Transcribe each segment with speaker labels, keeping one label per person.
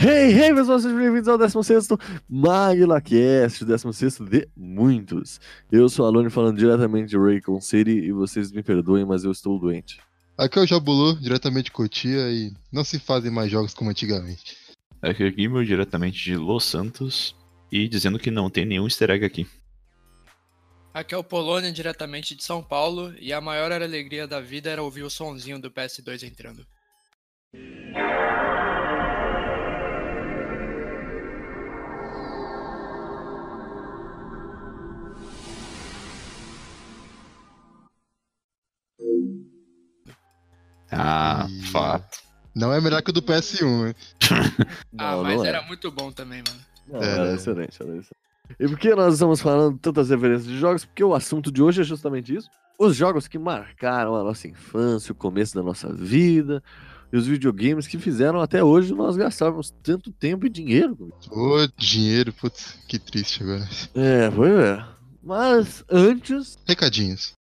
Speaker 1: Hey, hey, pessoal, sejam bem-vindos ao 16º MaglaCast, 16º de muitos. Eu sou o Alone falando diretamente de Raycon City e vocês me perdoem, mas eu estou doente.
Speaker 2: Aqui é o Jabulu, diretamente de Cotia, e não se fazem mais jogos como antigamente.
Speaker 3: Aqui é o Gimel, diretamente de Los Santos, e dizendo que não tem nenhum easter egg aqui.
Speaker 4: Aqui é o Polônia, diretamente de São Paulo, e a maior alegria da vida era ouvir o sonzinho do PS2 entrando.
Speaker 3: Ah,
Speaker 2: Ih.
Speaker 3: fato.
Speaker 2: Não é melhor que o do PS1, né?
Speaker 4: ah,
Speaker 1: Não,
Speaker 4: mas
Speaker 1: não é.
Speaker 4: era muito bom também, mano.
Speaker 1: Não,
Speaker 2: É,
Speaker 1: era
Speaker 2: né?
Speaker 1: excelente, era excelente. E por que nós estamos falando tantas referências de jogos? Porque o assunto de hoje é justamente isso. Os jogos que marcaram a nossa infância, o começo da nossa vida, e os videogames que fizeram até hoje nós gastarmos tanto tempo e dinheiro com
Speaker 2: Ô, dinheiro, putz, que triste agora.
Speaker 1: É, pois é. Mas antes,
Speaker 2: Recadinhos.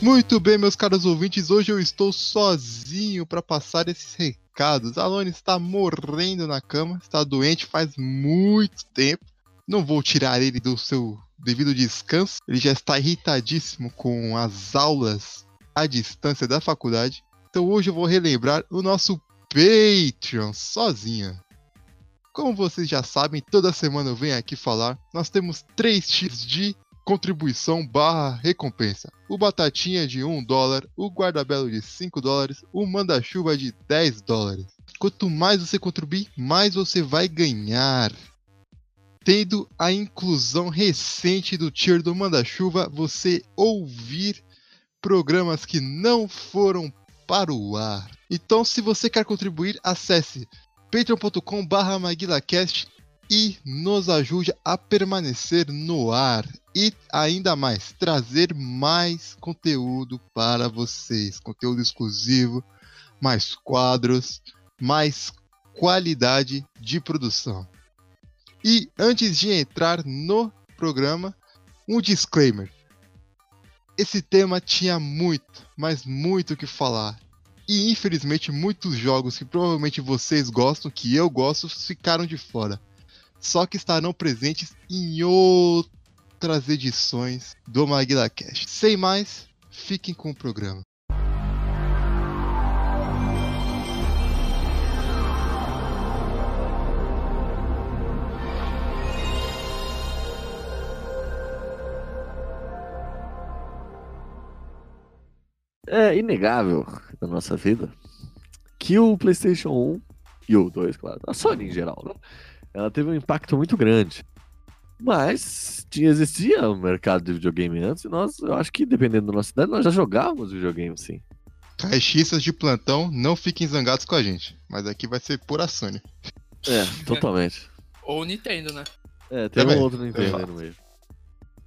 Speaker 2: Muito bem, meus caros ouvintes, hoje eu estou sozinho para passar esses recados. Alone está morrendo na cama, está doente faz muito tempo. Não vou tirar ele do seu devido descanso. Ele já está irritadíssimo com as aulas à distância da faculdade. Então hoje eu vou relembrar o nosso Patreon sozinha. Como vocês já sabem, toda semana eu venho aqui falar, nós temos 3 tipos de contribuição barra recompensa. O Batatinha de 1 dólar, o Guardabelo de 5 dólares, o Manda-Chuva de 10 dólares. Quanto mais você contribuir, mais você vai ganhar. Tendo a inclusão recente do tier do Manda-Chuva, você ouvir programas que não foram para o ar. Então, se você quer contribuir, acesse patreon.com.br maguilacast e nos ajude a permanecer no ar e ainda mais trazer mais conteúdo para vocês, conteúdo exclusivo, mais quadros, mais qualidade de produção. E antes de entrar no programa, um disclaimer. Esse tema tinha muito, mas muito o que falar. E infelizmente muitos jogos que provavelmente vocês gostam, que eu gosto, ficaram de fora. Só que estarão presentes em outras edições do Maguila Cash. Sem mais, fiquem com o programa.
Speaker 1: é inegável na nossa vida que o PlayStation 1 e o 2, claro, a Sony em geral, né? Ela teve um impacto muito grande. Mas tinha, existia um mercado de videogame antes e nós, eu acho que dependendo da nossa idade, nós já jogávamos videogame, sim.
Speaker 2: Caixistas de plantão, não fiquem zangados com a gente. Mas aqui vai ser por Sony.
Speaker 1: É, totalmente.
Speaker 4: Ou o Nintendo, né?
Speaker 1: É, tem
Speaker 2: Também,
Speaker 1: um outro Nintendo aí
Speaker 2: exato.
Speaker 1: no meio.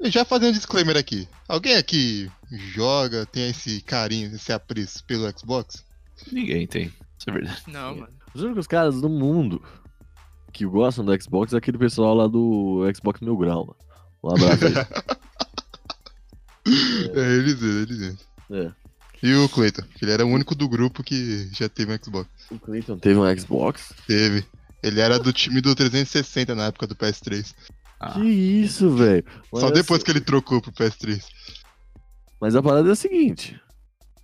Speaker 2: E já fazendo um disclaimer aqui. Alguém aqui joga, tem esse carinho, esse apreço pelo Xbox?
Speaker 3: Ninguém tem. Isso é verdade.
Speaker 4: Não,
Speaker 1: É.
Speaker 4: mano.
Speaker 1: Os únicos caras do mundo que gostam do Xbox é aquele pessoal lá do Xbox Mil Grau, mano. Um abraço aí.
Speaker 2: É, eles, eles.
Speaker 1: É.
Speaker 2: E o Cleiton, que ele era o único do grupo que já teve um Xbox.
Speaker 1: O Clayton teve um Xbox.
Speaker 2: Teve. Ele era do time do 360 na época do PS3.
Speaker 3: Ah.
Speaker 1: Que isso, velho. Mas
Speaker 2: Só depois
Speaker 1: assim-
Speaker 2: que ele trocou pro PS3.
Speaker 1: Mas a parada é a seguinte.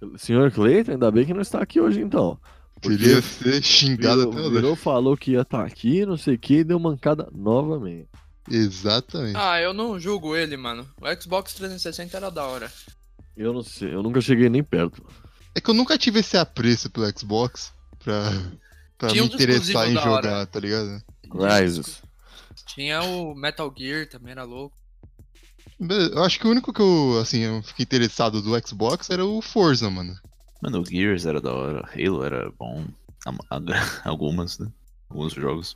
Speaker 1: O senhor Cleiton, ainda bem que não está aqui hoje, então. Porque
Speaker 2: Queria ser xingado
Speaker 1: virou,
Speaker 2: até hoje.
Speaker 1: virou, falou que ia estar aqui, não sei o que, e deu mancada novamente.
Speaker 2: Exatamente.
Speaker 4: Ah, eu não julgo ele, mano. O Xbox 360 era da hora.
Speaker 1: Eu não sei, eu nunca cheguei nem perto.
Speaker 2: É que eu nunca tive esse apreço pelo Xbox pra, pra me
Speaker 4: Tinha uns
Speaker 2: interessar em
Speaker 4: exclusivos da hora.
Speaker 2: jogar, tá ligado?
Speaker 1: Rises.
Speaker 4: Tinha o Metal Gear, também era louco.
Speaker 2: Be- Eu acho que o único que eu, assim, eu fiquei interessado do Xbox era o Forza, mano.
Speaker 3: Mano, o Gears era da hora, Halo era bom. Am- a- Algumas, né? Alguns jogos.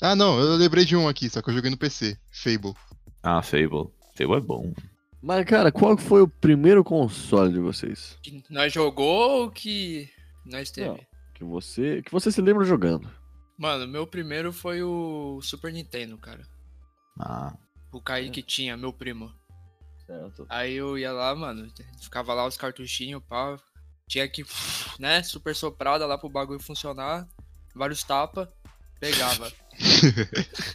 Speaker 2: Ah, não, eu lembrei de um aqui, só que eu joguei no PC, Fable.
Speaker 3: Ah, Fable. Fable é bom.
Speaker 1: Mas, cara, qual que foi o primeiro console de vocês?
Speaker 4: Que nós jogou ou que nós teve?
Speaker 1: Não. Que você, que você se lembra jogando?
Speaker 4: Mano, meu primeiro foi o Super Nintendo, cara.
Speaker 3: Ah,
Speaker 4: O
Speaker 1: É.
Speaker 4: Kaique tinha, meu primo.
Speaker 1: Certo.
Speaker 4: Aí eu ia lá, mano, ficava lá os cartuchinhos, pá. Tinha que, né, super soprada lá pro bagulho funcionar. Vários tapas, pegava.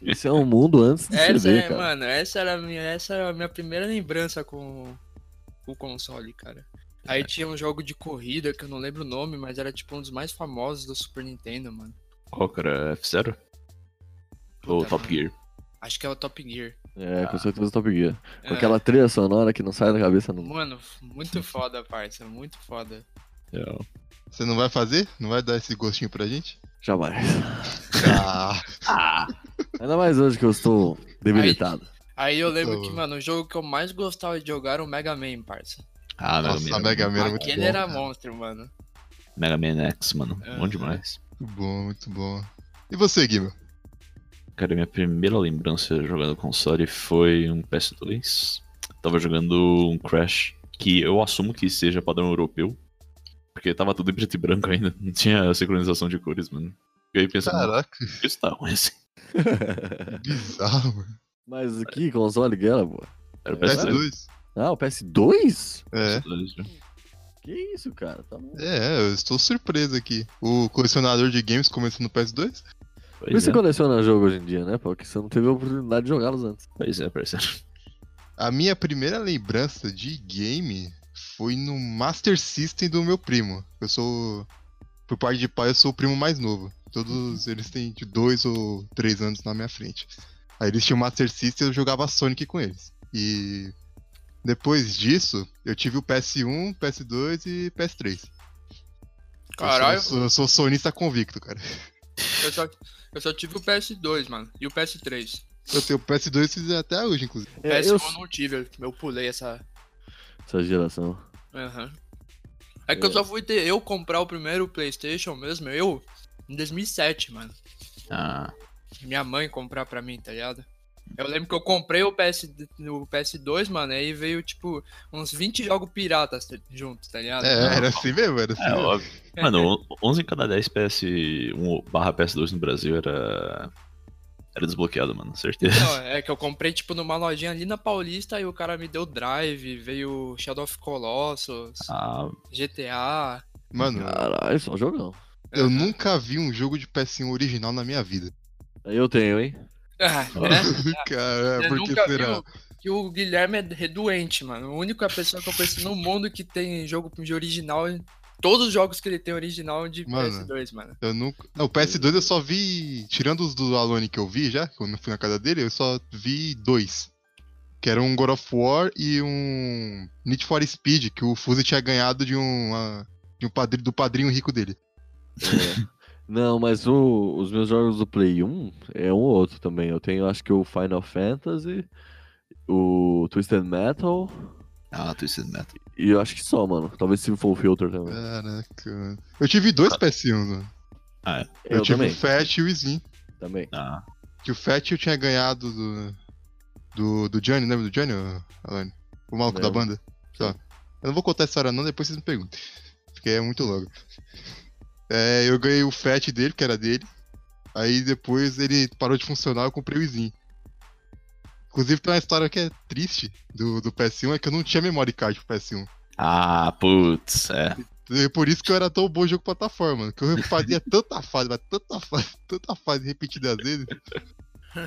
Speaker 1: Esse é um mundo antes de se
Speaker 4: essa
Speaker 1: ver,
Speaker 4: é,
Speaker 1: cara.
Speaker 4: mano, essa era, a minha, essa era a minha primeira lembrança com o console, cara. Aí
Speaker 1: É.
Speaker 4: tinha um jogo de corrida que eu não lembro o nome, mas era tipo um dos mais famosos do Super Nintendo, mano.
Speaker 3: qual que era? F0? Ou
Speaker 4: Puta,
Speaker 3: Top
Speaker 4: mano.
Speaker 3: Gear?
Speaker 4: Acho que é o Top Gear.
Speaker 1: É, com certeza Top Gear. Com
Speaker 4: É.
Speaker 1: aquela trilha sonora que não sai da cabeça nunca.
Speaker 4: Mano, muito foda, parça, muito foda.
Speaker 2: É. Você não vai fazer? Não vai dar esse gostinho pra gente?
Speaker 1: Jamais.
Speaker 2: Ah,
Speaker 1: Ainda mais hoje que eu estou debilitado.
Speaker 4: Aí eu lembro
Speaker 2: Então-
Speaker 4: que, mano, o jogo que eu mais gostava de jogar era o Mega Man, parça.
Speaker 3: Ah,
Speaker 2: nossa,
Speaker 3: Mega
Speaker 2: Mega
Speaker 3: Man.
Speaker 2: Man era é muito
Speaker 4: Aquele
Speaker 2: bom.
Speaker 4: era monstro, mano.
Speaker 3: Mega Man X, mano. Bom
Speaker 2: É,
Speaker 4: Aham.
Speaker 3: demais.
Speaker 2: Muito bom, muito bom. E você, Guima?
Speaker 3: Cara, minha primeira lembrança jogando console foi um PS2. Tava jogando um Crash, que eu assumo que seja padrão europeu. Porque tava tudo em preto e branco ainda. Não tinha sincronização de cores, mano. E aí pensando,
Speaker 2: Caraca,
Speaker 3: "Por que isso tá ruim assim.
Speaker 2: que bizarro, mano.
Speaker 1: Mas que console que era, pô?
Speaker 3: Era o PS2.
Speaker 2: PS2?
Speaker 1: Ah, o PS2?
Speaker 2: É.
Speaker 3: PS2.
Speaker 1: Que isso, cara? Tá bom.
Speaker 2: É, eu estou surpreso aqui. O colecionador de games começou no PS2?
Speaker 1: Por isso
Speaker 3: Pois
Speaker 1: você
Speaker 3: é,
Speaker 1: coleciona jogo hoje em dia, né, pô? Porque você não teve a oportunidade de jogá-los antes.
Speaker 3: pois é, parceiro.
Speaker 2: A minha primeira lembrança de game foi no Master System do meu primo. Eu sou. Por parte de pai, eu sou o primo mais novo. Todos eles têm de dois ou três anos na minha frente. Aí eles tinham Master System e eu jogava Sonic com eles. E depois disso, eu tive o PS1, PS2 e PS3.
Speaker 4: Caralho,
Speaker 2: Eu sou, eu sou sonista convicto, cara.
Speaker 4: eu só, eu só tive o PS2, mano, e o PS3.
Speaker 2: Eu tenho PS2 e até hoje, inclusive.
Speaker 1: É,
Speaker 4: O PS1 eu não tive, eu pulei essa...
Speaker 1: Essa geração.
Speaker 4: Aham. É que eu só fui ter, eu comprar o primeiro Playstation mesmo, eu, em 2007, mano.
Speaker 3: Ah,
Speaker 4: Minha mãe comprar pra mim, tá ligado? Eu lembro que eu comprei o, PS, o PS2, mano, aí veio, tipo, uns 20 jogos piratas juntos, tá ligado?
Speaker 2: É, era assim mesmo, era assim
Speaker 3: Ah, é
Speaker 2: mesmo.
Speaker 3: óbvio. Mano, on- 11 em cada 10 PS1 barra PS2 no Brasil era. Era desbloqueado, mano, certeza.
Speaker 4: Não, é que eu comprei, tipo, numa lojinha ali na Paulista e o cara me deu Drive, veio Shadow of Colossus,
Speaker 3: Ah,
Speaker 4: GTA.
Speaker 2: Mano,
Speaker 1: Caralho, só jogão.
Speaker 4: é.
Speaker 2: eu nunca vi um jogo de PS1 original na minha vida.
Speaker 1: Aí eu tenho, hein?
Speaker 4: Ah, né?
Speaker 2: Cara, por
Speaker 4: Eu
Speaker 2: que
Speaker 4: nunca
Speaker 2: será?
Speaker 4: vi que o Guilherme é doente, mano. O único pessoa que eu conheço no mundo que tem jogo de original. Todos os jogos que ele tem original de
Speaker 2: Mano.
Speaker 4: PS2, mano.
Speaker 2: Eu nunca. Não, o PS2 eu só vi. Tirando os do Alone que eu vi já, que eu não fui na casa dele, eu só vi dois. Que era um God of War e um Need for Speed, que o Fuse tinha ganhado de um. ah, de um padrinho, do padrinho rico dele.
Speaker 1: É. não, mas o- os meus jogos do Play 1 é um ou outro também. Eu tenho, acho que o Final Fantasy, o Twisted Metal
Speaker 3: ah Twisted Metal.
Speaker 1: e eu acho que só, mano. Talvez se for o Filter
Speaker 2: É.
Speaker 1: também.
Speaker 2: Caraca. Eu tive dois PS1, mano. Eu,
Speaker 1: Ah, eu um.
Speaker 2: tive
Speaker 1: também,
Speaker 2: o Fat e o Slim.
Speaker 1: também.
Speaker 3: Ah,
Speaker 2: Que o Fat eu tinha ganhado do. Do, do Johnny, lembra do Johnny, ô, Alane? O maluco da
Speaker 1: Lembro.
Speaker 2: banda? Tá. Eu não vou contar a história não, depois vocês me perguntam. Porque é muito longo. É, eu ganhei o Fat dele, que era dele. Aí depois ele parou de funcionar, eu comprei o Izin. um, Inclusive tem uma história que é triste do, do PS1, é que eu não tinha memory card pro PS1.
Speaker 3: Ah, putz, é.
Speaker 2: É por isso que eu era tão bom em jogo de plataforma, que eu fazia tanta fase, mas tanta fase, tanta fase repetida às vezes,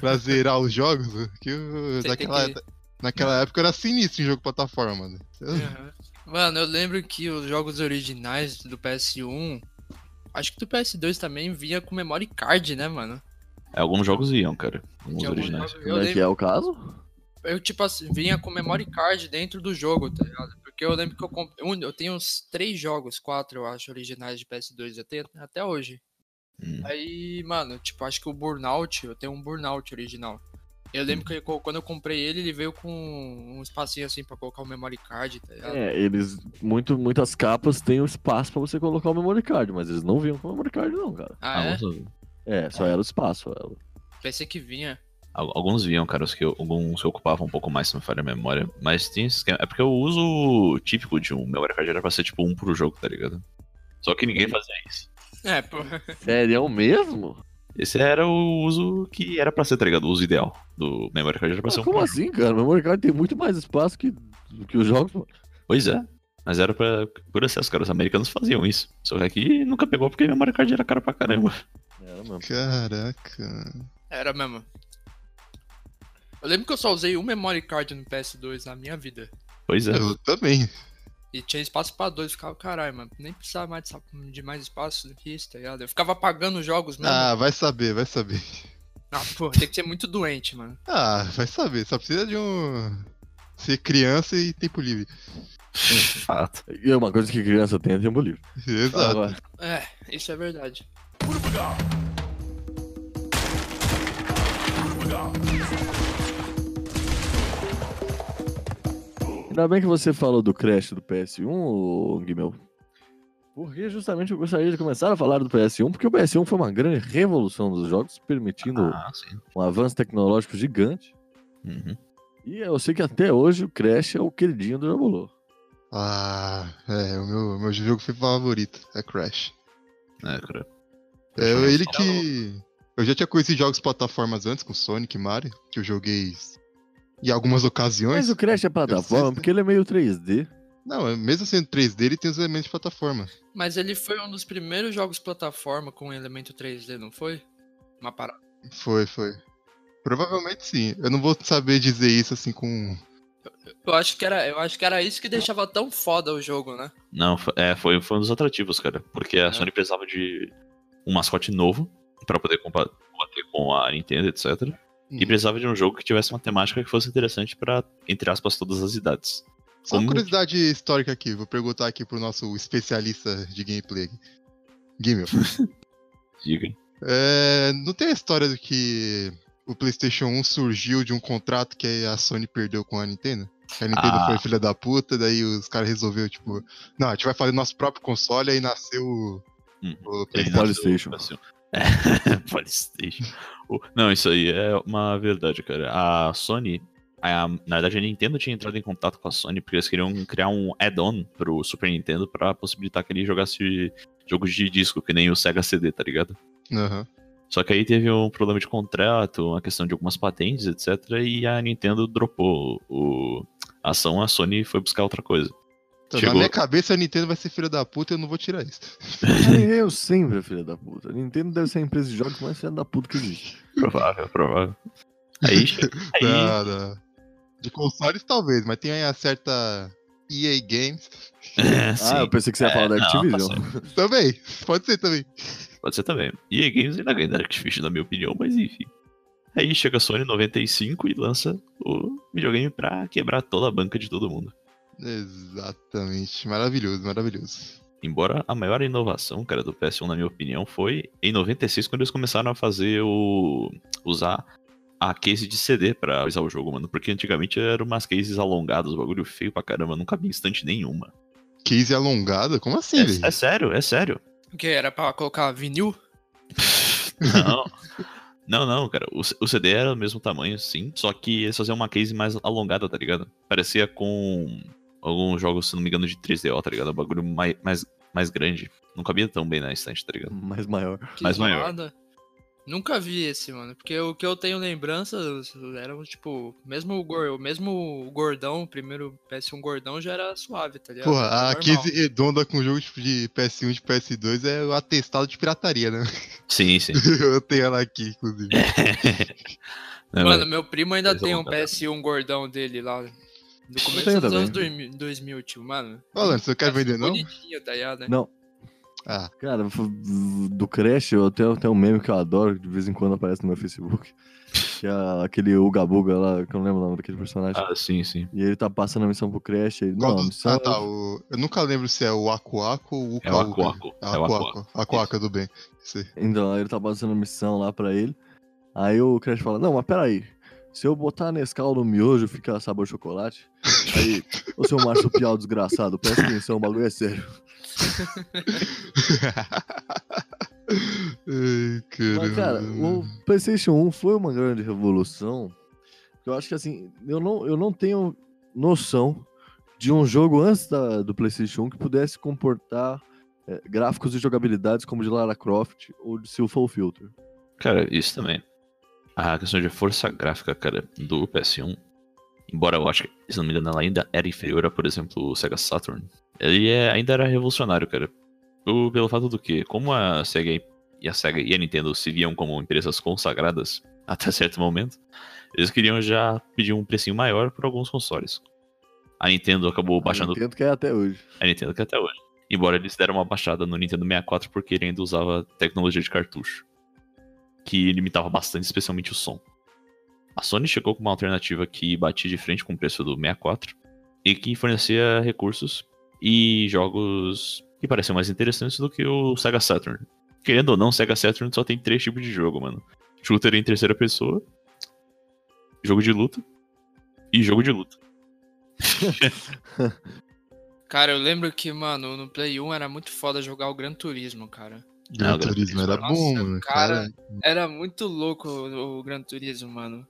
Speaker 2: pra zerar os jogos, que eu-
Speaker 4: Você tem
Speaker 2: naquela,
Speaker 4: que-
Speaker 2: naquela época eu era sinistro em jogo de plataforma, né? mano. Eu-
Speaker 4: Aham. Uhum. Mano, eu lembro que os jogos originais do PS1, acho que do PS2 também, vinha com memory card, né, mano?
Speaker 3: É, Alguns jogos iam, cara. Alguns
Speaker 4: Tinha alguns
Speaker 3: originais.
Speaker 4: jogos- Eu
Speaker 1: Como é que
Speaker 4: lembro,
Speaker 1: é o caso?
Speaker 4: eu tipo assim, vinha com memory card dentro do jogo, tá ligado? Porque eu lembro que eu comprei, eu tenho uns três jogos, quatro, eu acho, originais de PS2, eu tenho até hoje.
Speaker 3: Hum.
Speaker 4: Aí, mano, tipo, acho que o Burnout, eu tenho um Burnout original. Eu lembro que eu- quando eu comprei ele, ele veio com um espacinho assim pra colocar o memory card, tá ligado?
Speaker 1: É, eles. Muito, muitas capas têm o espaço pra você colocar o memory card, mas eles não vinham com o memory card, não, cara.
Speaker 4: Ah, é?
Speaker 3: Alguns-
Speaker 1: É, só era o espaço. Era...
Speaker 4: Pensei que vinha.
Speaker 3: Al- Alguns vinham, cara, os que eu- alguns se ocupavam um pouco mais, se não me falha a memória. Mas tem esse esquema. É porque eu uso o típico de um memory card, era pra ser tipo um pro jogo, tá ligado? Só que ninguém fazia isso.
Speaker 4: É, pô.
Speaker 1: Sério mesmo?
Speaker 3: Esse era o uso que era pra ser, tá ligado? O uso ideal do memory card era pra
Speaker 1: Ah,
Speaker 3: ser um
Speaker 1: como
Speaker 3: pro jogo.
Speaker 1: assim, cara? O memory card tem muito mais espaço que, do que os jogos. pô.
Speaker 3: Pois é. Mas era pra, por acesso, cara. Os americanos faziam isso. Só que aqui nunca pegou porque memory card era cara pra caramba.
Speaker 1: Era mesmo.
Speaker 2: Caraca.
Speaker 4: Era mesmo. Eu lembro que eu só usei um memory card no PS2 na minha vida.
Speaker 3: Pois é.
Speaker 2: Eu também.
Speaker 4: E tinha espaço pra dois, ficava, caralho, mano, nem precisava mais dessa- de mais espaço do que isso, tá ligado? Eu ficava apagando os jogos mesmo. Ah,
Speaker 2: Ah, vai saber, vai saber.
Speaker 4: porra, tem que ser muito doente, mano.
Speaker 2: Ah, vai saber, só precisa de um. ser criança e tempo livre.
Speaker 3: Fato.
Speaker 1: E é uma coisa que criança tem é tempo livre.
Speaker 2: Exato.
Speaker 1: Agora,
Speaker 4: É, isso é verdade.
Speaker 1: ainda bem que você falou do Crash do PS1, ô, Guimel. Porque justamente eu gostaria de começar a falar do PS1, porque o PS1 foi uma grande revolução dos jogos, permitindo
Speaker 3: Ah, sim.
Speaker 1: um avanço tecnológico gigante.
Speaker 3: Uhum.
Speaker 1: E eu sei que até hoje o Crash é o queridinho do Jabulô.
Speaker 2: Ah, é, o meu, meu jogo favorito é Crash.
Speaker 3: É, cara.
Speaker 2: É
Speaker 3: Crash
Speaker 2: ele
Speaker 3: Bandicoot.
Speaker 2: que. Eu já tinha conhecido jogos de plataformas antes, com Sonic e Mario, que eu joguei s- em algumas ocasiões.
Speaker 1: Mas o Crash é plataforma
Speaker 2: sei.
Speaker 1: porque ele é meio 3D.
Speaker 2: Não, é- mesmo sendo 3D, ele tem os elementos de plataforma.
Speaker 4: Mas ele foi um dos primeiros jogos plataforma com elemento 3D, não foi? Uma parada.
Speaker 2: Foi, foi. Provavelmente sim. Eu não vou saber dizer isso assim com.
Speaker 4: Eu acho que era, eu acho que era isso que deixava tão foda o jogo, né?
Speaker 3: Não, fo- é, foi, foi um dos atrativos, cara. Porque a
Speaker 4: É.
Speaker 3: Sony precisava de um mascote novo pra poder compa- combater com a Nintendo, etc. E
Speaker 2: Uhum.
Speaker 3: precisava de um jogo que tivesse uma temática que fosse interessante pra, entre aspas, todas as idades.
Speaker 2: Só uma
Speaker 3: Como-
Speaker 2: curiosidade histórica aqui, vou perguntar aqui pro nosso especialista de gameplay. aqui. Gimel.
Speaker 3: Diga.
Speaker 2: É, não tem a história do que o PlayStation 1 surgiu de um contrato que a Sony perdeu com a Nintendo? Que a Nintendo
Speaker 3: Ah.
Speaker 2: foi filha da puta, daí os caras resolveram, tipo, não, a gente vai fazer nosso próprio console, aí nasceu o,
Speaker 3: Hum.
Speaker 2: o
Speaker 3: Ele
Speaker 2: PlayStation.
Speaker 1: Polystation.
Speaker 3: nasceu- É, Polystation. O- Não, isso aí é uma verdade, cara. A Sony. a- na verdade, a Nintendo tinha entrado em contato com a Sony porque eles queriam criar um add-on pro Super Nintendo pra possibilitar que ele jogasse jogos de disco, que nem o Sega CD, tá ligado?
Speaker 2: Aham.
Speaker 3: Só que aí teve um problema de contrato, uma questão de algumas patentes, etc. E a Nintendo dropou o- a ação, a Sony foi buscar outra coisa.
Speaker 2: Então, na
Speaker 3: Chegou.
Speaker 2: minha cabeça a Nintendo vai ser filha da puta e eu não vou tirar isso.
Speaker 1: eu é sempre, filha da puta. A Nintendo deve ser a empresa de jogos mais filha da puta que existe.
Speaker 3: Provável, provável. Aí, aí
Speaker 2: Da- da- De consoles talvez, mas tem aí a certa EA Games.
Speaker 3: é,
Speaker 1: ah, eu
Speaker 3: sim,
Speaker 1: pensei que você ia falar
Speaker 3: É,
Speaker 1: da
Speaker 3: não, tá
Speaker 1: Activision.
Speaker 2: Também, pode ser também.
Speaker 3: pode ser também. E Games ainda ganha da Activision, na minha opinião, mas enfim. Aí chega a Sony 95 e lança o videogame pra quebrar toda a banca de todo mundo.
Speaker 2: Exatamente, maravilhoso, maravilhoso.
Speaker 3: Embora a maior inovação, cara, do PS1, na minha opinião, foi em 96, quando eles começaram a fazer o. usar a case de CD pra usar o jogo, mano. Porque antigamente eram umas cases alongadas, o bagulho feio pra caramba, não cabia em estante nenhuma.
Speaker 2: Case alongada? Como assim, velho?
Speaker 3: É, é sério, é sério.
Speaker 4: O que era pra colocar vinil?
Speaker 3: Não. Não, não, cara. O, C- o CD era do mesmo tamanho, sim. Só que eles faziam uma case mais alongada, tá ligado? Parecia com alguns jogos, se não me engano, de 3DO, tá ligado? Um bagulho mais, mais, mais grande. Não cabia tão bem na estante, tá ligado?
Speaker 1: Mais maior.
Speaker 4: Que
Speaker 3: Mas maior.
Speaker 4: zoada. Nunca vi esse, mano. Porque o que eu tenho lembrança era, tipo, mesmo o, gor- mesmo o gordão, o primeiro PS1 gordão já era suave, tá ligado?
Speaker 2: Porra, a
Speaker 4: Normal.
Speaker 2: 15 redonda com jogo tipo, de PS1 e de PS2 é o atestado de pirataria, né?
Speaker 3: Sim, sim.
Speaker 2: Eu tenho ela aqui, inclusive.
Speaker 1: É,
Speaker 3: Não,
Speaker 4: Mano, meu primo ainda
Speaker 3: Mas eu
Speaker 4: tem um
Speaker 3: vou pegar.
Speaker 4: PS1 gordão dele lá. No começo
Speaker 1: tenho
Speaker 4: dos anos
Speaker 1: também.
Speaker 4: 2000, 2000, tio, mano.
Speaker 2: Falando, você não quer
Speaker 4: Tá
Speaker 2: vender não?
Speaker 4: Bonitinho, tá ligado? né?
Speaker 1: Não.
Speaker 2: Ah,
Speaker 1: Cara, f- do Crash, eu tenho até um meme que eu adoro, que de vez em quando aparece no meu Facebook. Que é aquele Uga Buga lá, que eu não lembro o nome daquele personagem.
Speaker 3: Ah, sim, sim.
Speaker 1: E ele tá passando a missão pro Crash. Ele,
Speaker 2: qual
Speaker 1: não, a
Speaker 2: do...
Speaker 1: missão é
Speaker 2: ah, tá. o- Eu nunca lembro se é o Aku Aku ou o Ah, Uka
Speaker 3: É o
Speaker 2: Uka.
Speaker 3: Aquaco. É o Aquaco.
Speaker 2: Aquaco. Aquaca do bem. Isso aí.
Speaker 1: Então, aí ele tá passando a missão lá pra ele. Aí o Crash fala, não, mas peraí. Se eu botar Nescau no miojo, fica sabor chocolate. Aí, ô seu marsupial desgraçado, presta atenção, o bagulho é sério.
Speaker 2: Ai,
Speaker 1: Mas, cara, o
Speaker 2: caramba.
Speaker 1: PlayStation 1 foi uma grande revolução. Eu acho que, assim, eu não, eu não tenho noção de um jogo antes da- do PlayStation 1 que pudesse comportar eh, gráficos e jogabilidades como de Lara Croft ou de Silphal Filter.
Speaker 3: Cara, isso também. A questão de força gráfica, cara, do PS1, embora eu acho que, se não me engano, ela ainda era inferior a, por exemplo, o Sega Saturn, ele é- ainda era revolucionário, cara. O- pelo fato do que, como a Sega e a Sega e a Nintendo se viam como empresas consagradas até certo momento, eles queriam já pedir um precinho maior por alguns consoles. A Nintendo acabou baixando
Speaker 1: Tanto que é até hoje.
Speaker 3: a Nintendo que até hoje. Embora eles deram uma baixada no Nintendo 64 porque ele ainda usava tecnologia de cartucho. Que limitava bastante, especialmente o som. A Sony chegou com uma alternativa que batia de frente com o preço do 64 e que fornecia recursos e jogos que pareciam mais interessantes do que o Sega Saturn. Querendo ou não, o Sega Saturn só tem três tipos de jogo, mano: shooter em terceira pessoa, jogo de luta e jogo de luta.
Speaker 4: Cara, eu lembro que, mano, no Play 1 era muito foda jogar o Gran Turismo, cara.
Speaker 2: Gran
Speaker 3: Ah, Gran
Speaker 2: Turismo
Speaker 3: Turismo.
Speaker 2: era bom,
Speaker 4: Nossa,
Speaker 2: mano.
Speaker 4: cara.
Speaker 2: Cara,
Speaker 4: Era muito louco o, o Gran Turismo, mano.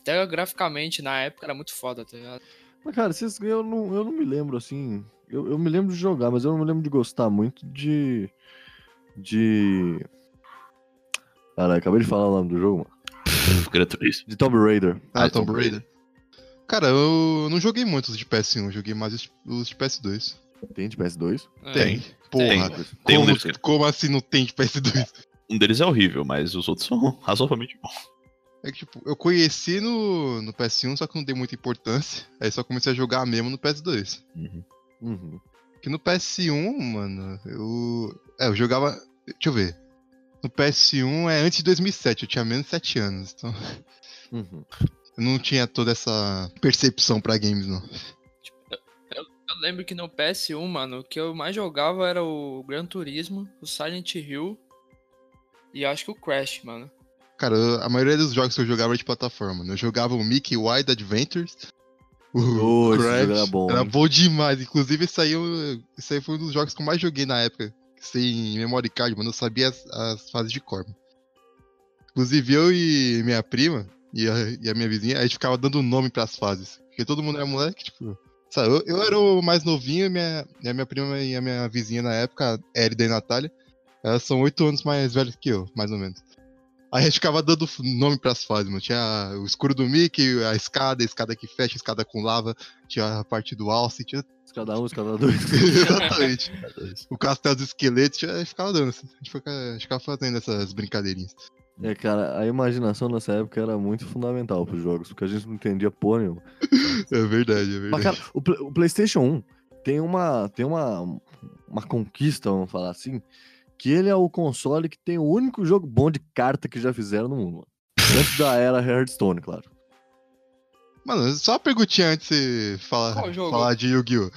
Speaker 4: Até graficamente, na época, era muito foda, tá ligado?
Speaker 1: Mas, cara, vocês- eu, não, eu não me lembro assim. Eu, eu me lembro de jogar, mas eu não me lembro de gostar muito de. De. Caralho, acabei de falar o nome do jogo, mano.
Speaker 3: Gran Turismo.
Speaker 1: De Tomb Raider.
Speaker 2: ah,
Speaker 3: Ah,
Speaker 2: Tomb
Speaker 3: Tomb
Speaker 2: Raider. Cara, eu não joguei muito os de PS1, joguei mais os- os de PS2.
Speaker 1: Tem de PS2?
Speaker 4: É.
Speaker 2: Tem. Porra.
Speaker 3: Tem um
Speaker 2: como,
Speaker 3: deles que-
Speaker 2: como assim não tem de PS2?
Speaker 3: Um deles é horrível, mas os outros são razoavelmente bons.
Speaker 2: É que, tipo, eu conheci no, no PS1, só que não dei muita importância. Aí só comecei a jogar mesmo no PS2.
Speaker 1: Uhum.
Speaker 2: Que no PS1, mano, eu. É, eu jogava. Deixa eu ver. No PS1 é antes de 2007, eu tinha menos de 7 anos. Então
Speaker 1: Uhum.
Speaker 2: eu não tinha toda essa percepção pra games, não.
Speaker 4: Eu lembro que no PS1, mano, o que eu mais jogava era o Gran Turismo, o Silent Hill e acho que o Crash, mano.
Speaker 2: Cara, eu- a maioria dos jogos que eu jogava era de plataforma. né? Eu jogava o Mickey Wide Adventures. O
Speaker 1: Oh, esse
Speaker 2: Uh, Crash.
Speaker 1: jogo era bom,
Speaker 2: Era
Speaker 1: hein?
Speaker 2: bom demais. Inclusive, isso aí, eu- isso aí foi um dos jogos que eu mais joguei na época. Sem memory card, mano. Eu sabia as, as fases de cor. mano. Inclusive, eu e minha prima e a, e a minha vizinha, a gente ficava dando nome pras fases. Porque todo mundo era moleque, tipo. Sabe, eu, eu era o mais novinho e, minha, e a minha prima e a minha vizinha na época, a Elida e a Natália, elas são oito anos mais velhas que eu, mais ou menos. Aí a gente ficava dando f- nome pras fases, mano. Tinha o escuro do Mickey, a escada, a escada que fecha, a escada com lava, tinha a parte do alce, tinha
Speaker 1: Cada um, cada dois.
Speaker 2: Exatamente. O castelo dos esqueletos tinha- ficava dando. assim. A gente fica- a gente ficava fazendo essas brincadeirinhas.
Speaker 1: É, cara, a imaginação nessa época era muito fundamental pros jogos, porque a gente não entendia porra nenhuma.
Speaker 2: É verdade, é
Speaker 1: Mas,
Speaker 2: verdade.
Speaker 1: cara, o, Pla- o PlayStation 1 tem uma, tem uma, uma conquista, vamos falar assim, que ele é o console que tem o único jogo bom de carta que já fizeram no mundo. mano. Antes da era Hearthstone, claro.
Speaker 2: Mano, só uma perguntinha antes de você falar,
Speaker 4: Qual jogo?
Speaker 2: falar de Yu-Gi-Oh!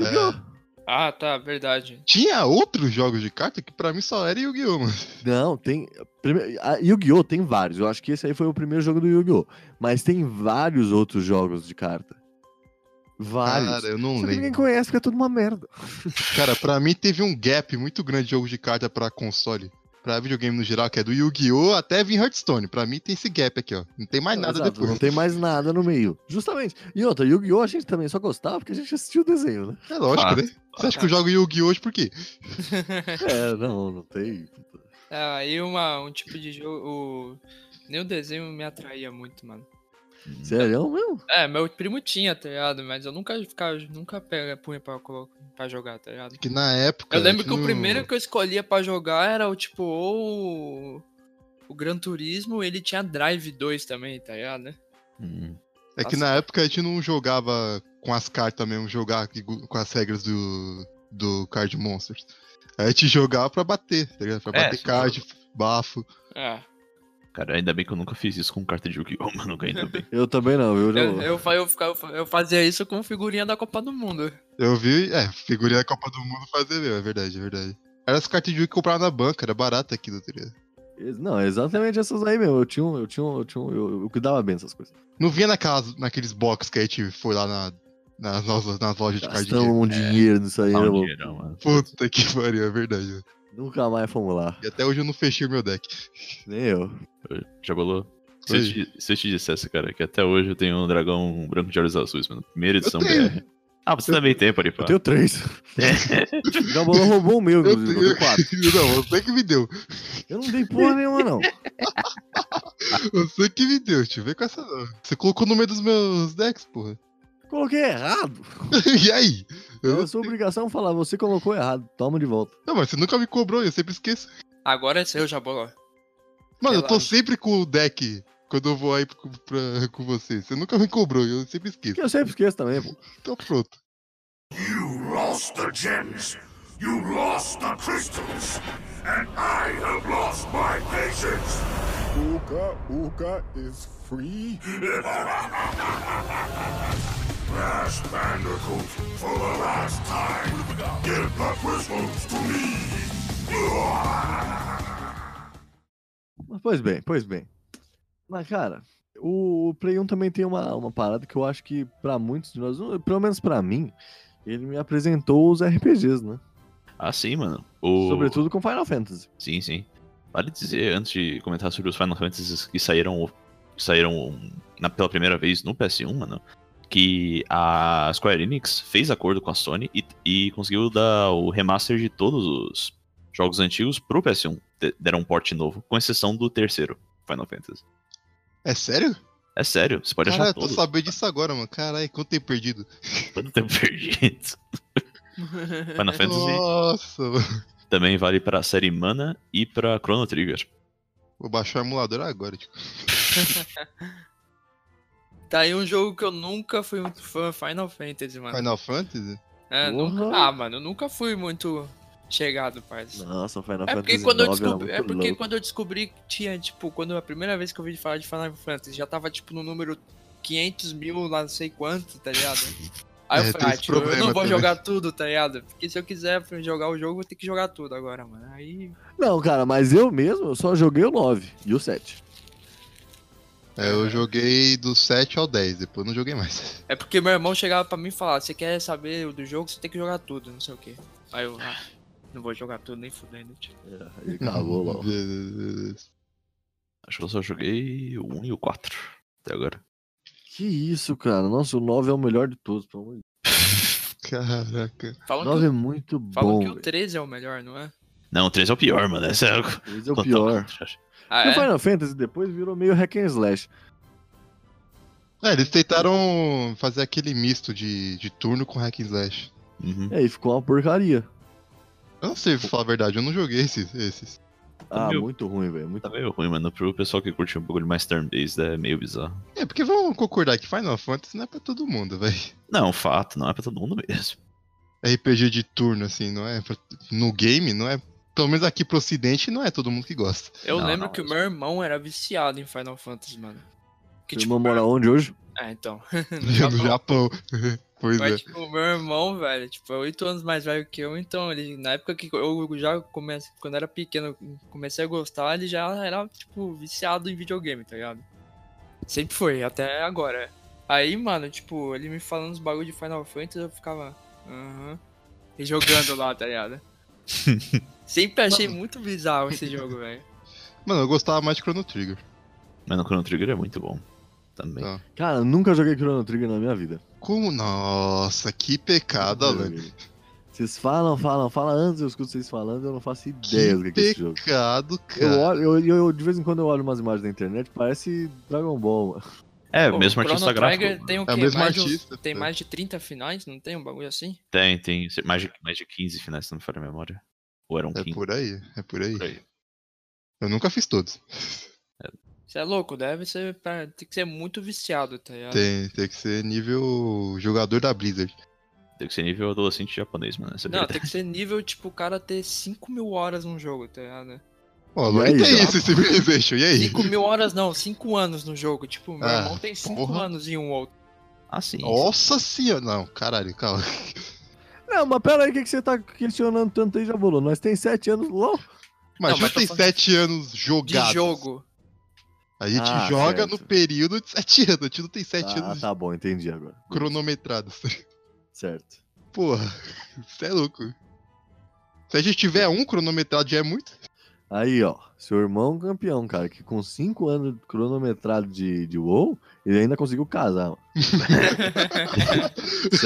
Speaker 2: É,
Speaker 4: Ah, tá, verdade.
Speaker 2: tinha outros jogos de carta que pra mim só era Yu-Gi-Oh! mano.
Speaker 1: Não, tem. prime- a Yu-Gi-Oh! tem vários. Eu acho que esse aí foi o primeiro jogo do Yu-Gi-Oh! Mas tem vários outros jogos de carta. Vários.
Speaker 2: Cara, eu não
Speaker 1: Só que ninguém
Speaker 2: lembro.
Speaker 1: conhece porque é tudo uma merda.
Speaker 2: Cara, pra mim teve um gap muito grande de jogos de carta pra console. Pra videogame no geral, que é do Yu-Gi-Oh! até vir Hearthstone. Pra mim tem esse gap aqui, ó. Não tem mais nada
Speaker 1: Exato,
Speaker 2: depois.
Speaker 1: Não tem mais nada no meio. Justamente. E outra, Yu-Gi-Oh! a gente também só gostava porque a gente assistiu o desenho, né?
Speaker 2: É lógico,
Speaker 3: Ah,
Speaker 2: né? Você acha que eu jogo Yu-Gi-Oh! hoje por quê?
Speaker 1: É, não, não tem.
Speaker 4: Ah, Aí uma, um tipo de jogo. o- Nem o desenho me atraía muito, mano.
Speaker 1: Sério mesmo?
Speaker 4: É, meu primo tinha, tá ligado? Mas eu nunca ficava, nunca pega, punha pra, colo- pra jogar, tá ligado?
Speaker 2: Que na época. um
Speaker 4: Eu lembro
Speaker 2: a gente
Speaker 4: que o
Speaker 2: não-
Speaker 4: primeiro que eu escolhia pra jogar era o tipo, ou o- o Gran Turismo, ele tinha Drive 2 também, tá ligado? né?
Speaker 3: Hum.
Speaker 2: É que na época a gente não jogava com as cartas mesmo, jogar que- com as regras do, do Card Monsters. A gente jogava pra bater, tá ligado? Pra
Speaker 3: É,
Speaker 2: bater
Speaker 3: sim,
Speaker 2: card, bafo.
Speaker 4: É.
Speaker 3: Cara, ainda bem que eu nunca fiz isso com um carta de Yu-Gi-Oh! Mano, ainda bem.
Speaker 1: Eu também não, viu?
Speaker 4: Eu, eu, fa- eu, ficava- eu fazia isso com figurinha da Copa do Mundo.
Speaker 2: Eu vi, é, figurinha da Copa do Mundo fazer mesmo, é verdade, é verdade. Era as cartas de Yu que eu comprava na banca, era barato aquilo, tá ligado?
Speaker 1: Ex- Não, exatamente essas aí mesmo. Eu tinha um, eu tinha um, eu tinha um, eu, eu cuidava bem dessas coisas.
Speaker 2: Não vinha naquelas, naqueles box que a gente foi lá na, nas, nas, nas lojas de card game.
Speaker 1: Gastamos um dinheiro nisso aí,
Speaker 3: Dá um
Speaker 1: meu louco.
Speaker 3: dinheirão, mano.
Speaker 2: Puta que pariu, é verdade. mano.
Speaker 1: Nunca mais fomos lá.
Speaker 2: E até hoje eu não fechei o meu deck.
Speaker 1: Nem eu.
Speaker 3: Já bolou? Se eu, te, se eu te dissesse, cara, que até hoje eu tenho um dragão branco de olhos azuis, mano. Primeira edição
Speaker 2: tenho.
Speaker 3: BR. Ah, você também tem, Paripá.
Speaker 1: Eu tenho três. Gabolão roubou o meu,
Speaker 2: Eu
Speaker 1: inclusive. Eu tenho quatro.
Speaker 2: Não, você que me deu.
Speaker 1: Eu não dei porra nenhuma, não.
Speaker 2: Você que me deu, tio. Vem com essa não. Você colocou no meio dos meus decks, porra.
Speaker 1: Coloquei errado.
Speaker 2: e aí? Eu
Speaker 1: É a sua obrigação falar, você colocou errado. Toma de volta.
Speaker 2: Não, mas você nunca me cobrou, eu sempre esqueço.
Speaker 4: Agora é seu, Jaboló.
Speaker 2: Mano,
Speaker 4: Sei
Speaker 2: eu tô
Speaker 4: lá.
Speaker 2: sempre com o deck quando eu vou aí pro- pra- com você. Você nunca me cobrou, eu sempre esqueço.
Speaker 1: Que eu sempre esqueço também, pô.
Speaker 2: Então pronto.
Speaker 5: You lost the gems. You lost the crystals. And I have lost my patience.
Speaker 6: Ooga Ooga is free.
Speaker 5: Crash Bandicoot, for the last time, give the crystals to me.
Speaker 1: Mas, Pois bem, pois bem. Mas, cara, o, o Play 1 também tem uma, uma parada que eu acho que pra muitos de nós, uh, pelo menos pra mim, ele me apresentou os RPGs, né?
Speaker 3: Ah, sim, mano. O...
Speaker 1: Sobretudo com Final Fantasy.
Speaker 3: Sim, sim. Vale dizer, antes de comentar sobre os Final Fantasies que saíram, que saíram um, na- pela primeira vez no PS1, mano, que a Square Enix fez acordo com a Sony e, e conseguiu dar o remaster de todos os jogos antigos pro PS1. De- deram um port novo, com exceção do terceiro Final Fantasy.
Speaker 2: É sério?
Speaker 3: É sério, você pode
Speaker 2: Cara,
Speaker 3: achar
Speaker 2: eu tô
Speaker 3: todos.
Speaker 2: sabendo disso agora, mano. Caralho, quanto tempo perdido.
Speaker 3: Quanto tempo perdido. Final Fantasy
Speaker 2: Nossa, mano.
Speaker 3: também vale pra série Mana e pra Chrono Trigger.
Speaker 2: Vou baixar o emulador agora, tipo.
Speaker 4: Tá aí um jogo que eu nunca fui muito fã, Final Fantasy, mano.
Speaker 2: Final Fantasy?
Speaker 4: É,
Speaker 1: Porra.
Speaker 4: nunca- ah, mano, eu nunca fui muito chegado, parça.
Speaker 1: Nossa, Final
Speaker 4: É porque,
Speaker 1: Fantasy
Speaker 4: quando eu
Speaker 1: IX era
Speaker 4: descobri, é
Speaker 1: muito
Speaker 4: porque
Speaker 1: louco.
Speaker 4: quando eu descobri que tinha, tipo, quando a primeira vez que eu ouvi falar de Final Fantasy, já tava, tipo, no número 500 mil, lá não sei quanto, tá ligado?
Speaker 2: É,
Speaker 4: Aí eu
Speaker 2: tem
Speaker 4: falei, ah,
Speaker 2: esse
Speaker 4: tipo, eu
Speaker 2: problema
Speaker 4: não vou
Speaker 2: também.
Speaker 4: jogar tudo, tá ligado? Porque se eu quiser jogar o jogo, eu vou ter que jogar tudo agora, mano. Aí,
Speaker 1: Não, cara, mas eu mesmo, eu só joguei o 9 e o 7.
Speaker 2: É, eu joguei do 7 ao 10, depois eu não joguei mais.
Speaker 4: é porque meu irmão chegava pra mim e falava, "Ah, você quer saber do jogo, você tem que jogar tudo, não sei o quê. Aí eu, ah, não vou jogar tudo, nem fudendo, tipo.
Speaker 1: É, ele cavou lá. ó.
Speaker 3: Acho que eu só joguei o 1 e o 4 até agora.
Speaker 1: Que isso, cara. Nossa, o 9 é o melhor de todos, pelo amor de
Speaker 2: Caraca.
Speaker 1: Deus. O
Speaker 4: Falam,
Speaker 1: 9
Speaker 4: que,
Speaker 1: é muito
Speaker 4: o, falam
Speaker 1: bom.
Speaker 4: que o
Speaker 1: velho.
Speaker 4: 13 é o melhor, não é?
Speaker 3: Não, o 3 é o pior, mano. Esse é o
Speaker 1: Esse é o
Speaker 3: Total
Speaker 1: pior.
Speaker 3: contraste.
Speaker 4: Ah,
Speaker 1: E o
Speaker 4: é?
Speaker 1: Final Fantasy depois virou meio hack and slash.
Speaker 2: É, eles tentaram fazer aquele misto de, de turno com hack and slash.
Speaker 3: Uhum.
Speaker 1: E aí ficou uma porcaria.
Speaker 2: Eu não sei pra falar a verdade, eu não joguei esses. esses.
Speaker 1: Ah,
Speaker 3: meu.
Speaker 1: muito ruim, velho. Muito
Speaker 3: Tá meio ruim, mano. Pro pessoal que curte um bagulho mais turn-based é meio bizarro.
Speaker 2: É, porque vamos concordar que Final Fantasy não é pra todo mundo, velho.
Speaker 3: Não, fato, não é pra todo mundo mesmo.
Speaker 2: RPG de turno, assim, não é. pra- No game, não é. Pelo menos aqui pro ocidente, não é todo mundo que gosta.
Speaker 4: Eu
Speaker 3: Não,
Speaker 4: lembro
Speaker 3: não,
Speaker 4: que o
Speaker 3: isso-
Speaker 4: meu irmão era viciado em Final Fantasy, mano. Que tipo,
Speaker 1: Meu irmão mora onde hoje?
Speaker 4: Ah, então.
Speaker 2: No Japão. pois é.
Speaker 4: Mas, tipo, meu irmão, velho, tipo, é oito anos mais velho que eu, então, ele, na época que eu já comecei, quando era pequeno, comecei a gostar, ele já era, tipo, viciado em videogame, tá ligado? Sempre foi, até agora. Aí, mano, tipo, ele me falando os bagulho de Final Fantasy, eu ficava, aham, e jogando lá, tá ligado? Sempre achei muito bizarro esse jogo, velho.
Speaker 2: Mano, eu gostava mais de Chrono Trigger.
Speaker 3: Mano, o Chrono Trigger é muito bom. Também.
Speaker 2: Tá.
Speaker 1: Cara, nunca joguei Chrono Trigger na minha vida.
Speaker 2: Como. Nossa, que pecado,
Speaker 1: Nunca
Speaker 2: Alan.
Speaker 1: joguei. Vocês falam, falam, falam. Antes eu escuto vocês falando, eu não faço ideia do
Speaker 2: Que
Speaker 1: que, que é esse jogo.
Speaker 2: pecado,
Speaker 1: Eu,
Speaker 2: cara.
Speaker 1: olho, eu, eu- eu- de vez em quando eu olho umas imagens na internet, parece Dragon Ball. mano.
Speaker 3: É,
Speaker 4: Pô,
Speaker 3: mesmo
Speaker 4: Chrono
Speaker 3: artista
Speaker 4: Trigger
Speaker 3: gráfico.
Speaker 4: Tem o
Speaker 2: É o
Speaker 4: quê?
Speaker 2: mesmo
Speaker 4: mais de uns-
Speaker 2: artista,
Speaker 4: tem
Speaker 2: tá?
Speaker 4: mais de 30 finais, não tem um bagulho assim?
Speaker 3: Tem, tem. se- Mais de, mais de 15 finais, se não me falha a memória. Ou um eram
Speaker 2: É
Speaker 3: 15.
Speaker 2: por aí, é por aí.
Speaker 3: por aí.
Speaker 2: Eu nunca fiz todos.
Speaker 4: Você é louco, deve ser. pra- Tem que ser muito viciado, tá ligado?
Speaker 2: Tem, é tem que ser nível jogador da Blizzard.
Speaker 3: Tem que ser nível adolescente japonês, mano. é Essa
Speaker 4: Não,
Speaker 3: habilidade.
Speaker 4: tem que ser nível, tipo, o cara ter 5 mil horas num jogo, tá ligado?
Speaker 2: Pô, a Lore
Speaker 1: aí,
Speaker 2: tem
Speaker 1: já?
Speaker 2: isso, Civilization, e aí?
Speaker 4: 5 mil horas não, 5 anos no jogo. Tipo, meu
Speaker 2: Ah,
Speaker 4: irmão tem 5
Speaker 2: porra.
Speaker 4: anos em um outro.
Speaker 3: Ah, sim.
Speaker 2: Nossa senhora! Não, caralho, calma.
Speaker 1: Não, mas pera aí, o que, que você tá questionando tanto aí, Jabulu? Nós tem sete anos, LOL.
Speaker 2: Mas
Speaker 4: Não,
Speaker 2: a gente
Speaker 4: mas tô
Speaker 2: tem
Speaker 4: falando
Speaker 2: 7 anos
Speaker 4: De
Speaker 2: jogados.
Speaker 4: jogo.
Speaker 2: A gente
Speaker 1: Ah,
Speaker 2: joga
Speaker 1: certo.
Speaker 2: no período de 7 anos. A gente não tem 7
Speaker 1: Ah,
Speaker 2: anos
Speaker 1: tá bom, entendi agora.
Speaker 2: cronometrados.
Speaker 1: Certo.
Speaker 2: Porra, você é louco. Se a gente tiver um cronometrado já é muito.
Speaker 1: Aí, ó, seu irmão campeão, cara, que com cinco anos cronometrado de, de WoW, ele ainda conseguiu casar, mano. Isso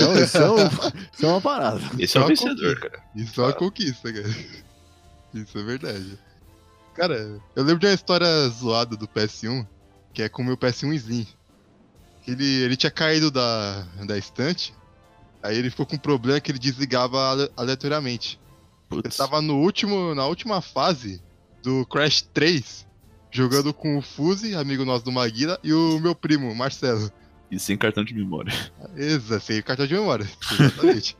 Speaker 1: é, um- isso é um- isso é uma parada.
Speaker 3: Esse é o
Speaker 2: Só
Speaker 3: vencedor, cara.
Speaker 2: Isso é uma conquista, cara. Isso é verdade. Cara, eu lembro de uma história zoada do PS1, que é com o meu PS1 Slim. Ele, ele tinha caído da, da estante, aí ele ficou com um problema que ele desligava ale- aleatoriamente. Eu
Speaker 3: Putz.
Speaker 2: tava no último, na última fase do Crash 3, jogando com o Fuse, amigo nosso do Maguila, e o meu primo, Marcelo.
Speaker 3: E sem cartão de memória.
Speaker 2: Exa, sem cartão de memória. Exatamente.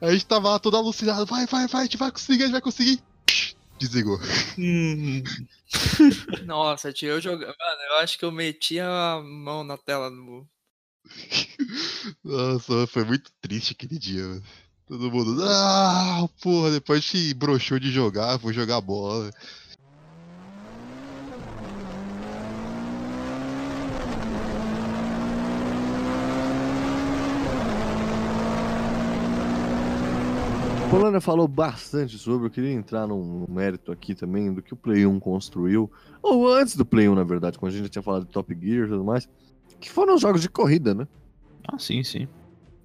Speaker 2: a gente tava lá todo alucinado. Vai, vai, vai, a gente vai conseguir, a gente vai conseguir. Desligou. Hum.
Speaker 4: Nossa, tio, eu jogava. Mano, eu acho que eu meti a mão na tela do.
Speaker 2: Nossa, foi muito triste aquele dia, mano. Todo mundo. Ah, porra, depois se broxou de jogar, vou jogar bola.
Speaker 1: A Polônia falou bastante sobre, eu queria entrar num num mérito aqui também do que o Play 1 construiu, ou antes do Play 1, na verdade, quando a gente já tinha falado de Top Gear e tudo mais, que foram os jogos de corrida, né?
Speaker 3: Ah, sim, sim.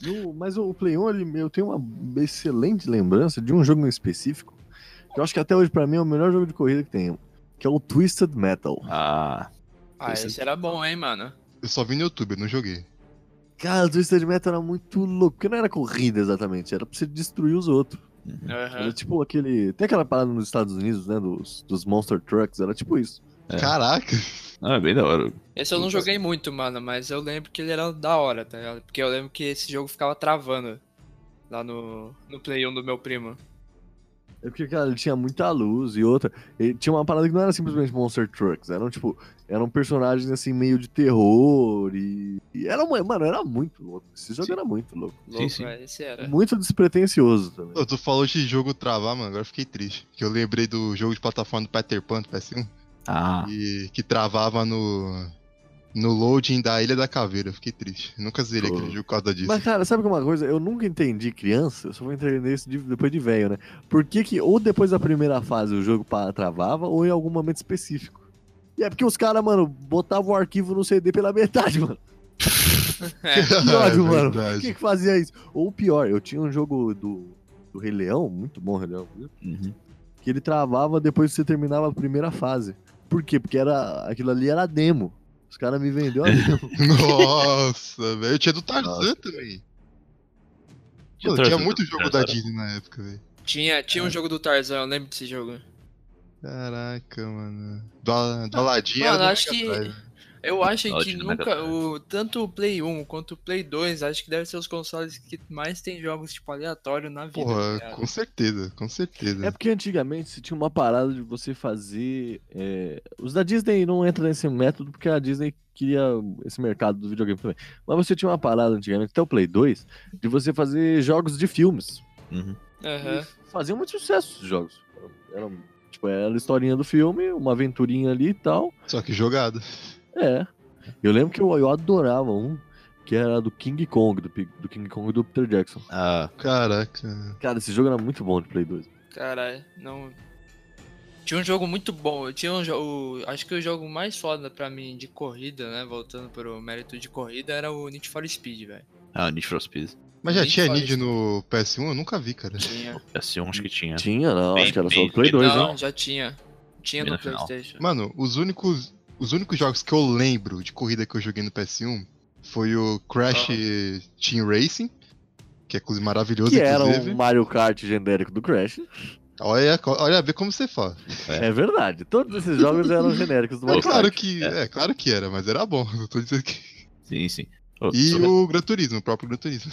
Speaker 1: E o- mas o Play 1, ele- eu tenho uma excelente lembrança de um jogo em específico, que eu acho que até hoje pra mim é o melhor jogo de corrida que tem, que é o Twisted Metal.
Speaker 3: Ah,
Speaker 4: Ah,
Speaker 2: é
Speaker 3: Esse-
Speaker 4: esse era bom, hein, mano?
Speaker 2: Eu só vi no YouTube, eu não joguei.
Speaker 1: Cara, o Twisted Metal era muito louco, porque não era corrida exatamente, era pra você destruir os outros.
Speaker 4: Aham.
Speaker 1: Era tipo aquele. Tem aquela parada nos Estados Unidos, né? Dos, dos Monster Trucks, era tipo isso.
Speaker 3: É.
Speaker 2: Caraca.
Speaker 3: ah, é bem da hora.
Speaker 4: Esse eu não joguei muito, mano, mas eu lembro que ele era da hora, tá ligado? Porque eu lembro que esse jogo ficava travando lá no, no Play 1 do meu primo.
Speaker 1: É porque, cara, ele tinha muita luz e outra. Ele tinha uma parada que não era simplesmente Monster Trucks. Eram, tipo, eram personagens assim, meio de terror. E. e era, uma- mano, era muito louco. Esse jogo
Speaker 3: Sim.
Speaker 1: era muito louco.
Speaker 4: Louco,
Speaker 3: sim.
Speaker 4: velho, esse era.
Speaker 1: Muito despretensioso também.
Speaker 2: Ô, Tu falou de jogo travar, mano. Agora eu fiquei triste. Que eu lembrei do jogo de plataforma do Peter Pan, do PS1,
Speaker 3: Ah,
Speaker 2: e que travava no. No loading da Ilha da Caveira, eu fiquei triste. Nunca zerei
Speaker 1: Pô.
Speaker 2: aquele jogo por causa disso.
Speaker 1: Mas, cara, sabe que é uma coisa? Eu nunca entendi criança, eu só vou entender isso de- depois de velho, né? Por que, que ou depois da primeira fase o jogo pa- travava, ou em algum momento específico? E é porque os caras, mano, botavam o arquivo no CD pela metade, mano. Que ódio,
Speaker 2: É
Speaker 1: mano. Por
Speaker 2: verdade.
Speaker 1: que, que fazia isso? Ou pior, eu tinha um jogo do, do Rei Leão, muito bom Rei Leão, viu?
Speaker 3: uhum.
Speaker 1: que ele travava depois que você terminava a primeira fase. Por quê? Porque era, aquilo ali era demo. Os caras me venderam a demo.
Speaker 2: Nossa, velho. Eu tinha do Tarzan
Speaker 1: Nossa.
Speaker 2: também.
Speaker 3: Tinha
Speaker 2: Mano, tinha
Speaker 3: Tarzan,
Speaker 2: muito
Speaker 3: Tarzan
Speaker 2: jogo da
Speaker 3: era-
Speaker 2: Disney na época, velho.
Speaker 4: Tinha, tinha um jogo do Tarzan, eu lembro desse jogo.
Speaker 2: Caraca, mano. Do, Al- do Aladdin era
Speaker 4: Mano,
Speaker 2: do
Speaker 4: acho
Speaker 2: Mega
Speaker 4: que-
Speaker 2: Drive.
Speaker 4: Eu acho que
Speaker 3: Ótimo, né,
Speaker 4: nunca,
Speaker 3: cara?
Speaker 4: o, tanto o Play 1 quanto o Play 2, acho que deve ser os consoles que mais tem jogos, tipo, aleatório na vida.
Speaker 2: Porra,
Speaker 4: tá ligado?
Speaker 2: com certeza, com certeza.
Speaker 1: é porque antigamente você tinha uma parada de você fazer. é, Os da Disney não entram nesse método porque a Disney queria esse mercado do videogame também. Mas você tinha uma parada antigamente, até o Play 2, de você fazer jogos de filmes.
Speaker 3: Uhum.
Speaker 4: Aham.
Speaker 1: E faziam muito sucesso os jogos. Era, tipo, era a historinha do filme, uma aventurinha ali e tal.
Speaker 2: Só que jogado.
Speaker 1: É. Eu lembro que eu, eu adorava um que era do King Kong, do, Pi- do King Kong e do Peter Jackson.
Speaker 3: Ah,
Speaker 2: Caraca.
Speaker 1: Cara, esse jogo era muito bom de Play 2.
Speaker 4: Caralho, não. Tinha um jogo muito bom. Tinha um jogo. Acho que o jogo mais foda pra mim de corrida, né? Voltando pro mérito de corrida, era o Need for Speed, velho.
Speaker 3: Ah, Need for Speed.
Speaker 2: Mas já
Speaker 4: Nem
Speaker 2: tinha
Speaker 4: fala
Speaker 2: Nid
Speaker 4: isso.
Speaker 2: no PS1? Eu nunca vi, cara.
Speaker 4: Tinha.
Speaker 3: PS1 acho que tinha.
Speaker 1: Tinha, não.
Speaker 3: É. Bem,
Speaker 1: acho que era só
Speaker 3: bem,
Speaker 1: do Play
Speaker 3: bem,
Speaker 1: 2,
Speaker 3: não.
Speaker 1: né?
Speaker 4: Não, já tinha. Tinha
Speaker 3: Bem
Speaker 4: no
Speaker 3: no final.
Speaker 4: Playstation.
Speaker 2: Mano, os únicos, os únicos jogos que eu lembro de corrida que eu joguei no PS1 foi o Crash
Speaker 4: Ah.
Speaker 2: Team Racing, que é inclusive maravilhoso,
Speaker 1: Que era
Speaker 2: inclusive.
Speaker 1: um Mario Kart genérico do Crash.
Speaker 2: Olha, olha ver como você fala.
Speaker 1: É, verdade. Todos esses jogos eram genéricos do
Speaker 2: É
Speaker 1: Mario
Speaker 2: claro
Speaker 1: Kart.
Speaker 2: que, é. claro que era, mas era bom. Eu tô dizendo que...
Speaker 3: Sim, sim. Ô,
Speaker 2: E
Speaker 3: só,
Speaker 2: o Gran Turismo, o próprio Gran Turismo.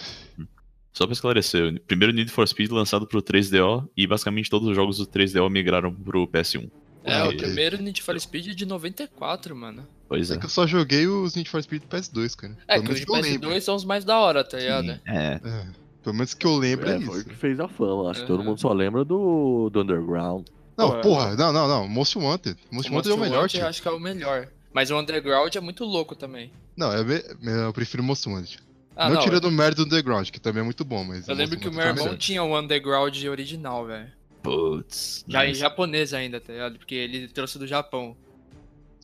Speaker 3: só pra esclarecer, o primeiro Need for Speed lançado pro 3DO e basicamente todos os jogos do 3DO migraram pro PS1.
Speaker 4: É,
Speaker 2: ok.
Speaker 4: o primeiro Need for Speed é de 94, mano.
Speaker 3: Pois é.
Speaker 2: É que eu só joguei os Need for Speed do PS2, cara.
Speaker 4: É,
Speaker 2: Pelo
Speaker 4: que os
Speaker 2: menos
Speaker 4: de
Speaker 2: que eu lembro.
Speaker 4: PS2 são os mais da hora, tá ligado?
Speaker 3: Sim, é.
Speaker 2: É, pelo menos que eu lembro é,
Speaker 1: É, foi o
Speaker 2: isso.
Speaker 1: que fez a fama. Acho que todo
Speaker 4: Aham.
Speaker 1: mundo só lembra do, do Underground.
Speaker 2: Não,
Speaker 4: Pô, é.
Speaker 2: porra, não, não, não. Most Wanted. Most
Speaker 4: O
Speaker 2: Wanted é o
Speaker 4: Monster
Speaker 2: melhor,
Speaker 4: Hunter
Speaker 2: tio.
Speaker 4: Eu acho que é o melhor. Mas o Underground é muito louco também.
Speaker 2: Não, é me- eu prefiro Most Wanted.
Speaker 4: Ah,
Speaker 2: não,
Speaker 4: não,
Speaker 2: tirando o mérito do Underground, que também é muito bom, mas.
Speaker 4: Eu lembro
Speaker 2: Most
Speaker 4: que o meu
Speaker 2: Wanted é
Speaker 4: irmão
Speaker 2: melhor.
Speaker 4: tinha o Underground original, velho.
Speaker 3: Putz.
Speaker 4: Já em
Speaker 3: nice.
Speaker 4: japonês ainda, tá ligado? Porque ele trouxe do Japão.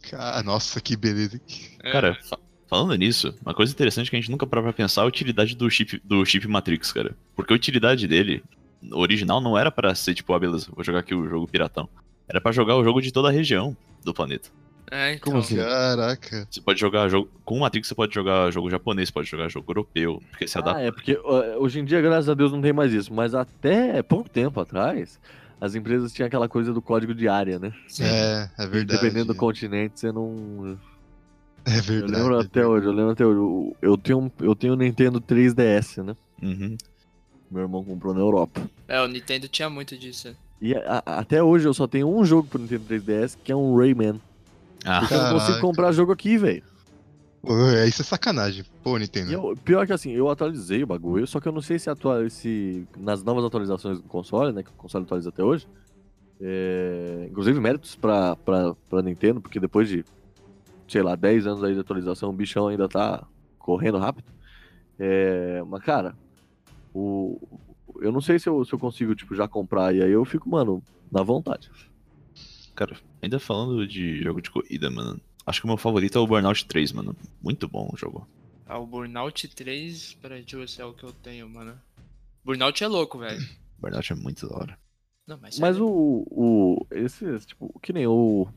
Speaker 2: Cara, nossa, que beleza. hein?
Speaker 4: É.
Speaker 3: Cara, fa- falando nisso, uma coisa interessante que a gente nunca para pra pensar é a utilidade do chip, do chip Matrix, cara. Porque a utilidade dele, no original, não era pra ser tipo, ah, beleza, vou jogar aqui o jogo piratão. Era pra jogar o jogo de toda a região do planeta.
Speaker 4: É, então.
Speaker 1: Como assim?
Speaker 2: Caraca.
Speaker 3: Você pode jogar jogo. Com o Matrix, você pode jogar jogo japonês, pode jogar jogo europeu, porque se adapta.
Speaker 1: Ah, é porque ó, hoje em dia, graças a Deus, não tem mais isso. Mas até pouco tempo atrás, as empresas tinham aquela coisa do código de área, né?
Speaker 4: Sim.
Speaker 2: É, é verdade.
Speaker 1: Dependendo do continente, você não.
Speaker 2: É
Speaker 1: Eu
Speaker 2: verdade.
Speaker 1: lembro até hoje, eu lembro até hoje. Eu- Eu tenho, um- eu tenho um Nintendo 3DS, né?
Speaker 3: Uhum.
Speaker 1: Meu irmão comprou na Europa.
Speaker 4: É, o Nintendo tinha muito disso.
Speaker 1: E a- a- até hoje eu só tenho um jogo pro Nintendo 3DS, que é um Rayman.
Speaker 3: Ah,
Speaker 1: Porque eu não consigo
Speaker 2: Caraca.
Speaker 1: comprar jogo aqui, velho.
Speaker 2: Pô, é, isso é sacanagem. Pô, Nintendo.
Speaker 1: E eu- pior que assim, eu atualizei o bagulho, só que eu não sei se, atua, se nas novas atualizações do console, né, que o console atualiza até hoje, é, inclusive méritos pra, pra, pra Nintendo, porque depois de, sei lá, 10 anos aí de atualização, o bichão ainda tá correndo rápido. É, mas, cara, o, eu não sei se eu, se eu consigo, tipo, já comprar, e aí eu fico, mano, na vontade.
Speaker 3: cara, ainda falando de jogo de corrida, mano. Acho que o meu favorito é o Burnout 3, mano. Muito bom o jogo.
Speaker 4: Ah, o Burnout 3, peraí, deixa eu ver se é o que eu tenho, mano. Burnout é louco, velho.
Speaker 3: Burnout é muito da hora.
Speaker 4: Não, mas,
Speaker 1: Mas
Speaker 4: sério.
Speaker 1: o, o. Esses, tipo, que nem o.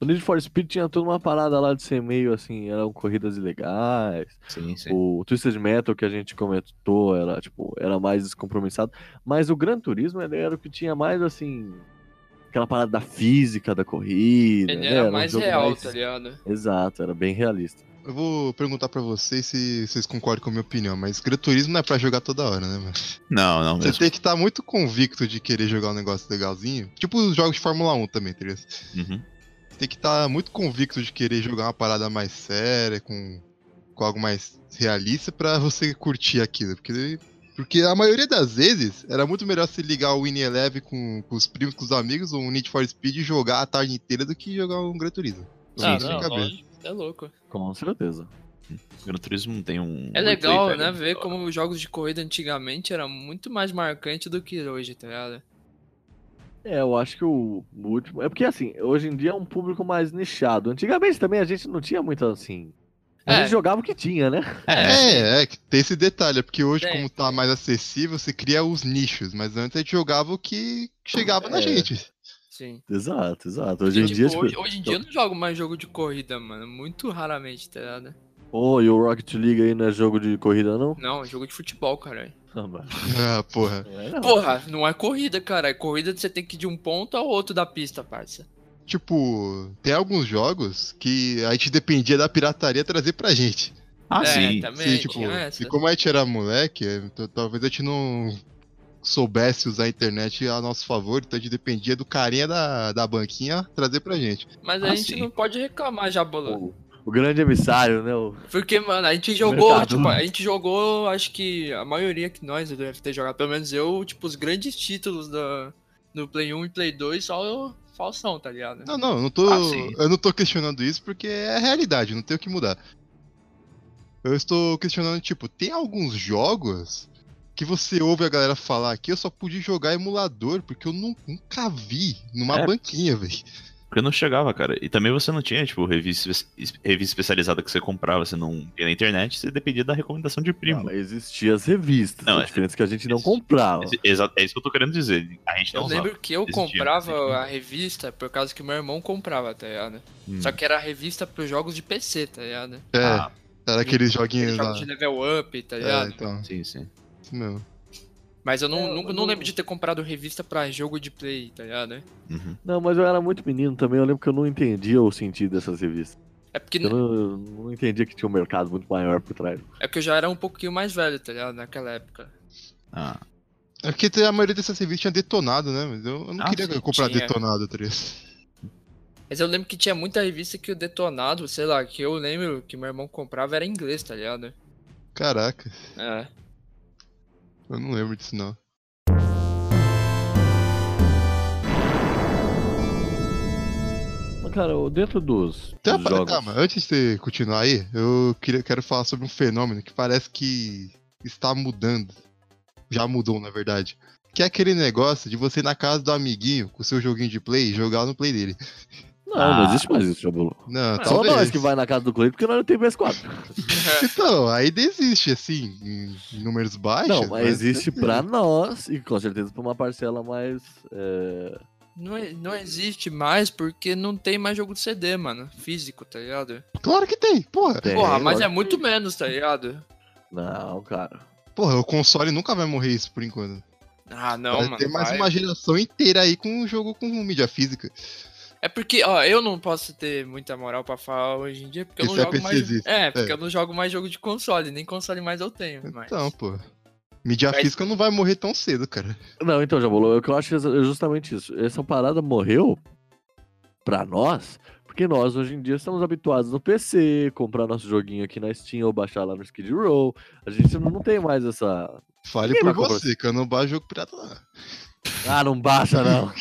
Speaker 1: O Need for Speed tinha toda uma parada lá de ser meio assim, eram corridas ilegais.
Speaker 3: Sim, sim.
Speaker 1: O Twisted Metal que a gente comentou era, tipo, era mais descompromissado. Mas o Gran Turismo ele era o que tinha mais assim. Aquela parada da física da corrida.
Speaker 4: ele
Speaker 1: né?
Speaker 4: era
Speaker 1: um
Speaker 4: mais
Speaker 1: jogo
Speaker 4: real,
Speaker 1: mais-
Speaker 4: tá ligado?
Speaker 1: Exato, era bem realista.
Speaker 2: Eu vou perguntar pra vocês se vocês concordam com a minha opinião, mas Gran Turismo não é pra jogar toda hora, né, mano?
Speaker 3: Não, não
Speaker 2: Você
Speaker 3: mesmo.
Speaker 2: tem que estar muito convicto de querer jogar um negócio legalzinho. Tipo os jogos de Fórmula 1 também, tá ligado?
Speaker 3: Uhum.
Speaker 2: Você tem que estar muito convicto de querer jogar uma parada mais séria, com, com algo mais realista, pra você curtir aquilo. Porque, porque a maioria das vezes era muito melhor se ligar o Win Eleven com, com os primos, com os amigos, ou um Need for Speed e jogar a tarde inteira do que jogar um Gran Turismo. Pelo
Speaker 4: Ah,
Speaker 2: menos na
Speaker 4: não,
Speaker 2: minha cabeça.
Speaker 4: lógico, é louco.
Speaker 1: Com certeza.
Speaker 3: Gran Turismo tem um.
Speaker 4: É legal,
Speaker 3: replay,
Speaker 4: né?
Speaker 3: velho,
Speaker 4: Ver
Speaker 3: da hora.
Speaker 4: como os jogos de corrida antigamente era muito mais marcante do que hoje, tá ligado?
Speaker 1: É, eu acho que o último. É porque assim, hoje em dia é um público mais nichado. Antigamente também a gente não tinha muito assim. A
Speaker 4: É.
Speaker 1: gente jogava o que tinha, né?
Speaker 2: É, é, que tem esse detalhe, é porque hoje,
Speaker 4: Tem,
Speaker 2: como tá mais acessível, você cria os nichos, mas antes a gente jogava o que chegava na
Speaker 1: É.
Speaker 2: gente.
Speaker 4: Sim.
Speaker 1: Exato, exato. Hoje em
Speaker 4: Tipo,
Speaker 1: dia, tipo,
Speaker 4: hoje, hoje em dia eu não jogo mais jogo de corrida, mano. Muito raramente, tá ligado?
Speaker 1: pô, e o Rocket League aí não é jogo de corrida, não?
Speaker 4: Não, é jogo de futebol, caralho.
Speaker 1: Ah, mas
Speaker 2: Ah, porra.
Speaker 1: não é, não.
Speaker 4: Porra, não é corrida, cara. É corrida de você tem que ir de um ponto ao outro da pista, parça.
Speaker 2: Tipo, tem alguns jogos que a gente dependia da pirataria trazer pra gente.
Speaker 3: Ah,
Speaker 4: é,
Speaker 3: sim.
Speaker 4: também.
Speaker 2: Sim, tipo,
Speaker 4: tinha essa.
Speaker 2: e como a gente era moleque, é, t- talvez a gente não soubesse usar a internet a nosso favor, então a gente dependia do carinha da, da banquinha trazer pra gente.
Speaker 4: Mas a
Speaker 3: Ah,
Speaker 4: gente
Speaker 3: sim.
Speaker 4: não pode reclamar, Jabolão.
Speaker 1: O, o grande emissário, né? O...
Speaker 4: Porque, mano, a gente jogou,
Speaker 1: mercado.
Speaker 4: tipo, a gente jogou, acho que a maioria que nós deve ter jogado, pelo menos eu, tipo, os grandes títulos da, do Play 1 e Play 2, só eu, falsão, tá ligado?
Speaker 2: Não, não, eu não tô,
Speaker 3: Ah, sim.
Speaker 2: eu não tô questionando isso porque é a realidade, não tem o que mudar. Eu estou questionando, tipo, tem alguns jogos que você ouve a galera falar que eu só pude jogar emulador porque eu nu- nunca vi numa
Speaker 1: É.
Speaker 2: banquinha, velho.
Speaker 3: Porque não chegava, cara. E também você não tinha, tipo, revista, es- revista especializada que você comprava, você não ia na internet, você dependia da recomendação de primo.
Speaker 1: Não, existiam as revistas,
Speaker 3: Não,
Speaker 1: a
Speaker 3: é-
Speaker 1: diferença é que a gente não
Speaker 3: existe-
Speaker 1: comprava.
Speaker 3: Esse- exa- é isso que eu tô querendo dizer. A gente
Speaker 4: Eu
Speaker 3: não usava.
Speaker 4: lembro que eu
Speaker 3: Existia,
Speaker 4: comprava
Speaker 3: existia.
Speaker 4: a revista por causa que meu irmão comprava, tá ligado?
Speaker 3: Hum.
Speaker 4: Só que era a revista pros jogos de PC, tá ligado?
Speaker 2: É,
Speaker 3: Ah,
Speaker 2: era aqueles
Speaker 4: Aqueles
Speaker 2: joguinhos lá.
Speaker 4: Jogos de level up, tá
Speaker 2: É,
Speaker 4: ligado?
Speaker 2: então,
Speaker 3: sim, sim.
Speaker 2: isso mesmo.
Speaker 4: Mas eu não,
Speaker 1: É, eu
Speaker 4: nunca, não
Speaker 1: não-
Speaker 4: lembro de ter comprado revista pra jogo de play, tá ligado?
Speaker 3: Uhum.
Speaker 1: Não, mas eu era muito menino também, eu lembro que eu não entendia o sentido dessas revistas.
Speaker 4: É porque
Speaker 1: Eu não, eu não entendia que tinha um mercado muito maior por trás.
Speaker 4: é que eu já era um pouquinho mais velho, tá ligado? Naquela época.
Speaker 3: Ah,
Speaker 2: É porque a maioria dessas revistas tinha detonado, né? Mas eu, eu não
Speaker 3: Ah,
Speaker 2: queria
Speaker 3: sim,
Speaker 2: comprar
Speaker 4: tinha.
Speaker 2: detonado, três.
Speaker 4: Mas eu lembro que tinha muita revista que o detonado, sei lá, que eu lembro que meu irmão comprava era em inglês, tá ligado?
Speaker 2: Caraca,
Speaker 4: É.
Speaker 2: eu não lembro disso não.
Speaker 1: Mas, cara, eu- dentro dos,
Speaker 2: Tá,
Speaker 1: dos
Speaker 2: pa-
Speaker 1: jogos...
Speaker 2: tá, mas antes de continuar aí, eu queria, quero falar sobre um fenômeno que parece que está mudando. Já mudou, na verdade. Que é aquele negócio de você ir na casa do amiguinho com o seu joguinho de play e jogar no play dele.
Speaker 1: Não,
Speaker 4: Ah.
Speaker 1: não existe mais isso, Jabulu.
Speaker 2: Não,
Speaker 4: Só
Speaker 1: Só
Speaker 2: talvez.
Speaker 1: nós que vai na casa do Cleiton, porque nós não temos PS4.
Speaker 2: Então, aí desiste, assim, em em números baixos.
Speaker 1: não, mas existe pra nós, e com certeza pra uma parcela mais... é,
Speaker 4: Não, e- não existe mais porque não tem mais jogo de CD, mano. Físico, tá ligado?
Speaker 2: Claro que tem, porra.
Speaker 1: tem,
Speaker 4: Porra, mas é
Speaker 1: lógico.
Speaker 4: muito menos, tá ligado?
Speaker 1: Não, cara.
Speaker 2: Porra, o console nunca vai morrer isso por enquanto.
Speaker 4: Ah, não,
Speaker 2: vai
Speaker 4: mano.
Speaker 2: ter mais
Speaker 4: vai.
Speaker 2: uma geração inteira aí com um jogo com mídia física.
Speaker 4: É porque, ó, eu não posso ter muita moral pra falar hoje em dia, porque eu
Speaker 2: Isso
Speaker 4: não
Speaker 2: é
Speaker 4: jogo mais.
Speaker 2: preciso,
Speaker 4: É, porque
Speaker 2: é.
Speaker 4: eu não jogo mais jogo de console, nem console mais eu tenho. Mas...
Speaker 2: Então, porra. Mídia
Speaker 4: Mas-
Speaker 2: física não vai morrer tão cedo, cara.
Speaker 1: Não, então, Jabulu, o que eu acho é justamente isso. Essa parada morreu pra nós, porque nós hoje em dia estamos habituados no PC, comprar nosso joguinho aqui na Steam ou baixar lá no Skid Row. A gente não não tem mais essa.
Speaker 2: Fale
Speaker 1: Ninguém
Speaker 2: por
Speaker 1: vai comprar
Speaker 2: você, que eu não baixo jogo pirata não.
Speaker 1: Ah, não baixa, não.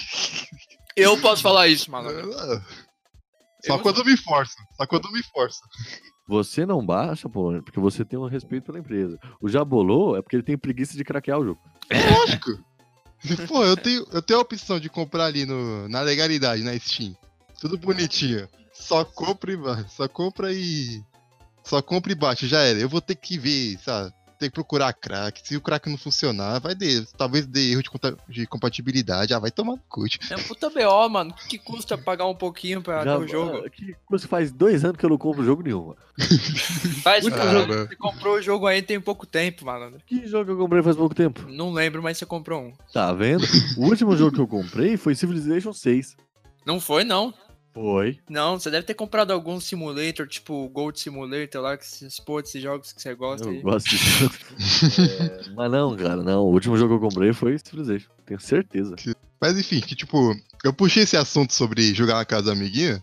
Speaker 4: Eu posso falar isso, mano.
Speaker 2: Ah, Só
Speaker 4: Eu-
Speaker 2: quando eu me forço. Só quando eu me forço.
Speaker 1: Você não baixa, Polônia, porque você tem um respeito pela empresa. O Jabolô é porque ele tem preguiça de craquear o jogo.
Speaker 2: Lógico. Pô, eu tenho, eu tenho a opção de comprar ali no, na legalidade, na Steam. Tudo bonitinho. Só compra e vai. Só compra e. Só compra e baixa, já era. Eu vou ter que ver, sabe? Tem que procurar crack. Se o crack não funcionar, vai ter. Talvez dê erro de, conta- de compatibilidade. Ah, vai tomar no cu.
Speaker 4: É um puta BO, mano. O que custa pagar um pouquinho pra ter
Speaker 1: Já-
Speaker 4: o jogo?
Speaker 1: ah, Que coisa que faz dois anos que eu não compro jogo nenhum.
Speaker 4: Faz
Speaker 2: Muito
Speaker 4: cara,
Speaker 2: jogo.
Speaker 4: Você comprou o jogo aí tem pouco tempo, mano.
Speaker 1: Que jogo eu comprei faz pouco tempo?
Speaker 4: Não lembro, mas você comprou um.
Speaker 1: Tá vendo? O último jogo que eu comprei foi Civilization 6.
Speaker 4: Não foi, não.
Speaker 1: Foi.
Speaker 4: Não, você deve ter comprado algum simulator, tipo Gold Simulator lá, que esses pô, esses jogos que você gosta
Speaker 1: Eu
Speaker 4: aí.
Speaker 1: gosto de jogo. É, mas não, cara, não. O último jogo que eu comprei foi Civilization. Tenho certeza.
Speaker 2: Mas enfim, que tipo, eu puxei esse assunto sobre jogar na casa do amiguinho.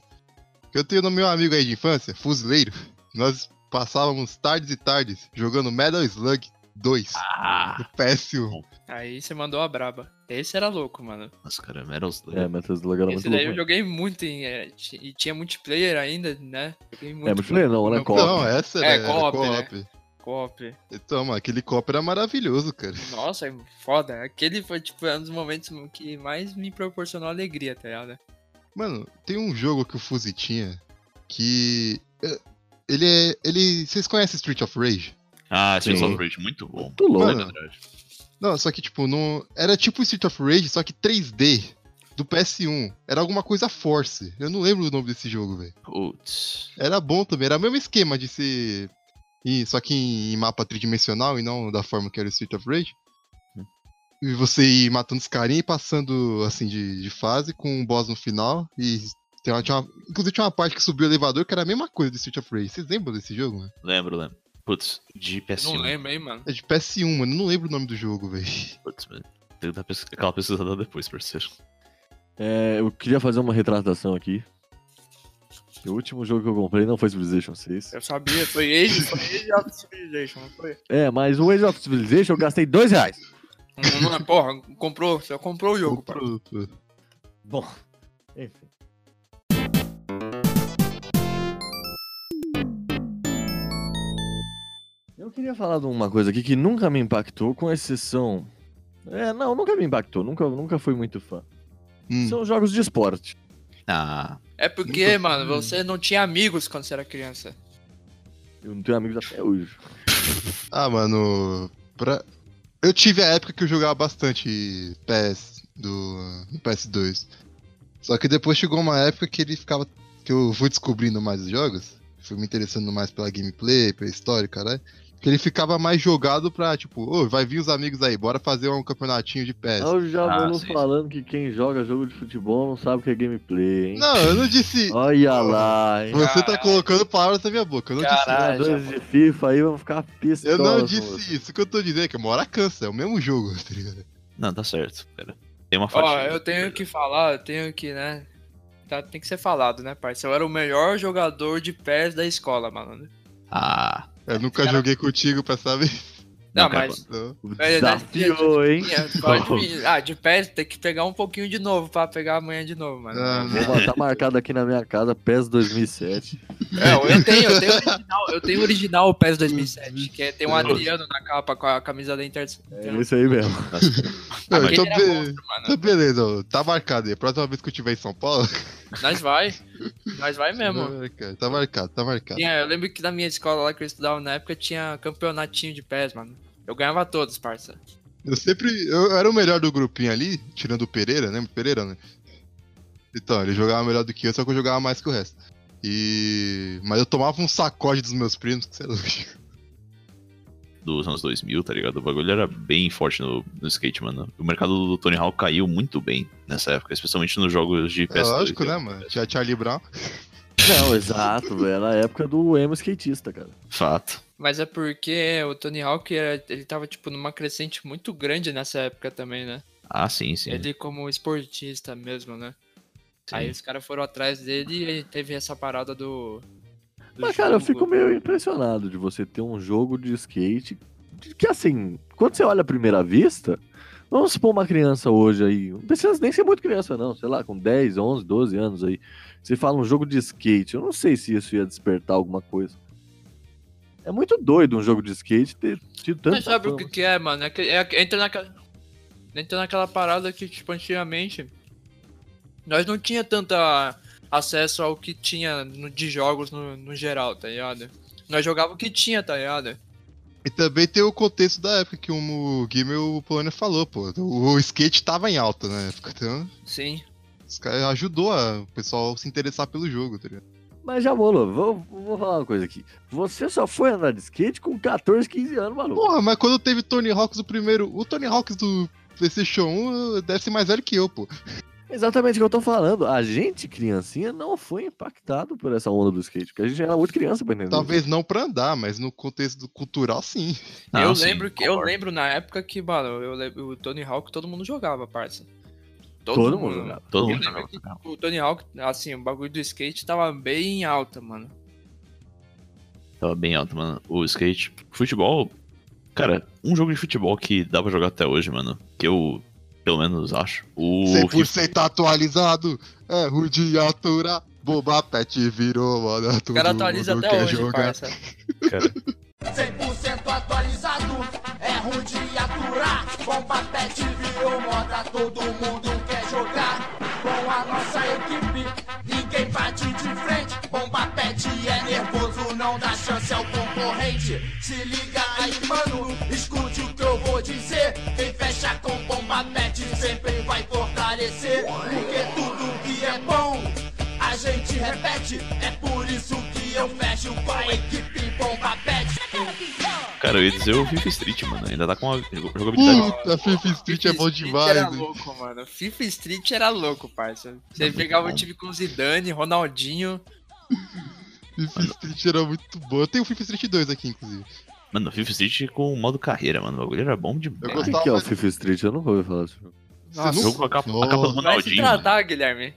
Speaker 2: Que eu tenho no meu amigo aí de infância, Fuzileiro. Nós passávamos tardes e tardes jogando Metal Slug 2
Speaker 3: ah,
Speaker 2: no PS1.
Speaker 4: Aí você mandou a braba. Esse era louco, mano.
Speaker 3: nossa, cara, Metal Slug.
Speaker 1: É, Metal Slug era muito
Speaker 4: Esse daí eu
Speaker 1: louco.
Speaker 4: joguei muito em, é, ti- e tinha multiplayer ainda, né? Joguei muito.
Speaker 1: É, multiplayer não, né?
Speaker 4: Não,
Speaker 1: Co-op.
Speaker 2: Não, Então, essa era
Speaker 4: É,
Speaker 2: era
Speaker 4: co-op,
Speaker 2: co-op.
Speaker 4: co-op.
Speaker 2: Então, mano, aquele co-op era maravilhoso, cara.
Speaker 4: Nossa, é foda. Aquele foi, tipo, um dos momentos que mais me proporcionou alegria, tá ligado?
Speaker 2: Mano, tem um jogo que o Fuzzy tinha que. eh, Ele é. Ele. Vocês conhecem Street of Rage?
Speaker 3: Ah, Streets
Speaker 1: Sim.
Speaker 3: of Rage, muito bom.
Speaker 1: Muito louco.
Speaker 2: é. Mano, Não, só que tipo, não. Era tipo Street of Rage, só que 3D. Do PS1. Era alguma coisa Force. Eu não lembro o nome desse jogo, velho.
Speaker 3: Putz.
Speaker 2: Era bom também, era o mesmo esquema de ser. em- só que em, em mapa tridimensional e não da forma que era o Street of Rage. E você ir matando os carinha e passando assim de, de fase com um boss no final. E tem uma- tinha uma- inclusive tinha uma parte que subiu o elevador que era a mesma coisa do Street of Rage. Vocês lembram desse jogo, mano?
Speaker 3: Lembro, lembro. Putz, de PS1.
Speaker 4: Não lembro, hein, mano.
Speaker 2: É de PS1, mano. eu Não lembro o nome do jogo, velho.
Speaker 3: Putz, mano. Tem que dar pes- aquela pesquisada depois, parceiro.
Speaker 1: É, eu queria fazer uma retratação aqui. O último jogo que eu comprei não foi Civilization 6.
Speaker 4: Eu sabia, foi ele, foi ele e Civilization, não foi?
Speaker 1: É, mas o Age of Civilization eu gastei dois reais.
Speaker 4: Não, não, porra, comprou, só comprou o jogo, pô.
Speaker 2: Pro- pro-
Speaker 1: Bom, enfim. Eu queria falar de uma coisa aqui que nunca me impactou, com exceção. É, não, nunca me impactou, nunca, nunca fui muito fã.
Speaker 2: Hum,
Speaker 1: São jogos de esporte.
Speaker 3: Ah,
Speaker 4: É porque, mano, você não tinha amigos quando você era criança.
Speaker 1: Eu não tenho amigos até hoje.
Speaker 2: Ah, mano. Pra... Eu tive a época que eu jogava bastante PS do, do PS2. Só que depois chegou uma época que ele ficava. que eu fui descobrindo mais os jogos. Fui me interessando mais pela gameplay, pela história, caralho. Que ele ficava mais jogado pra, tipo, ô, vai vir os amigos aí, bora fazer um campeonatinho de PS.
Speaker 1: Olha o Jabu
Speaker 3: Ah,
Speaker 1: não
Speaker 3: sim.
Speaker 1: falando que quem joga jogo de futebol não sabe o que é gameplay, hein?
Speaker 2: Não, eu não disse.
Speaker 1: Olha lá, hein?
Speaker 2: Você tá
Speaker 4: Caralho.
Speaker 2: colocando palavras na minha boca. Eu não disse
Speaker 4: Caralho. Ah,
Speaker 1: Jogadores
Speaker 4: já
Speaker 1: de FIFA aí vão ficar pistola.
Speaker 2: Eu não
Speaker 1: com
Speaker 2: disse
Speaker 1: você.
Speaker 2: isso que eu tô dizendo, é que uma hora cansa, é o mesmo jogo, tá ligado?
Speaker 3: não, tá certo, pera. Tem uma
Speaker 4: Ó,
Speaker 3: fatia.
Speaker 4: eu tenho que falar, eu tenho que, né? Tá, tem que ser falado, né, parceiro? Eu era o melhor jogador de pés da escola, mano. né?
Speaker 3: Ah,
Speaker 2: Eu nunca
Speaker 4: Cara-
Speaker 2: joguei contigo pra saber.
Speaker 4: Não,
Speaker 3: não, cara,
Speaker 4: mas-
Speaker 2: Então,
Speaker 1: O
Speaker 4: É, né?
Speaker 1: Desafiou, hein?
Speaker 4: Minha escola de mim- Ah, de pés tem que pegar um pouquinho de novo pra pegar amanhã de novo, mano.
Speaker 2: Não,
Speaker 1: Vou botar marcado aqui na minha casa, PES 2007.
Speaker 4: É, eu tenho, eu tenho original, eu tenho original o PES 2007, que é- tem um Adriano na capa com a camisa da Inter.
Speaker 1: É isso aí mesmo.
Speaker 2: Não,
Speaker 3: mas-
Speaker 2: então,
Speaker 4: Ele era
Speaker 2: be-
Speaker 4: monstro, mano.
Speaker 2: então beleza, ó, tá marcado aí. A próxima vez que eu estiver em São Paulo.
Speaker 4: Nós vai, nós vai É mesmo. É.
Speaker 2: Tá marcado, tá marcado, tá marcado.
Speaker 4: Tinha- eu lembro que na minha escola lá que eu estudava na época tinha campeonatinho de pés, mano. Eu ganhava todos, parça.
Speaker 2: Eu sempre. Eu era o melhor do grupinho ali, tirando o Pereira, lembra? o Pereira, né? Então, ele jogava melhor do que eu, só que eu jogava mais que o resto. E. Mas eu tomava um sacode dos meus primos, que você é louco.
Speaker 3: dos anos 2000, tá ligado? O bagulho era bem forte no, no skate, mano. O mercado do Tony Hawk caiu muito bem nessa época, especialmente nos jogos de
Speaker 2: É
Speaker 3: PS2.
Speaker 2: lógico,
Speaker 3: tá
Speaker 2: né,
Speaker 3: ligado?
Speaker 2: mano? Tinha Charlie Brown.
Speaker 1: Não, exato, velho. Era a época do emo skatista, cara.
Speaker 3: Fato.
Speaker 4: Mas é porque o Tony Hawk, era- ele tava, tipo, numa crescente muito grande nessa época também, né?
Speaker 3: Ah, sim, sim.
Speaker 4: Ele como esportista mesmo, né?
Speaker 3: sim.
Speaker 4: Aí os caras foram atrás dele e aí teve essa parada do... do
Speaker 1: Mas, cara, eu
Speaker 4: jogo.
Speaker 1: fico meio impressionado de você ter um jogo de skate de- que, assim, quando você olha à primeira vista, vamos supor uma criança hoje aí, não precisa nem ser muito criança, não, sei lá, com 10, 11, 12 anos aí, você fala um jogo de skate, eu não sei se isso ia despertar alguma coisa. É muito doido um jogo de skate ter tido tanto.
Speaker 4: Mas sabe o que, que é, mano? É que, é, que- entra, naquela, entra naquela parada que, tipo, antigamente nós não tinha tanto acesso ao que tinha no- de jogos no, no geral, tá ligado? Nós jogava o que tinha, tá ligado?
Speaker 2: E também tem o contexto da época que o Gamer o Polônia falou, pô. O skate tava em alta na época, então.
Speaker 4: Sim.
Speaker 2: Os caras ajudou a- o pessoal se interessar pelo jogo, tá ligado?
Speaker 1: Mas já vou, vou, vou falar uma coisa aqui. Você só foi andar de skate com 14, 15 anos, maluco.
Speaker 2: Porra, mas quando teve Tony Hawks do primeiro. O Tony Hawks do PlayStation 1 deve ser mais velho que eu, pô.
Speaker 1: Exatamente o que eu tô falando. A gente, criancinha, não foi impactado por essa onda do skate, porque a gente era muito criança pra entender.
Speaker 2: Talvez não pra andar, mas no contexto do cultural, sim.
Speaker 3: Ah,
Speaker 4: eu
Speaker 3: sim,
Speaker 4: lembro que eu
Speaker 3: concordo.
Speaker 4: lembro na época que, mano, eu le- o Tony Hawk todo mundo jogava, parça.
Speaker 1: Todo, mundo né? jogava.
Speaker 3: Todo
Speaker 4: Eu
Speaker 3: mundo
Speaker 4: lembro
Speaker 3: jogava.
Speaker 4: que tipo, o Tony Hawk, assim, o bagulho do skate tava bem em alta, mano.
Speaker 3: Tava bem alto, mano. O skate. Futebol. Cara, um jogo de futebol que dá pra jogar até hoje, mano. Que eu, pelo menos, acho. O
Speaker 2: 100% atualizado, é rude atura. Boba Pet virou moda,
Speaker 4: O
Speaker 2: todo
Speaker 4: cara atualiza
Speaker 2: mundo
Speaker 4: até
Speaker 2: quer
Speaker 4: hoje,
Speaker 2: jogar.
Speaker 4: parça.
Speaker 3: FIFA, cara.
Speaker 7: 100% atualizado, é rude aturar. Bomba pet virou moda, todo mundo quer jogar. Com a nossa equipe, ninguém bate de frente. Bomba pet é nervoso, não dá chance ao concorrente. Se liga aí, mano, escute o que eu vou dizer. Quem fecha com bomba pet sempre vai fortalecer. Porque tudo que é bom. A gente repete, é por isso que eu fecho com a equipe Bomba Pet.
Speaker 3: Cara, eu ia dizer o FIFA Street, mano. Ainda tá com uma jogabilidade.
Speaker 2: Puta, FIFA Street é bom demais.
Speaker 4: era
Speaker 2: hein?
Speaker 4: louco, mano. FIFA Street era louco, parça. Você pegava o time com Zidane, Ronaldinho.
Speaker 2: FIFA Street era muito bom. Eu tenho o FIFA Street 2 aqui, inclusive.
Speaker 3: Mano, FIFA Street com o modo carreira, mano. O bagulho era bom demais.
Speaker 2: Eu
Speaker 1: O que,
Speaker 2: gostava-
Speaker 1: que é o FIFA Street? Eu nunca ouvi falar desse jogo.
Speaker 2: Você
Speaker 4: Nossa,
Speaker 3: Jogo com a capa, a capa do
Speaker 2: Nossa.
Speaker 4: Vai se
Speaker 3: Ronaldinho. mano.
Speaker 4: tratar, Guilherme.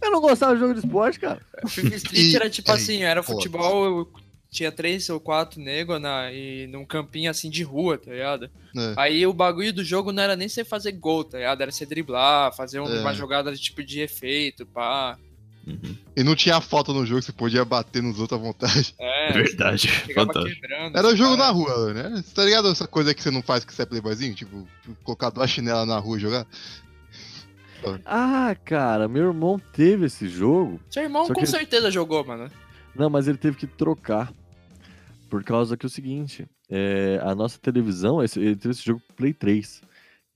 Speaker 1: Eu não gostava de jogo de esporte, cara.
Speaker 4: O FIFA Street
Speaker 2: E-
Speaker 4: era tipo
Speaker 2: é,
Speaker 4: assim, era
Speaker 2: foda.
Speaker 4: futebol, eu tinha três ou quatro negros na, e num campinho assim de rua, tá ligado?
Speaker 2: É.
Speaker 4: Aí o bagulho do jogo não era nem você fazer gol, tá ligado? Era você driblar, fazer um-
Speaker 2: É.
Speaker 4: uma jogada de tipo de efeito, pá.
Speaker 3: Uhum.
Speaker 2: E não tinha falta no jogo, você podia bater nos outros à vontade.
Speaker 4: É,
Speaker 3: Verdade.
Speaker 4: chegava
Speaker 3: Fantástico.
Speaker 4: quebrando.
Speaker 2: Era
Speaker 4: os
Speaker 2: jogo
Speaker 4: cara.
Speaker 2: na rua, né? Você tá ligado essa coisa que você não faz que você é playboyzinho? Tipo, colocar duas chinelas na rua e jogar?
Speaker 1: Ah, cara, meu irmão teve esse jogo.
Speaker 4: Seu irmão
Speaker 1: Só
Speaker 4: com
Speaker 1: que-
Speaker 4: certeza jogou, mano.
Speaker 2: É.
Speaker 1: Não, mas ele teve que trocar. Por causa que é o seguinte, é, a nossa televisão, esse- ele teve esse jogo pro Play 3.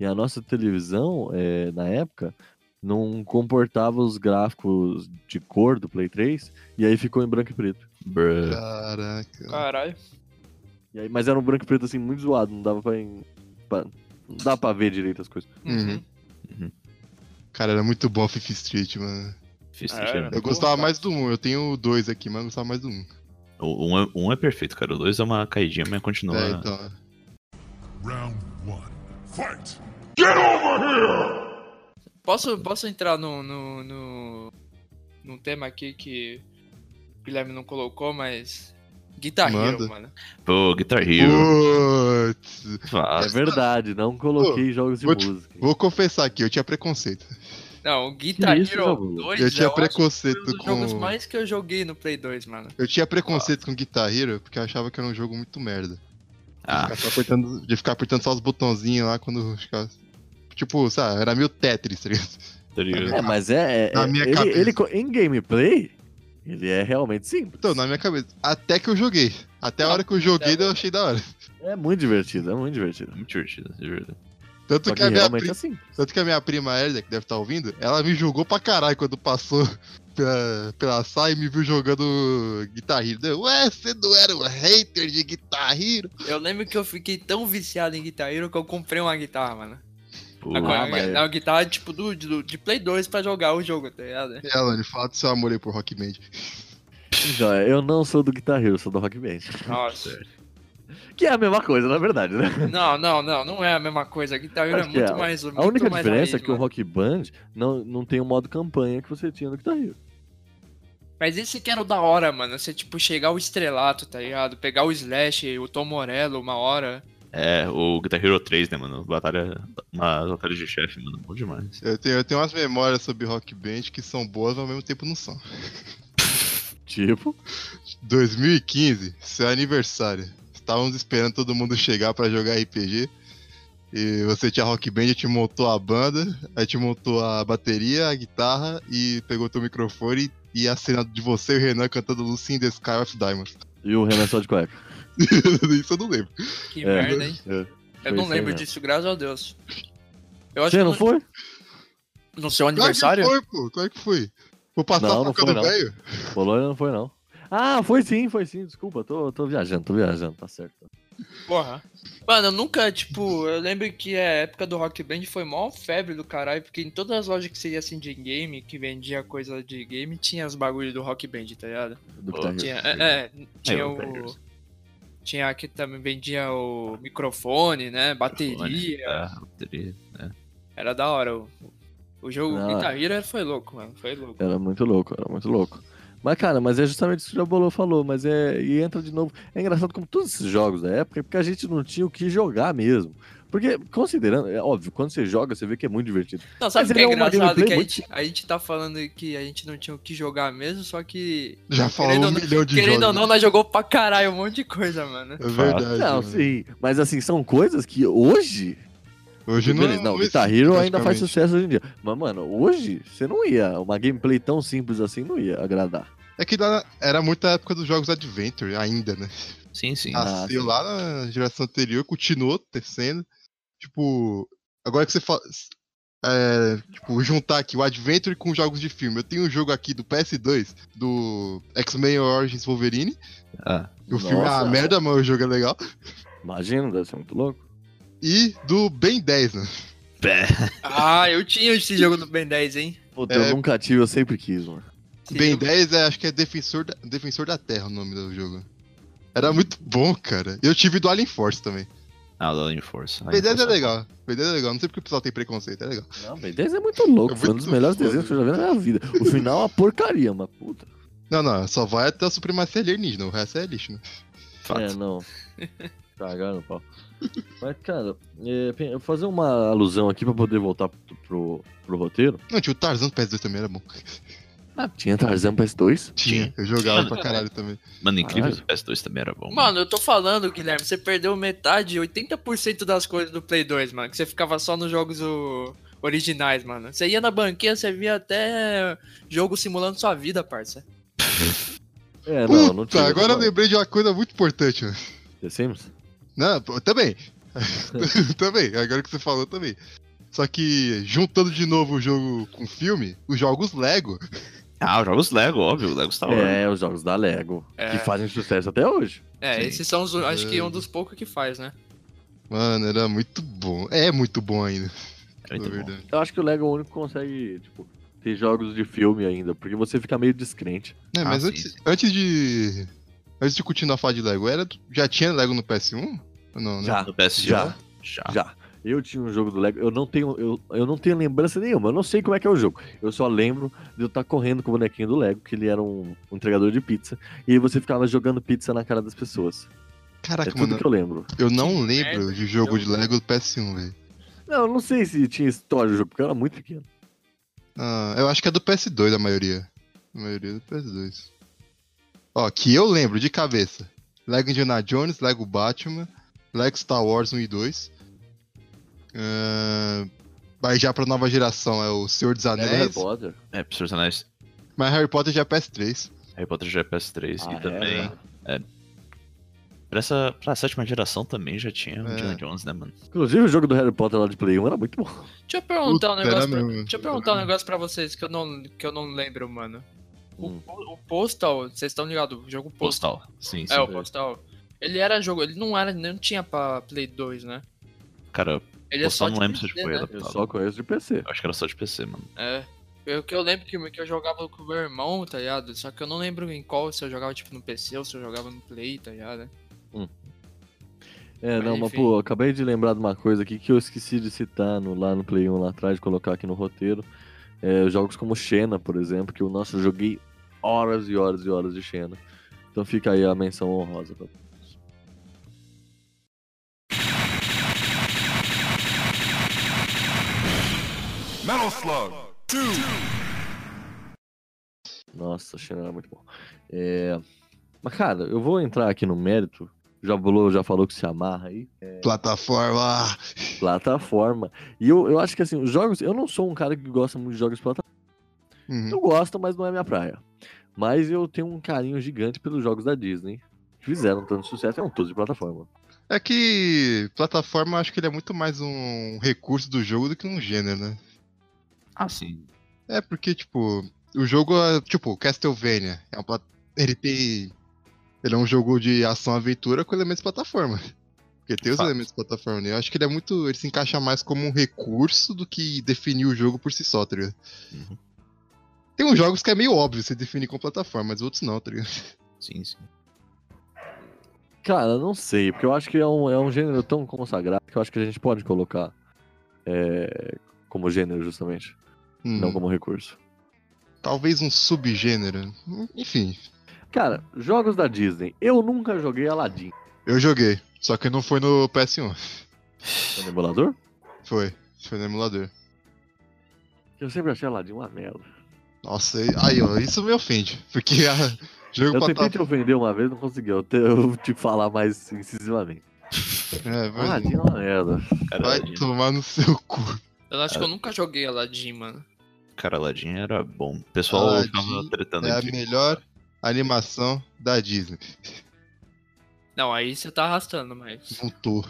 Speaker 1: E a nossa televisão, é, na época, não comportava os gráficos de cor do Play 3, e aí ficou em branco e preto.
Speaker 3: Bruh.
Speaker 2: Caraca.
Speaker 4: Caralho.
Speaker 1: E aí- mas era um branco e preto assim, muito zoado, não dava pra, en- pra- não dava pra ver direito as coisas.
Speaker 2: Uhum. Cara, era muito bom Fifth Street, mano.
Speaker 3: Fiz
Speaker 4: Ah,
Speaker 3: trincheira.
Speaker 4: era.
Speaker 2: Eu
Speaker 4: Porra,
Speaker 2: gostava
Speaker 4: cara.
Speaker 2: mais do 1. Eu tenho dois aqui, mas eu gostava mais do 1.
Speaker 3: O- Um é, um é perfeito, cara. O dois é uma caidinha, mas continua.
Speaker 2: É, então.
Speaker 5: Round one. Fight!
Speaker 4: Posso, posso entrar no, no, no, num tema aqui que o Guilherme não colocou, mas. Guitar
Speaker 2: Manda.
Speaker 4: Hero, mano.
Speaker 3: Pô, Guitar Hero. Ah,
Speaker 2: Putz.
Speaker 1: É
Speaker 3: Fácil.
Speaker 1: verdade, não coloquei jogos de
Speaker 2: vou te-
Speaker 1: música.
Speaker 2: Vou confessar aqui, eu tinha preconceito.
Speaker 4: Não, o Guitar
Speaker 1: Que isso,
Speaker 4: Hero
Speaker 1: Dabu?
Speaker 4: 2
Speaker 2: Eu tinha
Speaker 4: é, acho que
Speaker 2: preconceito
Speaker 4: foi um dos
Speaker 2: com.
Speaker 4: jogos mais que eu joguei no Play 2, mano.
Speaker 2: Eu tinha preconceito com Guitar Hero porque eu achava que era um jogo muito merda.
Speaker 3: Ah,
Speaker 2: Ficar só apertando- de ficar apertando só os botãozinhos lá quando ficava. Tipo, sabe, era meio Tetris, tá ligado?
Speaker 3: tá ligado?
Speaker 1: É, mas é. é-
Speaker 2: Na
Speaker 1: é-
Speaker 2: minha
Speaker 1: ele-
Speaker 2: cabeça.
Speaker 1: ele co- em gameplay, ele é realmente simples.
Speaker 2: Então, na minha cabeça. Até que eu joguei. Até a hora que eu joguei, eu achei da hora.
Speaker 1: É muito divertido, é muito divertido.
Speaker 3: Muito divertido, de verdade.
Speaker 2: Tanto
Speaker 1: Só
Speaker 2: que,
Speaker 1: que
Speaker 2: a minha
Speaker 1: realmente
Speaker 2: pri-
Speaker 1: é assim.
Speaker 2: Tanto que a minha prima Elda, que deve estar ouvindo, ela me julgou pra caralho quando passou pela, pela sala e me viu jogando Guitar Hero. Deu, Ué, você não era um hater de Guitar Hero?
Speaker 4: Eu lembro que eu fiquei tão viciado em Guitar Hero que eu comprei uma guitarra, mano.
Speaker 3: Pô,
Speaker 4: Agora,
Speaker 1: Ah, mas-
Speaker 4: é uma guitarra tipo do, do- de Play 2 pra jogar o jogo, tá ligado?
Speaker 2: E ela, ele fala do seu amor aí por Rock Band.
Speaker 1: Então, é, eu não sou do Guitar Hero, sou do Rock Band.
Speaker 4: Nossa.
Speaker 1: Que é a mesma coisa, na verdade, né?
Speaker 4: Não, não, não, não é a mesma coisa. Guitar Hero é
Speaker 1: Acho que
Speaker 4: muito
Speaker 1: é.
Speaker 4: mais.
Speaker 1: A única diferença é que o Rock Band não, não tem o modo campanha que você tinha no Guitar Hero.
Speaker 4: Mas esse que era o da hora, mano. Você, tipo, chegar o estrelato, tá ligado? Pegar o Slash, o Tom Morello, uma hora.
Speaker 3: É, o Guitar Hero 3, né, mano? Batalha, uma batalha de chefe, mano. Bom demais.
Speaker 2: Eu tenho, eu tenho umas memórias sobre Rock Band que são boas, mas ao mesmo tempo não são.
Speaker 1: Tipo,
Speaker 2: 2015, seu aniversário. Estávamos esperando todo mundo chegar pra jogar RPG. E você tinha Rock Band, a gente montou a banda, a gente montou a bateria, a guitarra e pegou teu microfone e a cena de você e o Renan cantando Lucy in the Sky of Diamonds.
Speaker 1: e o Renan só de cueca.
Speaker 2: Isso eu não lembro.
Speaker 4: Que
Speaker 1: É.
Speaker 4: merda, hein?
Speaker 1: É.
Speaker 4: Eu
Speaker 1: Foi
Speaker 4: não
Speaker 1: isso aí
Speaker 4: lembro
Speaker 1: mesmo.
Speaker 4: disso, graças a Deus. Eu acho
Speaker 1: Você
Speaker 4: que
Speaker 1: não
Speaker 4: no-
Speaker 1: foi?
Speaker 4: no seu
Speaker 2: Claro que
Speaker 4: aniversário?
Speaker 2: foi, pô. Claro que foi. Vou passar
Speaker 1: Não, não
Speaker 2: focando
Speaker 1: foi, não.
Speaker 2: velho?
Speaker 1: Polônia não foi, não. Ah, foi sim, foi sim, desculpa, tô, tô viajando, tô viajando, tá certo.
Speaker 4: Porra. Mano, eu nunca, tipo, eu lembro que a época do Rock Band foi mó febre do caralho, porque em todas as lojas que seria assim de game, que vendia coisa de game, tinha os bagulhos do Rock Band, tá ligado?
Speaker 1: Do Guitar Hero.
Speaker 4: Tinha, é, é,
Speaker 3: É,
Speaker 4: tinha
Speaker 3: o Avengers.
Speaker 4: o. Tinha aqui também, vendia o microfone, né? Bateria.
Speaker 3: É, bateria.
Speaker 4: Era da hora. O, o jogo
Speaker 1: Não.
Speaker 4: Guitar Hero foi louco, mano. Foi louco.
Speaker 1: Era muito louco, era muito louco. Mas, cara, mas é justamente isso que o Jabolô falou, mas é. E entra de novo. É engraçado como todos esses jogos da época, é porque a gente não tinha o que jogar mesmo. Porque, considerando, é óbvio, quando você joga, você vê que é muito divertido.
Speaker 4: Não, sabe
Speaker 1: Mas
Speaker 4: o que é
Speaker 1: ele é uma
Speaker 4: engraçado?
Speaker 1: gameplay
Speaker 4: Que a
Speaker 1: muito-
Speaker 4: gente, a gente tá falando que a gente não tinha o que jogar mesmo, só que.
Speaker 2: Já falou
Speaker 4: Querendo
Speaker 2: um
Speaker 4: ou não-
Speaker 2: milhão de
Speaker 4: Querendo ou
Speaker 2: jogos.
Speaker 4: não, nós jogou pra caralho um monte de coisa, mano.
Speaker 2: É verdade.
Speaker 1: não,
Speaker 2: mano.
Speaker 1: sim. Mas assim, são coisas que hoje.
Speaker 2: Hoje não.
Speaker 1: beleza, não,
Speaker 2: existe
Speaker 1: Guitar Hero ainda
Speaker 2: praticamente.
Speaker 1: faz sucesso hoje em dia. Mas, mano, hoje você não ia. Uma gameplay tão simples assim não ia agradar.
Speaker 2: É que lá era muito a época dos jogos Adventure, ainda, né?
Speaker 3: Sim, Ah, sim.
Speaker 2: Nasceu
Speaker 1: sim.
Speaker 2: lá na geração anterior, continuou tecendo. Tipo, agora que você fala. é, tipo, juntar aqui o Adventure com jogos de filme. Eu tenho um jogo aqui do PS2, do X-Men Origins Wolverine.
Speaker 3: Ah,
Speaker 2: que O filme é uma
Speaker 1: Nossa.
Speaker 2: merda, mas o jogo é legal.
Speaker 1: Imagina, deve ser muito louco.
Speaker 2: E do Ben 10, né?
Speaker 3: pé.
Speaker 4: Ah, eu tinha esse jogo do Ben 10, hein?
Speaker 1: Puta,
Speaker 2: É.
Speaker 1: eu nunca tive, eu sempre quis, mano.
Speaker 4: Esse
Speaker 2: Ben
Speaker 4: jogo-
Speaker 2: 10 é, acho que é Defensor da, Defensor da Terra o nome do jogo. Era muito bom, cara. Eu tive do Alien Force também.
Speaker 3: Ah, da Alien Force.
Speaker 2: Ben
Speaker 3: Alien
Speaker 2: 10 é
Speaker 3: Force.
Speaker 2: legal. Ben 10 é legal. Não sei porque o pessoal tem preconceito, é legal.
Speaker 1: Não, Ben 10 é muito louco.
Speaker 2: É
Speaker 1: foi um dos
Speaker 2: muito
Speaker 1: melhores
Speaker 2: foda.
Speaker 1: desenhos que eu já vi na minha vida. O final é uma porcaria, mas puta.
Speaker 2: Não, não, só vai até a supremacia alienígena, o resto é lixo, né?
Speaker 3: Fato.
Speaker 1: É, não. Cagaram o pau. Mas, cara, é, pen- eu vou fazer uma alusão aqui pra poder voltar pro, pro, pro roteiro.
Speaker 2: Não, tinha o Tarzan do PS2 também, era bom.
Speaker 1: Ah, tinha Tarzan PS2?
Speaker 2: Tinha, eu jogava pra caralho também.
Speaker 3: Mano, incrível
Speaker 1: Caralho.
Speaker 3: o PS2 também era bom.
Speaker 4: Mano, eu tô falando, Guilherme, você perdeu metade, 80% das coisas do Play 2, mano. Que você ficava só nos jogos o... originais, mano. Você ia na banquinha, você via até jogo simulando sua vida, parça.
Speaker 1: É,
Speaker 2: Puta,
Speaker 1: não, não tinha.
Speaker 2: agora eu
Speaker 1: não.
Speaker 2: lembrei de uma coisa muito importante. mano.
Speaker 1: The Sims?
Speaker 2: Não, pô, também. também, agora que você falou também. Só que, juntando de novo o jogo com o filme, os jogos Lego.
Speaker 3: Ah, jogos Lego, óbvio. Lego tá Star Wars.
Speaker 1: É, os jogos da Lego.
Speaker 4: É.
Speaker 1: Que fazem sucesso até hoje.
Speaker 4: É,
Speaker 3: Sim.
Speaker 4: esses são os, acho que é um dos poucos que faz, né?
Speaker 2: Mano, era muito bom. É muito bom ainda,
Speaker 3: É
Speaker 2: na
Speaker 3: muito bom.
Speaker 2: verdade.
Speaker 1: Eu acho que o Lego é o único que consegue, tipo, ter jogos de filme ainda, porque você fica meio descrente.
Speaker 2: É, mas
Speaker 3: Ah,
Speaker 2: antes,
Speaker 3: sim.
Speaker 2: antes de. Antes de continuar a falar de Lego, era, do- já tinha Lego no PS1? Ou Não, né?
Speaker 3: Ah, No PS1?
Speaker 1: Já.
Speaker 3: Já.
Speaker 1: Ah. Já. Eu tinha um jogo do Lego, eu não tenho, eu, eu não tenho lembrança nenhuma, eu não sei como é que é o jogo. Eu só lembro de eu estar correndo com o bonequinho do Lego, que ele era um, um entregador de pizza, e aí você ficava jogando pizza na cara das pessoas. É
Speaker 2: Caraca,
Speaker 1: tudo
Speaker 2: mano,
Speaker 1: que eu lembro.
Speaker 2: eu não lembro
Speaker 4: merda
Speaker 2: de
Speaker 4: de
Speaker 2: jogo
Speaker 4: jogo.
Speaker 2: de Lego do PS1, velho.
Speaker 1: Não, eu não sei se tinha história do jogo, porque eu era muito pequeno.
Speaker 2: Ah, eu acho que é do PS2 a maioria. A maioria é do PS2. Ó, que eu lembro de cabeça. Lego Indiana Jones, Lego Batman, Lego Star Wars 1 e 2. Ah, Vai já pra nova geração, é o Senhor dos
Speaker 1: Lego Harry
Speaker 2: Anéis.
Speaker 1: Potter.
Speaker 3: É, Professor Anéis.
Speaker 2: Mas Harry Potter já é PS3.
Speaker 3: Harry Potter já é PS3.
Speaker 1: Ah,
Speaker 3: e
Speaker 1: é,
Speaker 3: também.
Speaker 1: né?
Speaker 3: Pra, essa, pra sétima geração também já tinha o
Speaker 2: É.
Speaker 3: Indiana Jones, né, mano?
Speaker 1: Inclusive o jogo do Harry Potter lá de Play 1 era muito bom.
Speaker 4: Deixa eu perguntar
Speaker 2: Puta,
Speaker 4: um negócio.
Speaker 2: era
Speaker 4: Pra,
Speaker 2: mesmo.
Speaker 4: deixa eu perguntar um negócio pra vocês que eu não, que eu não lembro, mano. O,
Speaker 1: Hum.
Speaker 4: po- o Postal, vocês estão ligados? O jogo Postal.
Speaker 3: Postal. Sim, sim.
Speaker 4: É, o Postal. Ele era jogo, ele não era, não tinha pra Play 2, né?
Speaker 3: Cara,
Speaker 4: Ele
Speaker 3: Postal
Speaker 4: é só
Speaker 3: não
Speaker 4: de
Speaker 3: lembro
Speaker 4: PC,
Speaker 3: se foi
Speaker 4: né?
Speaker 1: Eu
Speaker 3: adaptado.
Speaker 1: só conheço de PC.
Speaker 3: Eu acho que era só de PC, mano.
Speaker 4: É. Eu, que eu lembro que, que eu jogava com o meu irmão, tá ligado? Só que eu não lembro em qual, se eu jogava tipo no PC ou se eu jogava no Play, tá ligado?
Speaker 1: É,
Speaker 4: Mas,
Speaker 1: não, mas
Speaker 4: enfim.
Speaker 1: pô, eu acabei de lembrar de uma coisa aqui que eu esqueci de citar no, lá no Play 1 lá atrás, de colocar aqui no roteiro. É, jogos como Xena, por exemplo, que eu, nossa, eu joguei horas e horas e horas de Xena. Então fica aí a menção honrosa. pra-
Speaker 5: Metal Slug 2.
Speaker 1: Nossa, Xena era muito bom. É, Mas, cara, eu vou entrar aqui no mérito. Já falou, já falou que se amarra aí.
Speaker 2: Plataforma.
Speaker 1: Plataforma. E eu, eu acho que assim, os jogos. Eu não sou um cara que gosta muito de jogos de plataforma.
Speaker 2: Uhum.
Speaker 1: Eu gosto, mas não é minha praia. Mas eu tenho um carinho gigante pelos jogos da Disney. que Fizeram tanto sucesso, é um todo de plataforma.
Speaker 2: É que plataforma eu acho que ele é muito mais um recurso do jogo do que um gênero, né?
Speaker 3: Ah, sim.
Speaker 2: É porque, tipo, o jogo é, tipo, Castlevania. É um plat... Ele tem. Ele é um jogo de ação-aventura com elementos de plataforma. Porque tem os
Speaker 3: Fato.
Speaker 2: elementos de plataforma. né? Eu acho que ele é muito. Ele se encaixa mais como um recurso do que definir o jogo por si só, tá ligado?
Speaker 3: Uhum.
Speaker 2: Tem uns jogos que é meio óbvio você definir como plataforma, mas outros não, tá ligado?
Speaker 3: Sim, sim.
Speaker 1: Cara, não sei, porque eu acho que é um, é um gênero tão consagrado que eu acho que a gente pode colocar é, como gênero, justamente,
Speaker 2: Hum,
Speaker 1: não como recurso.
Speaker 2: Talvez um subgênero. Hum, Enfim,
Speaker 1: Cara, jogos da Disney. Eu nunca joguei Aladdin.
Speaker 2: eu joguei. Só que não foi no PS1.
Speaker 1: É um emulador?
Speaker 2: Foi. Foi no emulador.
Speaker 1: Eu sempre achei Aladdin uma merda.
Speaker 2: Nossa, aí- aí, ó, isso me ofende. Porque a jogo
Speaker 1: Eu tentei
Speaker 2: plataforma.
Speaker 1: te ofender uma vez, não consegui. Eu te, eu te falar mais incisivamente.
Speaker 3: Ah,
Speaker 2: É, mas-
Speaker 1: Aladdin é uma merda.
Speaker 3: Cara,
Speaker 2: Vai
Speaker 3: Aladdin,
Speaker 2: tomar no seu cu.
Speaker 4: Eu acho que
Speaker 1: É.
Speaker 4: eu nunca joguei Aladdin, mano.
Speaker 3: cara, Aladdin era bom. O pessoal
Speaker 2: Aladdin
Speaker 3: ficava tretando
Speaker 2: É a
Speaker 3: entre-
Speaker 2: melhor animação da Disney.
Speaker 4: Não, aí você tá arrastando, mas.
Speaker 2: Voltou.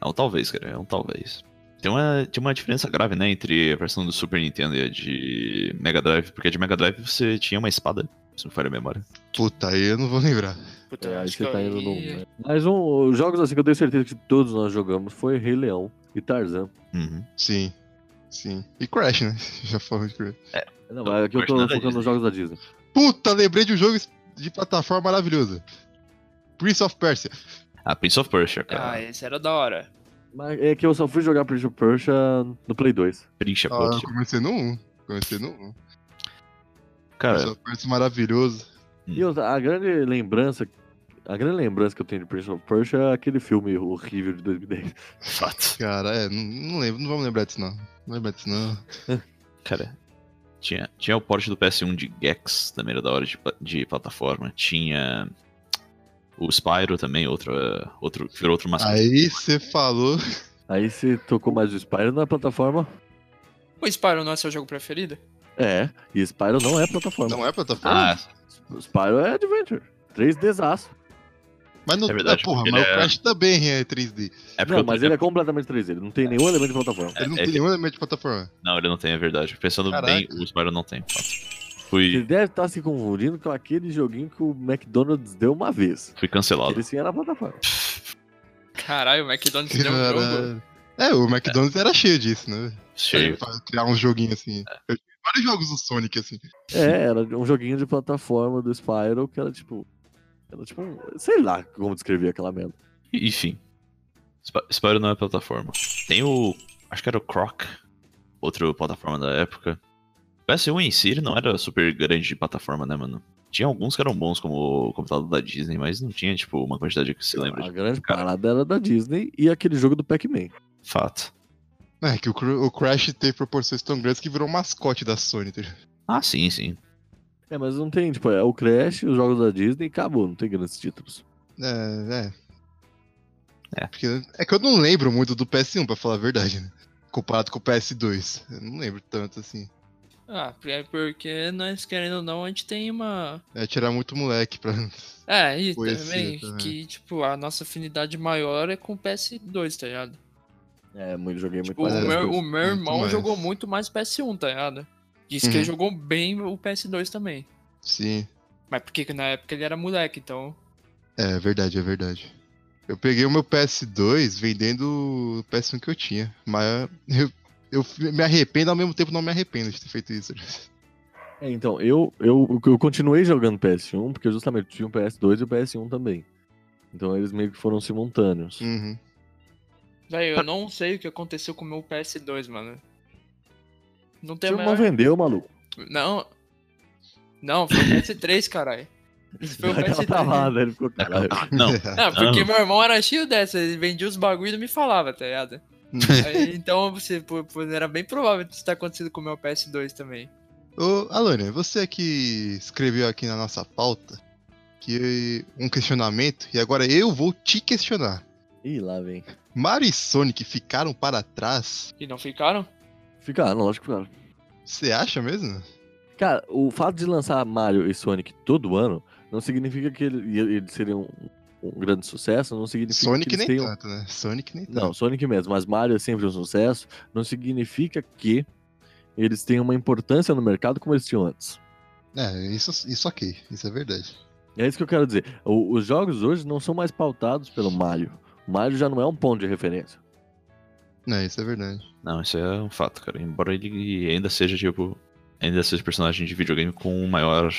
Speaker 3: Não, talvez, cara. É um talvez. Tem uma, tinha uma diferença grave, né, entre a versão do Super Nintendo e a de Mega Drive, porque a de Mega Drive você tinha uma espada, se não falha a memória.
Speaker 2: Puta, aí eu não vou lembrar.
Speaker 4: Puta,
Speaker 1: É,
Speaker 4: eu
Speaker 1: aí
Speaker 4: acho
Speaker 1: você
Speaker 4: que
Speaker 1: tá
Speaker 4: eu-
Speaker 1: indo num.
Speaker 4: Ih,
Speaker 1: né? Mas um, jogos assim que eu tenho certeza que todos nós jogamos foi Rei Leão e Tarzan.
Speaker 3: Uhum.
Speaker 2: Sim. Sim. E Crash, né? Já falamos de Crash.
Speaker 1: Não, mas aqui eu tô
Speaker 3: Crash da
Speaker 1: focando nos
Speaker 3: Disney.
Speaker 1: jogos da Disney.
Speaker 2: Puta, lembrei de um jogo de plataforma maravilhoso. Prince of Persia.
Speaker 3: Ah, Prince of Persia, cara.
Speaker 4: Ah, esse era da hora.
Speaker 1: Mas é que eu só fui jogar Prince of Persia no Play 2.
Speaker 3: Prince of
Speaker 2: Ah, eu
Speaker 3: Persia.
Speaker 2: comecei no 1. Comecei no 1. Prince
Speaker 3: Cara,
Speaker 2: of Persia maravilhoso.
Speaker 1: E eu- a grande lembrança. A grande lembrança que eu tenho de Prince of Persia é aquele filme horrível de 2010.
Speaker 3: fato.
Speaker 2: Cara, é, não, não lembro, não vamos lembrar disso não. Não lembrar disso não.
Speaker 3: Cara, tinha, tinha o porte do PS1 de Gex, também era da hora de, pla- de plataforma. Tinha o Spyro também, outro, outro, virou outro mascote.
Speaker 2: Aí você falou
Speaker 1: Aí você tocou mais o Spyro na plataforma?
Speaker 4: O Spyro não é seu jogo preferido?
Speaker 1: É, e Spyro não é plataforma.
Speaker 2: Não é plataforma.
Speaker 3: Ah,
Speaker 1: Spyro é Adventure. 3Dzaço.
Speaker 2: mas não.
Speaker 3: é verdade,
Speaker 2: ah, porra,
Speaker 3: porque
Speaker 2: mas
Speaker 3: ele
Speaker 2: o
Speaker 3: é-
Speaker 2: Crash também é 3D.
Speaker 3: é porque
Speaker 1: Não,
Speaker 3: eu-
Speaker 1: mas
Speaker 3: é-
Speaker 1: ele é completamente 3D, ele não tem nenhum elemento de plataforma.
Speaker 2: Ele não
Speaker 3: é
Speaker 2: tem
Speaker 3: que-
Speaker 2: nenhum elemento de plataforma.
Speaker 3: Não, ele não tem, é verdade. Pensando
Speaker 2: Caraca.
Speaker 3: bem, o Spyro não tem. de fato. Fui,
Speaker 1: Ele deve estar se confundindo com aquele joguinho que o McDonald's deu uma vez.
Speaker 3: fui cancelado.
Speaker 1: Ele sim era plataforma.
Speaker 4: Caralho, o McDonald's deu um jogo.
Speaker 2: Caralho. É, o McDonald's era cheio disso, né?
Speaker 3: Cheio.
Speaker 2: Pra criar uns joguinhos assim. Eu tive vários jogos do Sonic, assim.
Speaker 1: É, era um joguinho de plataforma do Spyro que era tipo. Era tipo. um- Sei lá como descrever aquela merda.
Speaker 3: Enfim. Sp- Spyro não é plataforma. Tem o. Acho que era o Croc, outro plataforma da época. O PS1 em si ele não era super grande de plataforma, né, mano? Tinha alguns que eram bons, como o computador da Disney, mas não tinha, tipo, uma quantidade que se lembra
Speaker 1: A
Speaker 3: de
Speaker 1: grande
Speaker 3: cara.
Speaker 1: parada era da Disney e aquele jogo do Pac-Man.
Speaker 3: fato.
Speaker 2: É, que o, Cr- o Crash teve proporções tão grandes que virou um mascote da Sony. tá ligado?
Speaker 3: Ah, sim, sim.
Speaker 1: É, mas não tem, tipo, é o Crash, os jogos da Disney e acabou, não tem grandes títulos.
Speaker 2: É, é.
Speaker 3: É.
Speaker 2: Porque, é que eu não lembro muito do PS1, pra falar a verdade, né? Comparado com o PS2. Eu não lembro tanto, assim.
Speaker 4: Ah, é porque nós, querendo ou não, a gente tem uma.
Speaker 2: É tirar muito moleque pra...
Speaker 4: É, e
Speaker 2: Conhecia
Speaker 4: também,
Speaker 2: também.
Speaker 4: que, tipo, a nossa afinidade maior é com o PS2, tá ligado?
Speaker 1: É, muito, joguei muito
Speaker 4: Tipo,
Speaker 2: Mas
Speaker 1: mais.
Speaker 2: é,
Speaker 4: o, meu, o meu
Speaker 2: muito
Speaker 4: irmão
Speaker 2: mais.
Speaker 4: jogou muito mais PS1, tá ligado? Diz que
Speaker 2: Uhum.
Speaker 4: ele jogou bem o PS2 também.
Speaker 2: Sim.
Speaker 4: Mas porque na época ele era moleque, então.
Speaker 2: É, é verdade, é verdade. Eu peguei o meu PS2 vendendo o PS1 que eu tinha. Mas eu, eu f- me arrependo, ao mesmo tempo não me arrependo de ter feito isso.
Speaker 1: É, então, eu, eu, eu continuei jogando PS1, porque justamente tinha um o PS2 e o PS1 também. Então eles meio que foram simultâneos.
Speaker 2: Uhum.
Speaker 4: Véi, eu não sei o que aconteceu com o meu PS2, mano. Não tem
Speaker 1: Seu
Speaker 4: a
Speaker 2: é.
Speaker 1: irmão
Speaker 4: maior...
Speaker 1: vendeu, maluco.
Speaker 4: Não. Não, foi o PS3, caralho.
Speaker 2: um
Speaker 4: Foi o
Speaker 1: Aquela
Speaker 4: PS3.
Speaker 1: travada, ele ficou, caralho.
Speaker 3: Não,
Speaker 4: Não, porque meu irmão era cheio dessa, ele vendia os bagulho e não me falava, tá ligado? Aí, então, você, pô, pô, era bem provável que isso tá acontecendo com o meu PS2 também.
Speaker 2: Ô, Alônia, você é que escreveu aqui na nossa pauta que um questionamento, e agora eu vou te questionar.
Speaker 1: Ih, lá vem.
Speaker 2: Mario e Sonic ficaram para trás?
Speaker 4: E não ficaram?
Speaker 1: Ficaram, ah, lógico que ficaram.
Speaker 2: Você acha mesmo?
Speaker 1: Cara, o fato de lançar Mario e Sonic todo ano não significa que ele, e ele seria um, um grande sucesso, não significa
Speaker 2: Sonic
Speaker 1: que eles
Speaker 2: nem
Speaker 1: tenham...
Speaker 2: tanto, né? Sonic nem tanto.
Speaker 1: Não, Sonic mesmo, mas Mario é sempre um sucesso, não significa que eles tenham uma importância no mercado como eles tinham antes.
Speaker 2: É, isso, isso ok, isso é verdade.
Speaker 1: É isso que eu quero dizer. O- os jogos hoje não são mais pautados pelo Mario. O Mario já não é um ponto de referência.
Speaker 2: Não, isso é verdade.
Speaker 3: Não, isso é um fato, cara. Embora ele ainda seja, tipo, ainda seja personagem de videogame com maior,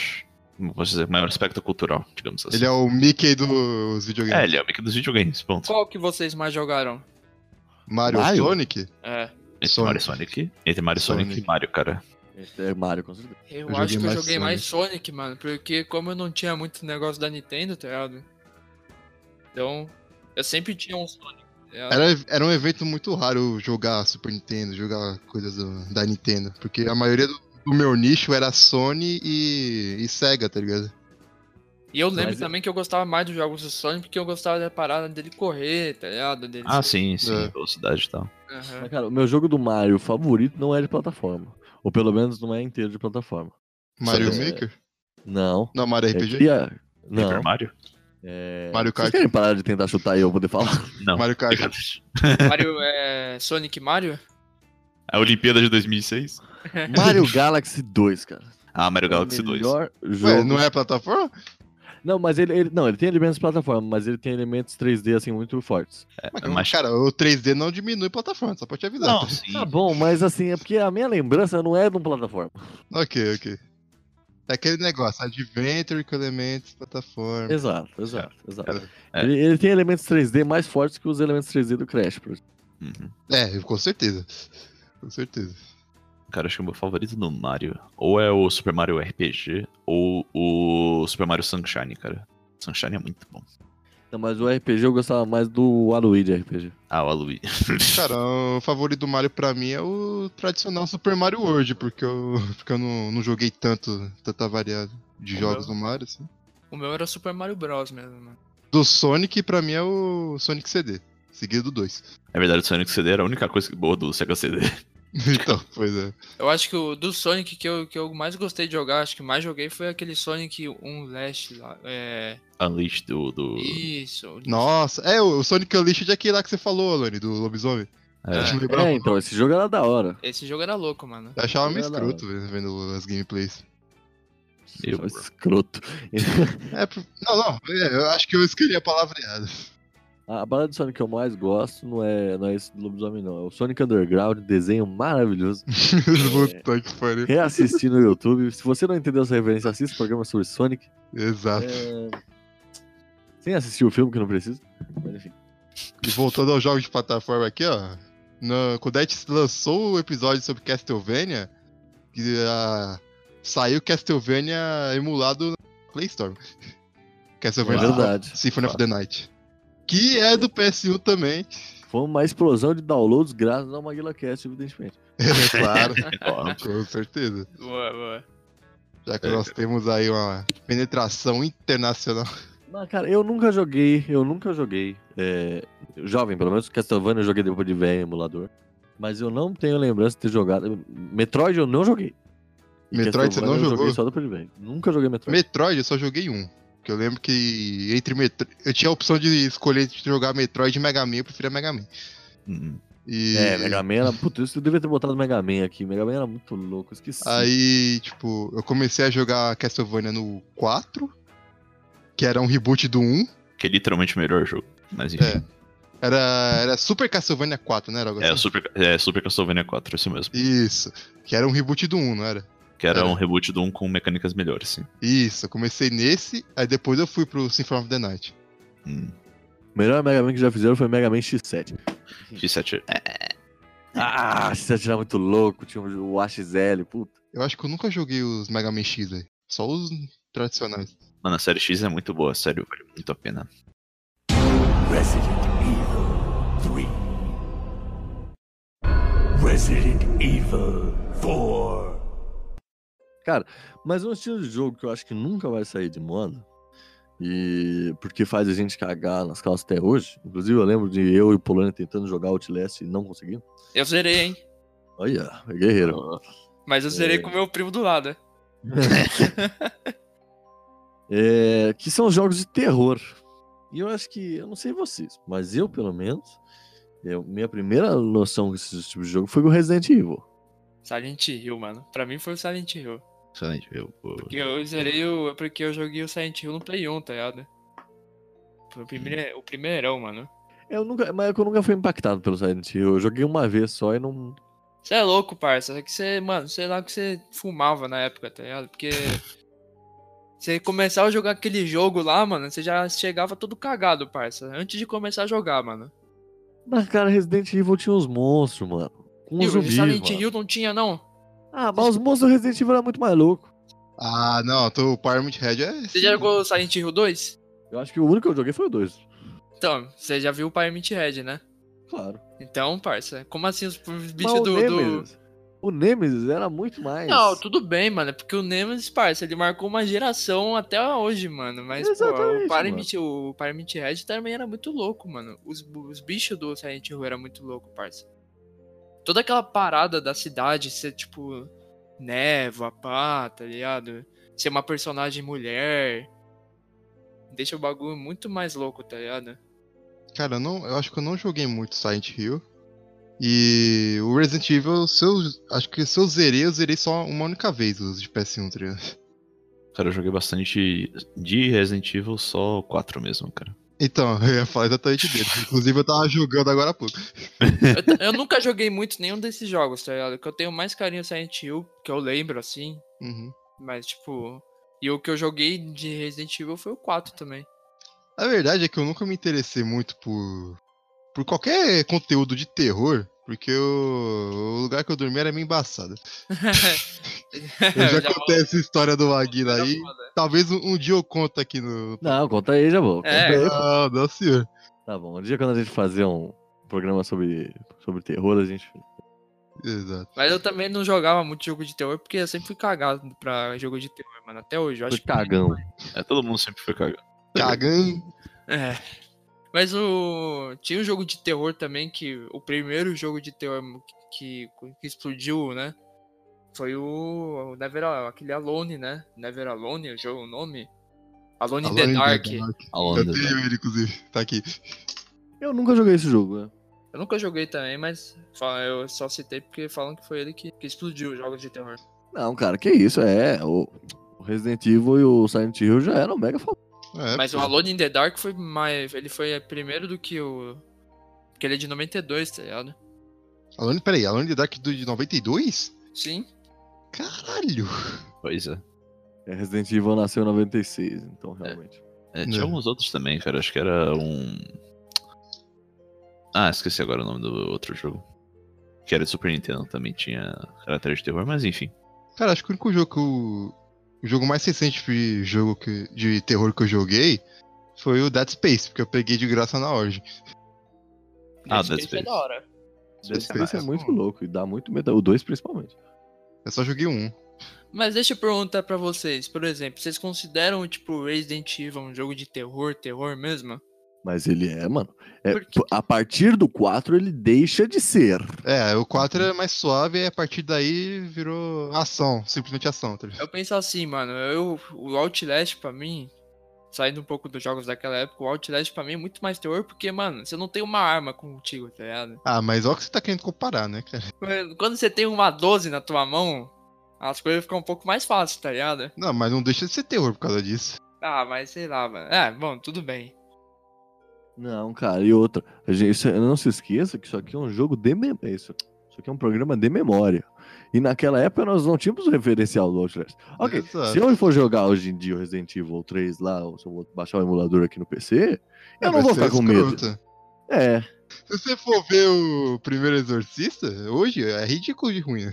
Speaker 3: como posso dizer, maior aspecto cultural, digamos assim.
Speaker 2: Ele é o Mickey dos videogames.
Speaker 3: É, ele é o Mickey dos videogames, ponto.
Speaker 4: Qual que vocês mais jogaram?
Speaker 2: Mario,
Speaker 1: Mario?
Speaker 2: Sonic?
Speaker 4: É.
Speaker 3: Entre
Speaker 2: Sonic.
Speaker 3: Mario e Sonic, entre Mario e Sonic
Speaker 2: Sonic.
Speaker 3: e Mario, cara.
Speaker 1: É Mario, com certeza.
Speaker 4: Eu,
Speaker 2: Eu
Speaker 4: acho
Speaker 2: joguei
Speaker 4: que eu
Speaker 2: mais
Speaker 4: joguei mais Sonic, mano, porque como eu não tinha muito negócio da Nintendo, tá ligado? Então, eu sempre tinha um Sonic. tá ligado?
Speaker 2: Era, era um evento muito raro jogar Super Nintendo, jogar coisas do- da Nintendo. Porque a maioria do, do meu nicho era Sony e, e Sega, tá ligado?
Speaker 4: E eu lembro
Speaker 1: Mas-
Speaker 4: também que eu gostava mais dos jogos do Sonic porque eu gostava da parada dele correr, tá ligado? Dele
Speaker 3: Ah,
Speaker 4: ser-
Speaker 3: sim, sim,
Speaker 2: É.
Speaker 3: velocidade e tal.
Speaker 4: Aham.
Speaker 1: Mas, cara, o meu jogo do Mario favorito não é de plataforma. Ou pelo menos não é inteiro de plataforma.
Speaker 2: Mario
Speaker 1: Sonic.
Speaker 2: Maker?
Speaker 1: Não.
Speaker 2: Não, Mario
Speaker 1: É
Speaker 2: RPG?
Speaker 1: cria- Não.
Speaker 3: Super Mario?
Speaker 1: É...
Speaker 2: Mario Kart.
Speaker 1: Vocês querem parar de tentar chutar e eu poder falar?
Speaker 3: Não.
Speaker 2: Mario Kart.
Speaker 3: Obrigado.
Speaker 4: Mario é. Sonic Mario?
Speaker 3: A Olimpíada de 2006?
Speaker 1: Mario Galaxy 2, cara.
Speaker 3: Ah, Mario Galaxy
Speaker 1: É o
Speaker 3: 2.
Speaker 1: melhor
Speaker 2: Ué,
Speaker 1: jogo.
Speaker 2: não é plataforma?
Speaker 1: Não, mas ele, ele- não, ele tem elementos de plataforma, mas ele tem elementos 3D assim muito fortes.
Speaker 2: Mas,
Speaker 3: É, mas...
Speaker 2: Cara, o 3D não diminui plataforma, só pra te avisar.
Speaker 3: Não, sim.
Speaker 1: Tá bom, mas assim, é porque a minha lembrança não é de um plataforma.
Speaker 2: Ok, ok. É aquele negócio, Adventure com elementos, plataforma.
Speaker 1: Exato, exato, exato.
Speaker 3: É.
Speaker 1: Ele, ele tem elementos 3D mais fortes que os elementos 3D do Crash, por exemplo.
Speaker 3: Uhum.
Speaker 2: É, com certeza. Com certeza.
Speaker 3: Cara, acho que o meu favorito do Mario ou é o Super Mario RPG ou o Super Mario Sunshine, cara. Sunshine é muito bom.
Speaker 1: Não, Então, mas o RPG eu gostava mais do Waluigi RPG.
Speaker 3: Ah, o Alui.
Speaker 2: Cara, o favorito do Mario pra mim é o tradicional Super Mario World, porque eu, porque eu não, não joguei tanto, tanta variada de
Speaker 4: O
Speaker 2: jogos do Mario, assim.
Speaker 4: O meu era Super Mario Bros mesmo, mano.
Speaker 2: Do Sonic, pra mim, é o Sonic CD. seguido do 2.
Speaker 3: Na É verdade, o Sonic CD era a única coisa boa do Sega CD.
Speaker 2: Então, pois é.
Speaker 4: Eu acho que o do Sonic que eu, que eu mais gostei de jogar, acho que mais joguei, foi aquele Sonic 1 Lash lá. É.
Speaker 3: Unleashed do. do...
Speaker 4: Isso.
Speaker 2: Nossa, é o o Sonic Unleashed é aquele lá que você falou, Alane, do lobisomem.
Speaker 3: É.
Speaker 2: A gente lembrava.
Speaker 1: É, então, esse jogo era da hora.
Speaker 4: Esse jogo era louco, mano.
Speaker 2: Eu achava meio
Speaker 1: Era da
Speaker 2: escroto vendo as gameplays.
Speaker 3: Eu-
Speaker 1: Só Escroto.
Speaker 2: É, por- não, não, é, eu acho que eu escolhi a palavra errada.
Speaker 1: A balada de Sonic que eu mais gosto não é, não é esse do Lobisomem, não. É o Sonic Underground, desenho maravilhoso.
Speaker 2: Puta que pariu.
Speaker 1: Reassistir no YouTube. Se você não entendeu essa referência, assista o programa sobre Sonic.
Speaker 2: Exato.
Speaker 1: É... Sem assistir o filme, que não precisa. Mas enfim.
Speaker 2: E voltando aos jogos de plataforma aqui, ó. Na, quando a gente lançou o episódio sobre Castlevania, que, ah, saiu Castlevania emulado na Play Store.
Speaker 1: É
Speaker 2: Castlevania
Speaker 1: verdade.
Speaker 2: Symphony of the Night. Que é do PS1 também.
Speaker 1: Foi uma explosão de downloads graças ao MaguilaCast, evidentemente.
Speaker 2: É claro. Com certeza.
Speaker 4: Boa, boa.
Speaker 2: Já que nós temos aí uma penetração internacional.
Speaker 1: Mas, cara, eu nunca joguei, eu nunca joguei. é, jovem, pelo menos, Castlevania eu joguei depois de velho em emulador. Mas eu não tenho lembrança de ter jogado. Metroid eu não joguei. E
Speaker 2: Metroid você não
Speaker 1: Castlevania eu
Speaker 2: jogou?
Speaker 1: Joguei só depois de velho. Nunca joguei Metroid.
Speaker 2: Metroid eu só joguei um. Que eu lembro que entre Metroid. Eu tinha a opção de escolher entre jogar Metroid e Mega Man, eu preferia Mega Man.
Speaker 3: Hum.
Speaker 2: E...
Speaker 1: É, Mega Man era. Putz, isso eu devia ter botado Mega Man aqui. Mega Man era muito louco, esqueci.
Speaker 2: Aí, tipo, eu comecei a jogar Castlevania no 4, que era um reboot do 1.
Speaker 3: Que é literalmente o melhor jogo. Mas enfim.
Speaker 2: Era, era Super Castlevania 4, né? Era algo
Speaker 3: É,
Speaker 2: assim?
Speaker 3: Super, é Super Castlevania 4, isso mesmo.
Speaker 2: Isso. Que era um reboot do 1, não era?
Speaker 3: Que era
Speaker 2: É.
Speaker 3: um reboot do 1 com mecânicas melhores, sim.
Speaker 2: Isso, eu comecei nesse, aí depois eu fui pro Symphony of the Night.
Speaker 3: Hum.
Speaker 1: O melhor Mega Man que já fizeram foi Mega Man X7.
Speaker 3: X7. É,
Speaker 1: Ah, X7 era muito louco, tinha o AXL, puta.
Speaker 2: Eu acho que eu nunca joguei os Mega Man X, velho. Só os tradicionais.
Speaker 3: mano, a série X é muito boa, sério, vale muito a pena.
Speaker 5: Resident Evil 3. Resident Evil 4.
Speaker 1: Mas um estilo de jogo que eu acho que nunca vai sair de moda, e porque faz a gente cagar nas calças até hoje. Inclusive, eu lembro de eu e o Polônia tentando jogar Outlast e não conseguindo.
Speaker 4: Eu zerei, hein?
Speaker 1: Olha, é guerreiro.
Speaker 4: Mas eu zerei com o meu primo do lado. né?
Speaker 1: É, que são jogos de terror. E eu acho que, eu não sei vocês, mas eu, pelo menos, eu- minha primeira noção com esse tipo de jogo foi com Resident Evil.
Speaker 4: Silent Hill, mano. Pra mim foi o Silent Hill.
Speaker 3: Excelente, eu, eu-
Speaker 4: Porque eu zerei o. Porque eu joguei o Silent Hill no Play 1, tá ligado? Foi o, primeiro, o primeirão, mano.
Speaker 1: Eu nunca, mas é que eu nunca fui impactado pelo Silent Hill. Eu joguei uma vez só e não.
Speaker 4: Você é louco, parça. É que você, mano, sei lá o que você fumava na época, tá ligado? Porque. Você começava a jogar aquele jogo lá, mano, você já chegava todo cagado, parça. Antes de começar a jogar, mano.
Speaker 1: Mas, cara, Resident Evil tinha uns monstros, mano. Com os
Speaker 4: E o
Speaker 1: zumbis.
Speaker 4: Silent
Speaker 1: Um mano.
Speaker 4: Hill não tinha, não.
Speaker 1: Ah, mas os monstros do Resident Evil eram muito mais louco.
Speaker 2: Ah, não, tô, o Paramount Head é.
Speaker 4: Você já jogou o Silent Hill 2?
Speaker 1: Eu acho que o único que eu joguei foi o 2.
Speaker 4: Então, você já viu o Pyramid Head, né?
Speaker 1: Claro.
Speaker 4: Então, parça, como assim os os
Speaker 1: Mas
Speaker 4: bichos
Speaker 1: o
Speaker 4: do, do.
Speaker 1: Nemesis. O Nemesis era muito mais.
Speaker 4: Não, tudo bem, mano. é Porque o Nemesis, parça, ele marcou uma geração até hoje, mano. Mas, pô,
Speaker 1: Exatamente,
Speaker 4: o Pyramid, o Pyramid Head também era muito louco, mano. Os, os bichos do Silent Hill era muito louco, parça. Toda aquela parada da cidade ser, tipo, névoa, pá, tá ligado? Ser uma personagem mulher. Deixa o bagulho muito mais louco, tá ligado?
Speaker 2: Cara, eu, não, eu acho que eu não joguei muito Silent Hill. E o Resident Evil, se eu, acho que se eu zerei, eu zerei só uma única vez os de PS1, tá ligado?
Speaker 3: Cara, eu joguei bastante de Resident Evil só 4 mesmo, cara.
Speaker 2: Então, eu ia falar exatamente dele. Inclusive, eu tava jogando agora há pouco.
Speaker 4: Eu, t- eu nunca joguei muito nenhum desses jogos, tá ligado? O Que eu tenho mais carinho é Silent Hill, que eu lembro, assim.
Speaker 2: Uhum.
Speaker 4: Mas, tipo. E o que eu joguei de Resident Evil foi o 4 também.
Speaker 2: A verdade é que eu nunca me interessei muito por, por qualquer conteúdo de terror, porque eu- o lugar que eu dormi era meio embaçado. Eu
Speaker 4: É,
Speaker 2: já contei essa história do Maguila aí. Talvez um, um dia eu conto aqui no. Ah,
Speaker 1: Não, conta aí, já vou. Conta
Speaker 4: É.
Speaker 1: aí.
Speaker 2: Não, não, senhor.
Speaker 1: Tá bom. Um dia quando a gente fazer um programa sobre, sobre terror, a gente.
Speaker 2: Exato.
Speaker 4: Mas eu também não jogava muito jogo de terror, porque eu sempre fui cagado pra jogo de terror, mano. Até hoje, eu acho
Speaker 1: Foi
Speaker 4: que.
Speaker 1: cagão.
Speaker 3: É, todo mundo sempre foi cagado.
Speaker 2: Cagando.
Speaker 4: É. Mas o. Tinha um jogo de terror também, que. O primeiro jogo de terror que, que explodiu, né? Foi o. o Never Alone, aquele Alone, né? Never Alone, o jogo, o nome. Alone, in the
Speaker 2: Alone in
Speaker 4: Dark.
Speaker 3: A
Speaker 2: Eu
Speaker 3: onda.
Speaker 1: né?
Speaker 2: tenho ele, inclusive. Tá aqui.
Speaker 1: Eu nunca joguei esse jogo, né?
Speaker 4: Eu nunca joguei também, mas fala- eu só citei porque falam que foi ele que, que explodiu os jogos de terror.
Speaker 1: Não, cara, que isso, é. O o Resident Evil e o Silent Hill já eram mega famosos.
Speaker 2: É,
Speaker 4: mas
Speaker 2: pô.
Speaker 4: o Alone in the Dark foi mais. Ele foi primeiro do que o. Porque ele é de 92, tá ligado?
Speaker 2: Alone, peraí, Alone in the Dark do de 92?
Speaker 4: Sim.
Speaker 2: Caralho!
Speaker 3: Pois é.
Speaker 1: É, Resident Evil nasceu em 96, então realmente.
Speaker 3: É, tinha
Speaker 2: Né.
Speaker 3: alguns outros também, cara. Acho que era um. Ah, esqueci agora o nome do outro jogo. Que era de Super Nintendo, também tinha caráter de terror, mas enfim.
Speaker 2: Cara, acho que o único jogo que eu- O jogo mais recente de jogo que- de terror que eu joguei foi o Dead Space, porque eu peguei de graça na Origin.
Speaker 3: Ah,
Speaker 4: Esse-
Speaker 3: Dead
Speaker 4: esse é
Speaker 3: Space.
Speaker 4: da hora.
Speaker 1: Dead Space é
Speaker 2: Ah,
Speaker 1: muito
Speaker 2: pô.
Speaker 1: louco e dá muito medo. O 2 principalmente.
Speaker 2: Eu só joguei um.
Speaker 4: Mas deixa eu perguntar pra vocês, por exemplo, vocês consideram, tipo, Resident Evil um jogo de terror, terror mesmo?
Speaker 1: Mas ele é, mano. É,
Speaker 4: Por quê?
Speaker 1: p- a partir do 4 ele deixa de ser.
Speaker 2: É, o 4 era mais suave e a partir daí virou ação, simplesmente ação. Tá ligado?
Speaker 4: Eu penso assim, mano, eu, o Outlast pra mim, saindo um pouco dos jogos daquela época, o Outlast pra mim é muito mais terror porque, mano, você não tem uma arma contigo, tá ligado?
Speaker 2: Ah, mas olha o que você tá querendo comparar, né, cara?
Speaker 4: Quando- Quando você tem uma 12 na tua mão, as coisas ficam um pouco mais fáceis, tá ligado?
Speaker 2: Não, mas não deixa de ser terror por causa disso.
Speaker 4: Ah, mas sei lá, mano. É, bom, tudo bem.
Speaker 1: Não, cara, e outra. A gente, isso- não se esqueça que isso aqui é um jogo de memória. Isso, isso aqui é um programa de memória. E naquela época nós não tínhamos o referencial do Outlast. Ok,
Speaker 2: Exato.
Speaker 1: se eu for jogar hoje em dia o Resident Evil 3 lá, ou se eu vou baixar o emulador aqui no PC, eu não
Speaker 2: É, Vai
Speaker 1: vou
Speaker 2: ser
Speaker 1: ficar com medo.
Speaker 2: escroto.
Speaker 1: É,
Speaker 2: Se você for ver o primeiro Exorcista, hoje é ridículo de ruim.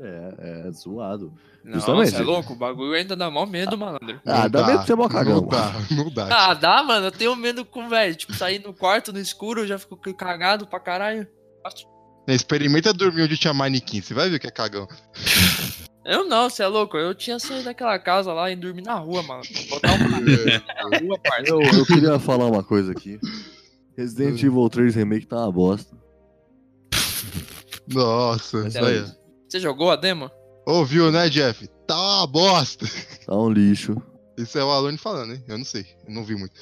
Speaker 1: é, é zoado.
Speaker 4: Não,
Speaker 1: Justamente.
Speaker 4: você é louco, o bagulho ainda dá mal medo, malandro.
Speaker 1: Ah,
Speaker 2: Não
Speaker 1: dá medo de ser mó cagão.
Speaker 2: Não dá, não dá.
Speaker 4: Ah, dá, mano. Eu tenho medo com, velho. Tipo, sair no quarto, no escuro, eu já fico cagado pra caralho.
Speaker 1: Ah.
Speaker 2: Experimenta dormir onde tinha manequim, você vai ver que é cagão.
Speaker 4: Eu não, você é louco. Eu tinha saído daquela casa lá e dormir na rua, mano. Botar uma
Speaker 1: É.
Speaker 4: na rua, parça.
Speaker 1: Eu, eu queria falar uma coisa aqui. Resident Evil 3 Remake tá uma bosta.
Speaker 2: Nossa,
Speaker 1: Mas é
Speaker 2: isso aí.
Speaker 1: isso.
Speaker 4: Você jogou a demo?
Speaker 2: Ouviu, né, Jeff? Tá uma bosta.
Speaker 1: Tá um lixo.
Speaker 2: Isso é o Alone falando, hein? Eu não sei, eu não vi muito.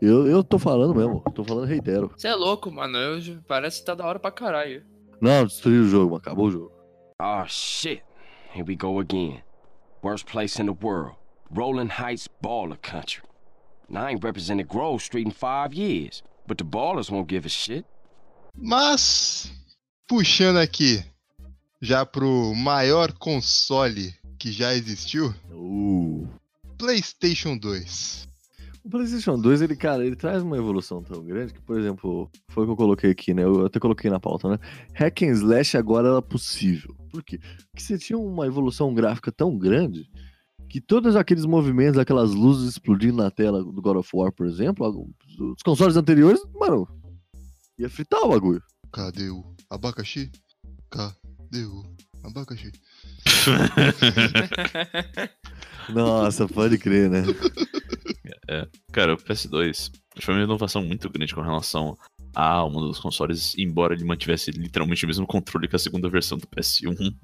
Speaker 1: Eu, eu tô falando mesmo, tô falando reitero.
Speaker 4: Você é louco, mano. Eu- parece que tá da hora pra caralho.
Speaker 1: Não, destruiu o jogo, mano, acabou o jogo.
Speaker 8: Oh shit. Here we go again. Worst place in the world. Rolling Heights baller country. Now I ain't represented Grove Street in five years, but the ballers won't give a shit.
Speaker 2: Mas, puxando aqui, já pro maior console que já existiu,
Speaker 1: Uh.
Speaker 2: PlayStation 2.
Speaker 1: O PlayStation 2, ele, cara, ele traz uma evolução tão grande que, por exemplo, foi o que eu coloquei aqui, né? Eu até coloquei na pauta, né? Hack and Slash agora era possível. Por quê? Porque você tinha uma evolução gráfica tão grande que todos aqueles movimentos, aquelas luzes explodindo na tela do God of War, por exemplo, a- os consoles anteriores, mano, ia fritar o bagulho.
Speaker 2: Cadê o abacaxi? Cadê o abacaxi?
Speaker 1: Nossa, pode crer, né?
Speaker 3: Cara, o PS2 foi uma inovação muito grande com relação a um dos consoles, embora ele mantivesse literalmente o mesmo controle que a segunda versão do PS1.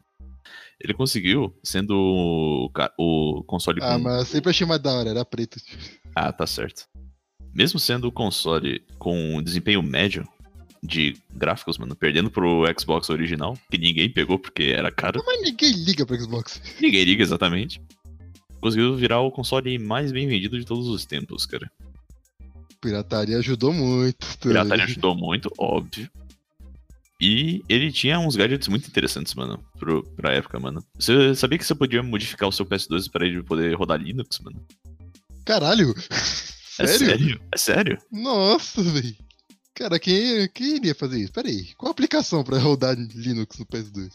Speaker 3: Ele conseguiu, sendo o, ca- o console
Speaker 2: Ah,
Speaker 3: com-
Speaker 2: mas eu sempre achei mais da hora, era preto.
Speaker 3: Ah, tá certo. Mesmo sendo o console com um desempenho médio de gráficos, mano, perdendo pro Xbox original, que ninguém pegou porque era caro,
Speaker 2: Mas ninguém liga pra Xbox.
Speaker 3: ninguém liga exatamente, conseguiu virar o console mais bem vendido de todos os tempos, cara.
Speaker 2: Pirataria ajudou muito. tudo.
Speaker 3: Pirataria ajudou muito, óbvio. E ele tinha uns gadgets muito interessantes, mano, pro, pra época, mano. Você sabia que você podia modificar o seu PS2 pra ele poder rodar Linux, mano?
Speaker 2: Caralho!
Speaker 3: É
Speaker 2: sério?
Speaker 3: sério? É sério?
Speaker 2: Nossa, velho. Cara, quem, quem iria fazer isso? Pera aí, qual a aplicação pra rodar Linux no PS2?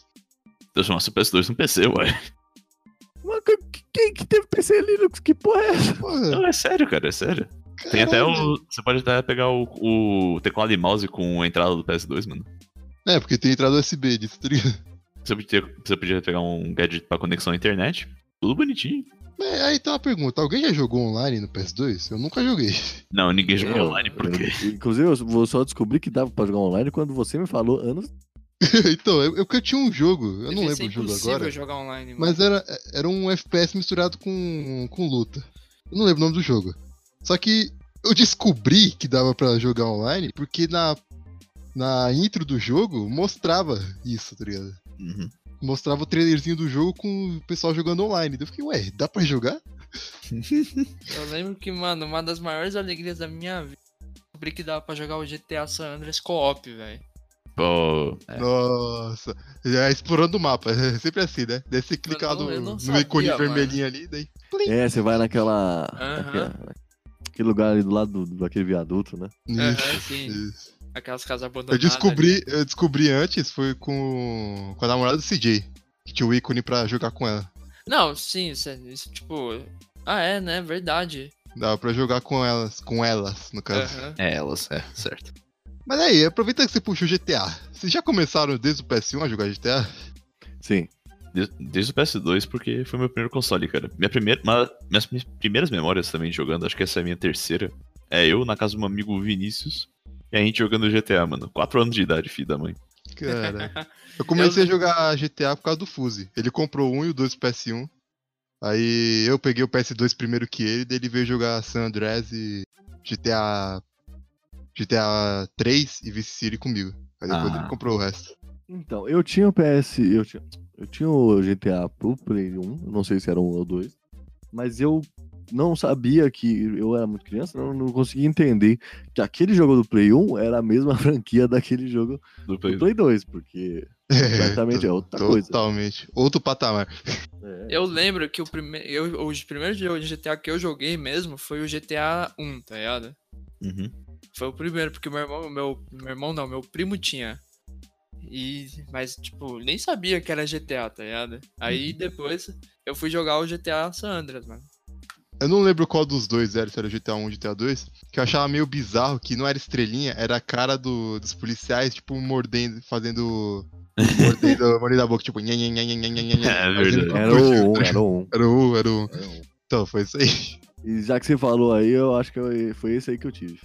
Speaker 3: Transformar seu PS2 no PC, ué.
Speaker 1: Mano, que- quem que teve PC Linux? Que porra é essa?
Speaker 2: Porra,
Speaker 3: Não, é sério, cara, é sério. Tem até
Speaker 2: caralho.
Speaker 3: o. Você pode até pegar o, o teclado e mouse com a entrada do PS2, mano. um-
Speaker 2: É, porque tem entrada USB disso, tá ligado?
Speaker 3: Você podia, você podia pegar um gadget pra conexão à internet. Tudo bonitinho.
Speaker 2: Mas É, aí tem uma pergunta: alguém já jogou online no PS2? Eu nunca joguei.
Speaker 3: Não, ninguém jogou
Speaker 1: Eu-
Speaker 3: online porque.
Speaker 1: eu- inclusive, eu vou só descobri que dava pra jogar online quando você me falou anos.
Speaker 2: então, eu, eu, eu tinha um jogo, eu não
Speaker 4: Devia
Speaker 2: lembro
Speaker 4: ser
Speaker 2: o jogo
Speaker 4: impossível
Speaker 2: agora.
Speaker 4: jogar online, mano.
Speaker 2: Mas era, era um FPS misturado com, com luta. Eu não lembro o nome do jogo. Só que eu descobri que dava pra jogar online porque na, na intro do jogo mostrava isso, tá ligado?
Speaker 3: Uhum.
Speaker 2: Mostrava o trailerzinho do jogo com o pessoal jogando online. Daí Eu fiquei, ué, dá pra jogar?
Speaker 4: Eu lembro que, mano, uma das maiores alegrias da minha vida. Descobri que dava pra jogar o GTA San Andreas co-op, velho.
Speaker 3: Pô,
Speaker 4: É.
Speaker 2: Nossa, já explorando o mapa, é sempre assim, né? Daí você clica lá
Speaker 4: não- eu
Speaker 2: no,
Speaker 4: não
Speaker 2: no
Speaker 4: sabia,
Speaker 2: ícone
Speaker 4: mano.
Speaker 2: vermelhinho ali, daí.
Speaker 1: É, você vai naquela.
Speaker 4: Aham.
Speaker 1: naquela- Aquele lugar ali do lado do, daquele viaduto, né?
Speaker 4: Aham, É, sim.
Speaker 2: Isso.
Speaker 4: Aquelas casas
Speaker 2: Eu
Speaker 4: abandonadas.
Speaker 2: descobri, eu descobri antes, foi com, com a namorada do CJ, que tinha o ícone pra jogar com ela.
Speaker 4: Não, sim, isso, é- isso, tipo. Ah, é, né? Verdade.
Speaker 2: Dava pra jogar com elas, com elas, no caso.
Speaker 4: Aham.
Speaker 3: é elas, é, certo.
Speaker 2: Mas aí, aproveita que você puxou GTA. Vocês já começaram desde o PS1 a jogar GTA?
Speaker 1: Sim.
Speaker 3: Des- Desde o PS2, porque foi meu primeiro console, cara. Minha primeira, uma- minhas, minhas primeiras memórias também jogando, acho que essa é a minha terceira. É eu na casa do meu amigo Vinícius e a gente jogando GTA, mano. 4 anos de idade, filho da mãe.
Speaker 2: Cara. Eu comecei
Speaker 4: Eu-
Speaker 2: a jogar GTA por causa do Fuse. Ele comprou um e o dois pro PS1. Aí eu peguei o PS2 primeiro que ele, daí ele veio jogar San Andreas e GTA. GTA 3 e Vice City comigo. Aí depois
Speaker 3: Ah.
Speaker 2: ele comprou o resto.
Speaker 1: Então, eu tinha o PS. Eu tinha, eu tinha o GTA pro Play 1, não sei se era um ou dois, mas eu não sabia que. Eu era muito criança, não, não conseguia entender que aquele jogo do Play 1 era a mesma franquia daquele jogo
Speaker 3: Do Play
Speaker 1: do Play 2, porque completamente é outra coisa.
Speaker 2: Totalmente. Outro patamar.
Speaker 1: É.
Speaker 4: Eu lembro que o primeiro. Eu, o primeiro jogo de GTA que eu joguei mesmo foi o GTA 1, tá ligado?
Speaker 3: Uhum.
Speaker 4: Foi o primeiro, porque meu irmão. Meu, meu irmão não, meu primo tinha. E. Mas, tipo, nem sabia que era GTA, tá ligado?
Speaker 2: Uhum.
Speaker 4: Aí depois eu fui jogar o GTA San Andreas, mano.
Speaker 2: Eu não lembro qual dos dois era, se era o GTA 1 ou GTA 2, que eu achava meio bizarro que não era estrelinha, era a cara do- dos policiais, tipo, mordendo, fazendo. mordendo, mordendo a boca, tipo, nhan, nhan, nhan, nhan, nhan, nhan, nhan,
Speaker 3: É
Speaker 2: fazendo
Speaker 3: verdade.
Speaker 1: Era o 1, era o É 1.
Speaker 2: Era o, era o. Então, foi isso aí.
Speaker 1: E já que você falou aí, eu acho que eu- foi esse aí que eu tive.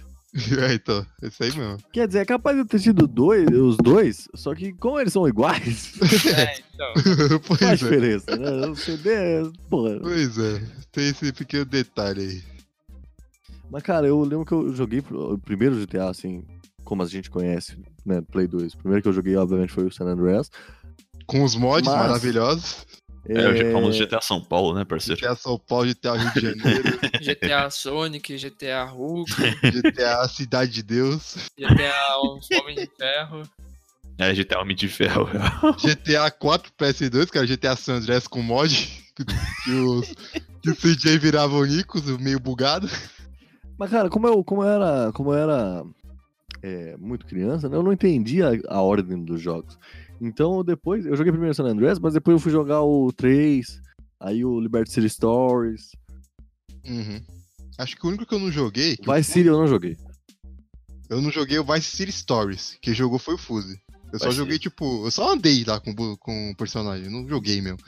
Speaker 2: É, então, é isso aí mesmo.
Speaker 1: Quer dizer, é capaz de eu ter sido dois, os dois, só que como eles são iguais,
Speaker 4: É, então.
Speaker 1: não faz
Speaker 2: pois é.
Speaker 1: diferença, né? O CD é. Porra.
Speaker 2: Pois é. Tem esse pequeno detalhe aí.
Speaker 1: Mas, cara, eu lembro que eu joguei pro- o primeiro GTA, assim, como a gente conhece, né? do Play 2. O primeiro que eu joguei, obviamente, foi o San Andreas.
Speaker 2: Com os mods
Speaker 1: Mas-
Speaker 2: maravilhosos.
Speaker 3: É, o famoso GTA São Paulo, né, parceiro?
Speaker 2: GTA São Paulo, GTA Rio de Janeiro,
Speaker 4: GTA Sonic, GTA Hulk,
Speaker 2: GTA Cidade de Deus,
Speaker 4: GTA Homem de Ferro.
Speaker 3: É, GTA Homem de Ferro.
Speaker 2: GTA 4 PS2, cara, GTA San Andreas com mod. Que, que os, que o CJ virava o Nicos, meio bugado.
Speaker 1: Mas, cara, como eu, como eu era, como eu era é, muito criança, né, eu não entendia a, a ordem dos jogos. Então, depois, eu joguei primeiro San Andreas, mas depois eu fui jogar o 3, aí o Liberty City Stories.
Speaker 2: Acho que o único que eu não joguei. que
Speaker 1: Vice City eu não joguei.
Speaker 2: Eu não joguei o Vice City Stories. Quem jogou foi o Fuse. Eu só
Speaker 3: Vice
Speaker 2: joguei, tipo. Eu só andei lá com, o bu- com o personagem. eu Não joguei mesmo.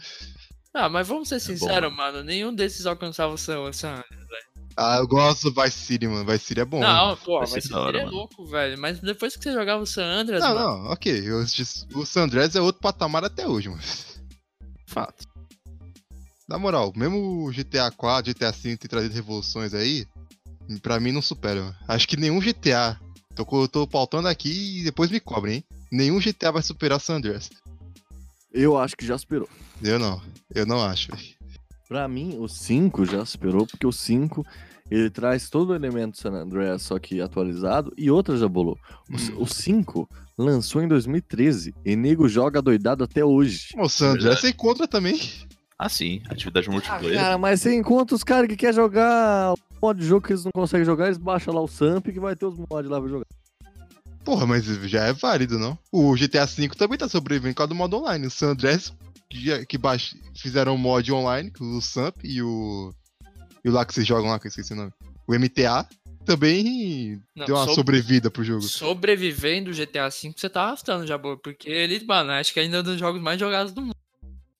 Speaker 4: Ah, mas vamos ser
Speaker 3: É bom,
Speaker 4: sinceros, mano. Nenhum desses alcançava o San San Andreas.
Speaker 2: Ah, eu gosto do Vice City, mano. Vice City é bom.
Speaker 4: Não, pô,
Speaker 3: vai
Speaker 4: mas
Speaker 3: ser
Speaker 4: esse
Speaker 3: da hora,
Speaker 4: é
Speaker 3: mano.
Speaker 4: louco, velho. Mas depois que você jogava o San Andreas,
Speaker 2: não,
Speaker 4: mano,
Speaker 2: não, ok. Eu disse- o San Andreas é outro patamar até hoje, mano.
Speaker 4: fato.
Speaker 2: Na moral, mesmo o GTA 4, GTA V ter trazido revoluções aí, pra mim não supera. mano. Acho que nenhum GTA. Tô, co- tô pautando aqui e depois me cobrem, hein? Nenhum GTA vai superar San Andreas.
Speaker 1: Eu acho que já superou.
Speaker 2: Eu não. Eu não acho. velho.
Speaker 1: Pra mim, o 5 já superou, porque o 5 ele traz todo o elemento San Andreas, só que atualizado, e outra já bolou. O c- O 5 lançou em 2013, e nego joga doidado até hoje.
Speaker 2: Ô, San Andreas você encontra também.
Speaker 3: Ah, sim, atividade multiplayer.
Speaker 1: Cara, mas você encontra os caras que quer jogar o mod de jogo que eles não conseguem jogar, eles baixam lá o Samp que vai ter os mods lá pra jogar.
Speaker 2: Porra, mas já é válido, não? O GTA V também tá sobrevivendo por causa do modo online. O San Andreas, que, já- que baix- fizeram um mod online, o Samp e o. E o lá que vocês jogam lá, que eu esqueci o nome. O MTA também
Speaker 4: Não,
Speaker 2: deu uma
Speaker 4: sobre-
Speaker 2: sobrevida pro jogo.
Speaker 4: Sobrevivendo o GTA V, você tá arrastando já, boa, porque ele, mano, acho que ainda é um dos jogos mais jogados do mundo.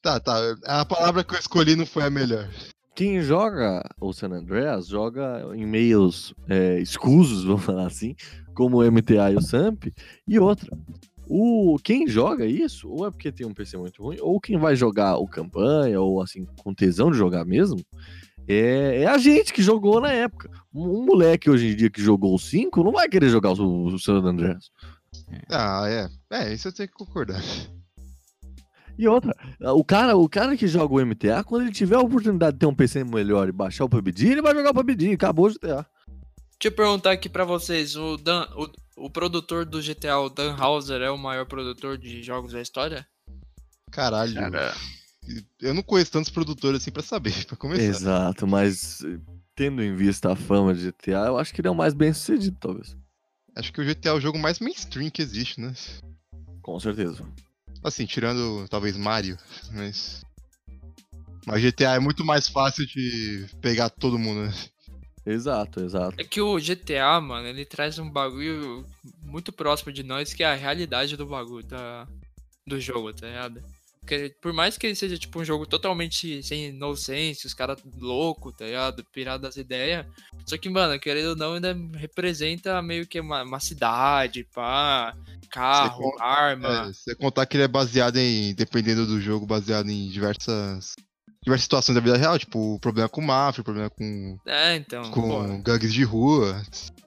Speaker 2: Tá, tá. A palavra que eu escolhi não foi a melhor.
Speaker 1: Quem joga o San Andreas joga em meios é, escusos, vamos falar assim, como o MTA e o SAMP. E outra, o, quem joga isso, ou é porque tem um PC muito ruim, ou quem vai jogar o campanha, ou assim, com tesão de jogar mesmo, é, é a gente que jogou na época. Um moleque hoje em dia que jogou o 5 não vai querer jogar o, o San Andreas.
Speaker 2: Ah, é. É, isso eu tenho que concordar.
Speaker 1: E outra, o cara, o cara que joga o MTA, quando ele tiver a oportunidade de ter um PC melhor e baixar o PUBG, ele vai jogar o PUBG, acabou o GTA.
Speaker 4: Deixa eu perguntar aqui pra vocês, o, Dan, o, o produtor do GTA, o Dan Houser, é o maior produtor de jogos da história?
Speaker 2: Caralho.
Speaker 3: É,
Speaker 2: Eu não conheço tantos produtores assim pra saber, pra
Speaker 1: é.
Speaker 2: começar.
Speaker 1: Exato, mas eh, tendo em vista a fama de GTA, eu acho que ele é o mais bem sucedido, talvez.
Speaker 2: Acho que o GTA é o jogo mais mainstream que existe, né?
Speaker 1: Com certeza.
Speaker 2: Assim, tirando talvez Mario, mas. Mas GTA é muito mais fácil de pegar todo mundo, né?
Speaker 1: Exato, exato.
Speaker 4: É que o GTA, mano, ele traz um bagulho muito próximo de nós, que é a realidade do bagulho, da, do jogo, tá ligado? Porque por mais que ele seja, tipo, um jogo totalmente sem inocência, os caras loucos, tá ligado? Pirado das ideias. Só que, mano, querendo ou não, ainda representa meio que uma, uma cidade, pá, carro,
Speaker 2: conta-
Speaker 4: arma.
Speaker 2: É, você contar que ele é baseado em. Dependendo do jogo, baseado em diversas. Diversas situações da vida real, tipo, problema com máfia, problema com,
Speaker 4: É, então. pô.
Speaker 2: com gangues de rua.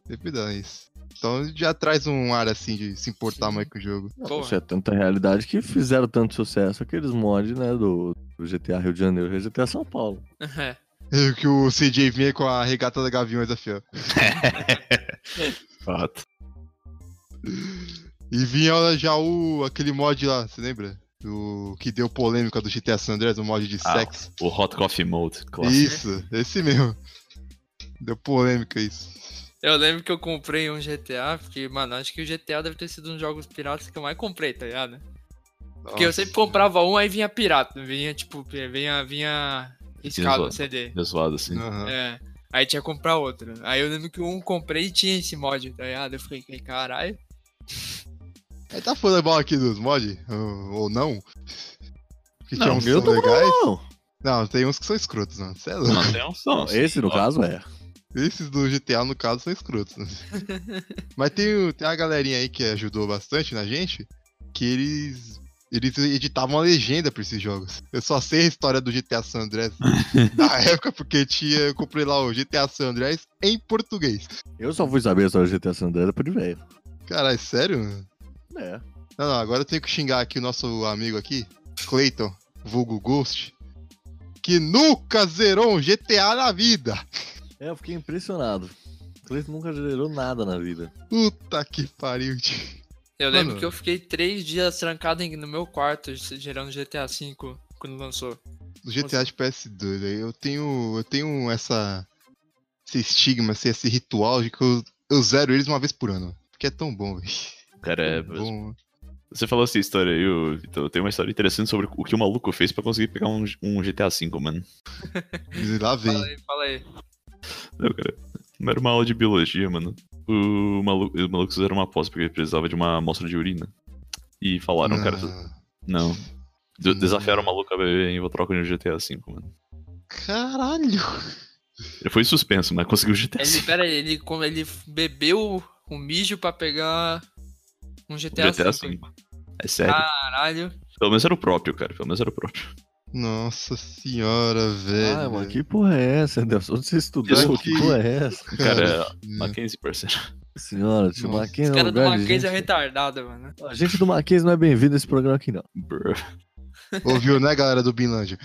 Speaker 2: Sempre dá isso. Então já traz um ar assim de se importar
Speaker 4: Sim.
Speaker 2: mais com o jogo.
Speaker 4: Porra.
Speaker 1: Isso é tanta realidade que fizeram tanto sucesso aqueles mods, né, do, do GTA Rio de Janeiro e GTA São Paulo.
Speaker 4: É.
Speaker 2: É Que o CJ vinha com a regata da Gaviões assim, da Fiel.
Speaker 3: Fato.
Speaker 2: E vinha já o aquele mod lá, você lembra? Do que deu polêmica do GTA San Andreas, o mod de
Speaker 3: Ah,
Speaker 2: sexo.
Speaker 3: O Hot Coffee Mode, clássico.
Speaker 2: Isso, esse mesmo. Deu polêmica isso.
Speaker 4: Eu lembro que eu comprei um GTA, porque, mano, acho que o GTA deve ter sido um dos jogos piratas que eu mais comprei, tá ligado? Porque eu
Speaker 2: Nossa.
Speaker 4: sempre comprava um, aí vinha pirata. Vinha, tipo, vinha, vinha riscado o
Speaker 3: zoado.
Speaker 4: CD.
Speaker 3: Deu zoado assim.
Speaker 2: Aham.
Speaker 4: É. Aí tinha que comprar outro. Aí eu lembro que um comprei e tinha esse mod, tá ligado? Eu fiquei, caralho.
Speaker 2: É, tá falando mal aqui dos mods? Ou, ou não? Que tinha
Speaker 1: Não,
Speaker 2: uns que
Speaker 1: eu
Speaker 2: são
Speaker 1: tô
Speaker 2: legais.
Speaker 1: não.
Speaker 2: Não, tem uns que são escrotos, mano. Cê é louco.
Speaker 3: Não, tem um som.
Speaker 1: Não, esse no
Speaker 3: Ó,
Speaker 1: caso é.
Speaker 2: Esses do GTA, no caso, são escrotos. né? Mas tem, o- tem a galerinha aí que ajudou bastante na gente, que eles. Eles editavam a legenda pra esses jogos. Eu só sei a história do GTA San Andreas na época, porque tinha, eu comprei lá o GTA San Andreas em português.
Speaker 1: Eu só fui saber sobre o GTA San Andreas por velho.
Speaker 2: Caralho, sério? mano?
Speaker 1: É.
Speaker 2: Não, não, agora eu tenho que xingar aqui o nosso amigo aqui, Clayton, vulgo Ghost, que nunca zerou um GTA na vida.
Speaker 1: É, eu fiquei impressionado. O Cleiton nunca gerou nada na vida.
Speaker 2: Puta que pariu, tio.
Speaker 4: Eu lembro
Speaker 2: Mano.
Speaker 4: que eu fiquei três dias trancado em- no meu quarto, gerando GTA V quando lançou.
Speaker 2: do GTA de PS2, aí eu tenho, eu tenho essa, esse estigma, assim, esse ritual de que eu, eu zero eles uma vez por ano. Porque é tão bom, velho.
Speaker 3: Cara, é,
Speaker 2: bom.
Speaker 3: você falou essa história aí, ô, Vitor. Tem uma história interessante sobre o que o maluco fez pra conseguir pegar um, um GTA V, mano.
Speaker 2: E lá
Speaker 4: Fala
Speaker 2: vem.
Speaker 4: aí, fala aí.
Speaker 3: Não, cara. Não era uma aula de biologia, mano. O maluco, os malucos fizeram uma aposta porque precisava de uma amostra de urina. E falaram, cara, tu-
Speaker 2: Ah,
Speaker 3: não. De-
Speaker 1: Hum.
Speaker 2: Não.
Speaker 3: Desafiaram o maluco a beber em troca de um GTA V, mano.
Speaker 2: Caralho!
Speaker 3: Ele foi suspenso, mas conseguiu o GTA
Speaker 4: Ele,
Speaker 3: V.
Speaker 4: pera aí, ele, como ele bebeu o mijo pra pegar um GTA,
Speaker 3: GTA
Speaker 4: V.
Speaker 3: V. É sério.
Speaker 4: Caralho.
Speaker 3: Pelo menos era o próprio, cara. Pelo menos era o próprio.
Speaker 2: Nossa senhora, velho.
Speaker 1: Ah, mano, que porra é essa, Deus? Onde você estudou?
Speaker 2: Eu
Speaker 1: Que
Speaker 2: que-
Speaker 1: porra é essa?
Speaker 3: Cara,
Speaker 2: Hum.
Speaker 1: né.
Speaker 3: Mackenzie, parceiro.
Speaker 1: Senhora, tio
Speaker 2: Nossa.
Speaker 1: Mackenzie
Speaker 4: Os
Speaker 1: é um
Speaker 4: caras do
Speaker 1: lugar de
Speaker 4: Marquês é
Speaker 1: gente...
Speaker 4: retardado, mano.
Speaker 1: A gente do Mackenzie não é bem-vindo a esse programa aqui, não.
Speaker 3: Brr.
Speaker 2: Ouviu, né, galera do Binlândia?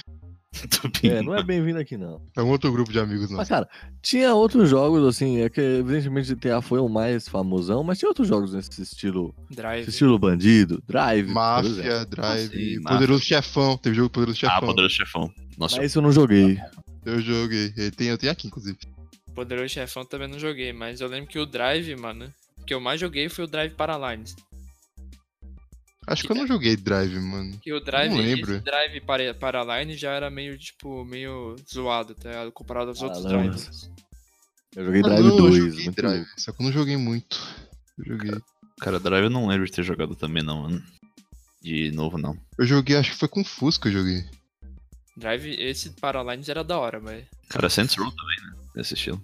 Speaker 3: Tô bem,
Speaker 1: É, não é bem-vindo aqui, não.
Speaker 2: É um outro grupo de amigos
Speaker 1: Mas,
Speaker 2: nossos.
Speaker 1: cara, tinha outros jogos, assim, é que evidentemente GTA foi o mais famosão, mas tinha outros jogos nesse estilo,
Speaker 4: Drive.
Speaker 1: esse estilo bandido, Drive, por exemplo.
Speaker 2: Máfia, Drive,
Speaker 3: Sim,
Speaker 2: Poderoso Chefão. Teve jogo Poderoso Chefão.
Speaker 3: Ah, Poderoso Chefão. Nossa,
Speaker 1: Mas isso eu não joguei.
Speaker 2: Eu joguei. Eu tenho, eu tenho aqui, inclusive.
Speaker 4: Poderoso Chefão também não joguei, mas eu lembro que o Drive, mano, que eu mais joguei foi o Drive Paralines.
Speaker 2: Acho que eu não joguei Drive, mano.
Speaker 4: Que o Drive,
Speaker 2: Não lembro.
Speaker 4: esse Drive para- Paralines já era meio, tipo, meio zoado, tá ligado? Comparado aos outros
Speaker 1: Caramba.
Speaker 4: Drives.
Speaker 1: Eu joguei
Speaker 2: Ah,
Speaker 1: Drive
Speaker 2: não,
Speaker 1: 2.
Speaker 2: eu joguei
Speaker 1: muito
Speaker 2: Drive,
Speaker 1: louco.
Speaker 2: só que eu não joguei muito. Eu joguei.
Speaker 3: cara, Drive eu não lembro de ter jogado também, não, mano. De novo, não.
Speaker 2: Eu joguei, acho que foi com Fusca que eu joguei.
Speaker 4: Drive, esse Paralines era da hora, mas.
Speaker 3: Cara, Saints Row também, né? Nesse estilo.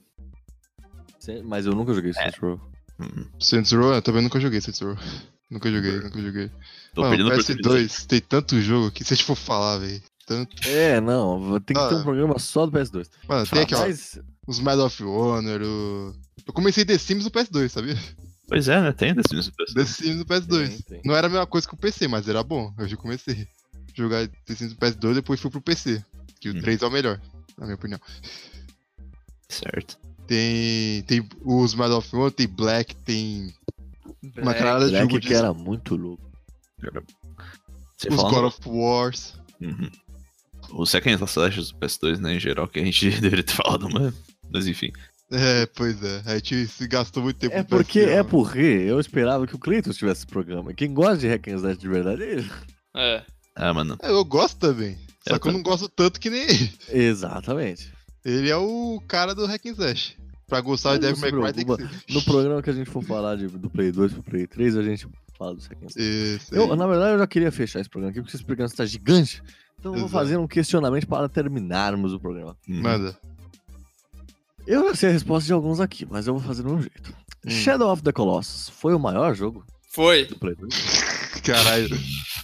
Speaker 1: Sem- Mas eu nunca joguei
Speaker 2: É.
Speaker 1: Saints Row.
Speaker 3: Hum,
Speaker 2: Saints Row, eu também nunca joguei Saints Row. Nunca joguei, nunca joguei.
Speaker 3: tô
Speaker 2: Mano,
Speaker 3: perdendo a oportunidade.
Speaker 2: PS2, tem tanto jogo aqui, se a gente for falar, velho. Tanto...
Speaker 1: É, não, tem que ter
Speaker 2: Ah.
Speaker 1: um programa só do PS2.
Speaker 2: Mano, tem aqui, ó, Tá
Speaker 1: Mas,
Speaker 2: os Medal of Honor, o... Eu comecei The Sims no PS2, sabia?
Speaker 3: Pois é, né? Tem The Sims no PS2.
Speaker 2: The Sims no PS2.
Speaker 1: Tem, tem.
Speaker 2: Não era a mesma coisa que o PC, mas era bom. Eu já comecei a jogar The Sims no PS2, depois fui pro PC. Que o
Speaker 3: Hum.
Speaker 2: 3 é o melhor, na minha opinião.
Speaker 3: Certo.
Speaker 2: Tem, tem os Medal of Honor, tem Black, tem uma
Speaker 4: Black,
Speaker 2: caralhada de jogo
Speaker 1: Black
Speaker 2: de...
Speaker 1: que era muito louco.
Speaker 3: Você
Speaker 2: Os
Speaker 3: falando-
Speaker 2: God of Wars.
Speaker 3: Uhum. O Second Slash do PS2, né, em geral, que a gente deveria ter falado, mas, mas enfim.
Speaker 2: É, pois é. A gente se gastou muito tempo
Speaker 1: É
Speaker 2: com o
Speaker 1: porque,
Speaker 2: PS2,
Speaker 1: é
Speaker 2: mano.
Speaker 1: porque eu esperava que o Cleiton tivesse esse programa. Quem gosta de Hack and Slash de verdade é ele.
Speaker 4: É.
Speaker 3: Ah, mano.
Speaker 2: É, Eu gosto também. Só
Speaker 3: Eu
Speaker 2: que eu não gosto tanto que nem ele.
Speaker 1: Exatamente.
Speaker 2: Ele é o cara do Hack and Slash. Pra gostar
Speaker 1: Mas
Speaker 2: de Devil
Speaker 1: não se
Speaker 2: May Cry tem que ser.
Speaker 1: No programa que a gente for falar de- do Play 2 pro Play 3, a gente fala do Hack and Slash.
Speaker 2: Isso,
Speaker 1: Eu,
Speaker 2: aí.
Speaker 1: na verdade, eu já queria fechar esse programa aqui, porque esse programa está gigante. Então eu vou
Speaker 2: Exato.
Speaker 1: fazer um questionamento para terminarmos o programa.
Speaker 3: Uhum.
Speaker 2: Manda.
Speaker 1: Eu já sei a resposta de alguns aqui, mas eu vou fazer do meu jeito.
Speaker 4: Hum.
Speaker 1: Shadow of the Colossus foi o maior jogo
Speaker 4: Foi.
Speaker 1: do Play 2?
Speaker 2: Caralho.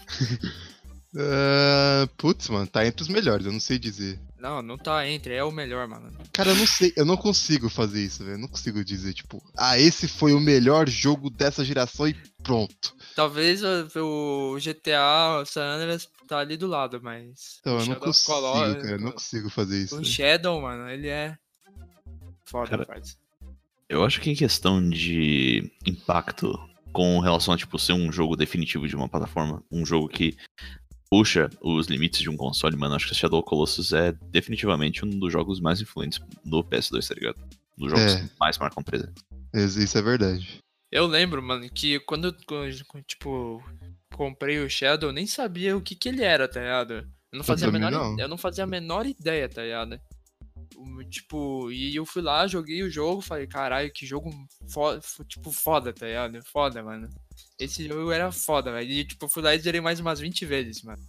Speaker 2: Ah, putz, mano, tá entre os melhores, eu não sei dizer.
Speaker 4: Não, não tá entre, é o melhor, mano.
Speaker 2: Cara, eu não sei, eu não consigo fazer isso, velho. Eu não consigo dizer, tipo, ah, esse foi o melhor jogo dessa geração e pronto.
Speaker 4: Talvez o o GTA, o San Andreas tá ali do lado, mas.
Speaker 2: Então, eu não
Speaker 4: Shadow
Speaker 2: consigo,
Speaker 4: Colossus- né?
Speaker 2: cara, eu não consigo fazer isso.
Speaker 4: O
Speaker 2: velho.
Speaker 4: Shadow, mano, ele é. Foda,
Speaker 3: Cara,
Speaker 4: rapaz.
Speaker 3: Eu acho que em questão de impacto com relação a tipo, ser um jogo definitivo de uma plataforma, um jogo que puxa os limites de um console, mano, acho que Shadow of the Colossus é definitivamente um dos jogos mais influentes do PS2, tá ligado? Um Dos jogos
Speaker 2: É.
Speaker 3: que mais marcam presença.
Speaker 2: Isso, isso é verdade.
Speaker 4: Eu lembro, mano, que quando eu, quando, tipo, comprei o Shadow, eu nem sabia o que que ele era, tá ligado? Eu não fazia, a
Speaker 2: também
Speaker 4: menor,
Speaker 2: não.
Speaker 4: Eu não fazia a menor ideia, tá ligado? O- Tipo, e eu fui lá, joguei o jogo, falei, caralho, que jogo foda, tipo, foda, tá ligado? Foda, mano. Esse jogo era foda, velho. E, tipo, eu fui lá e zerei mais umas 20 vezes, mano.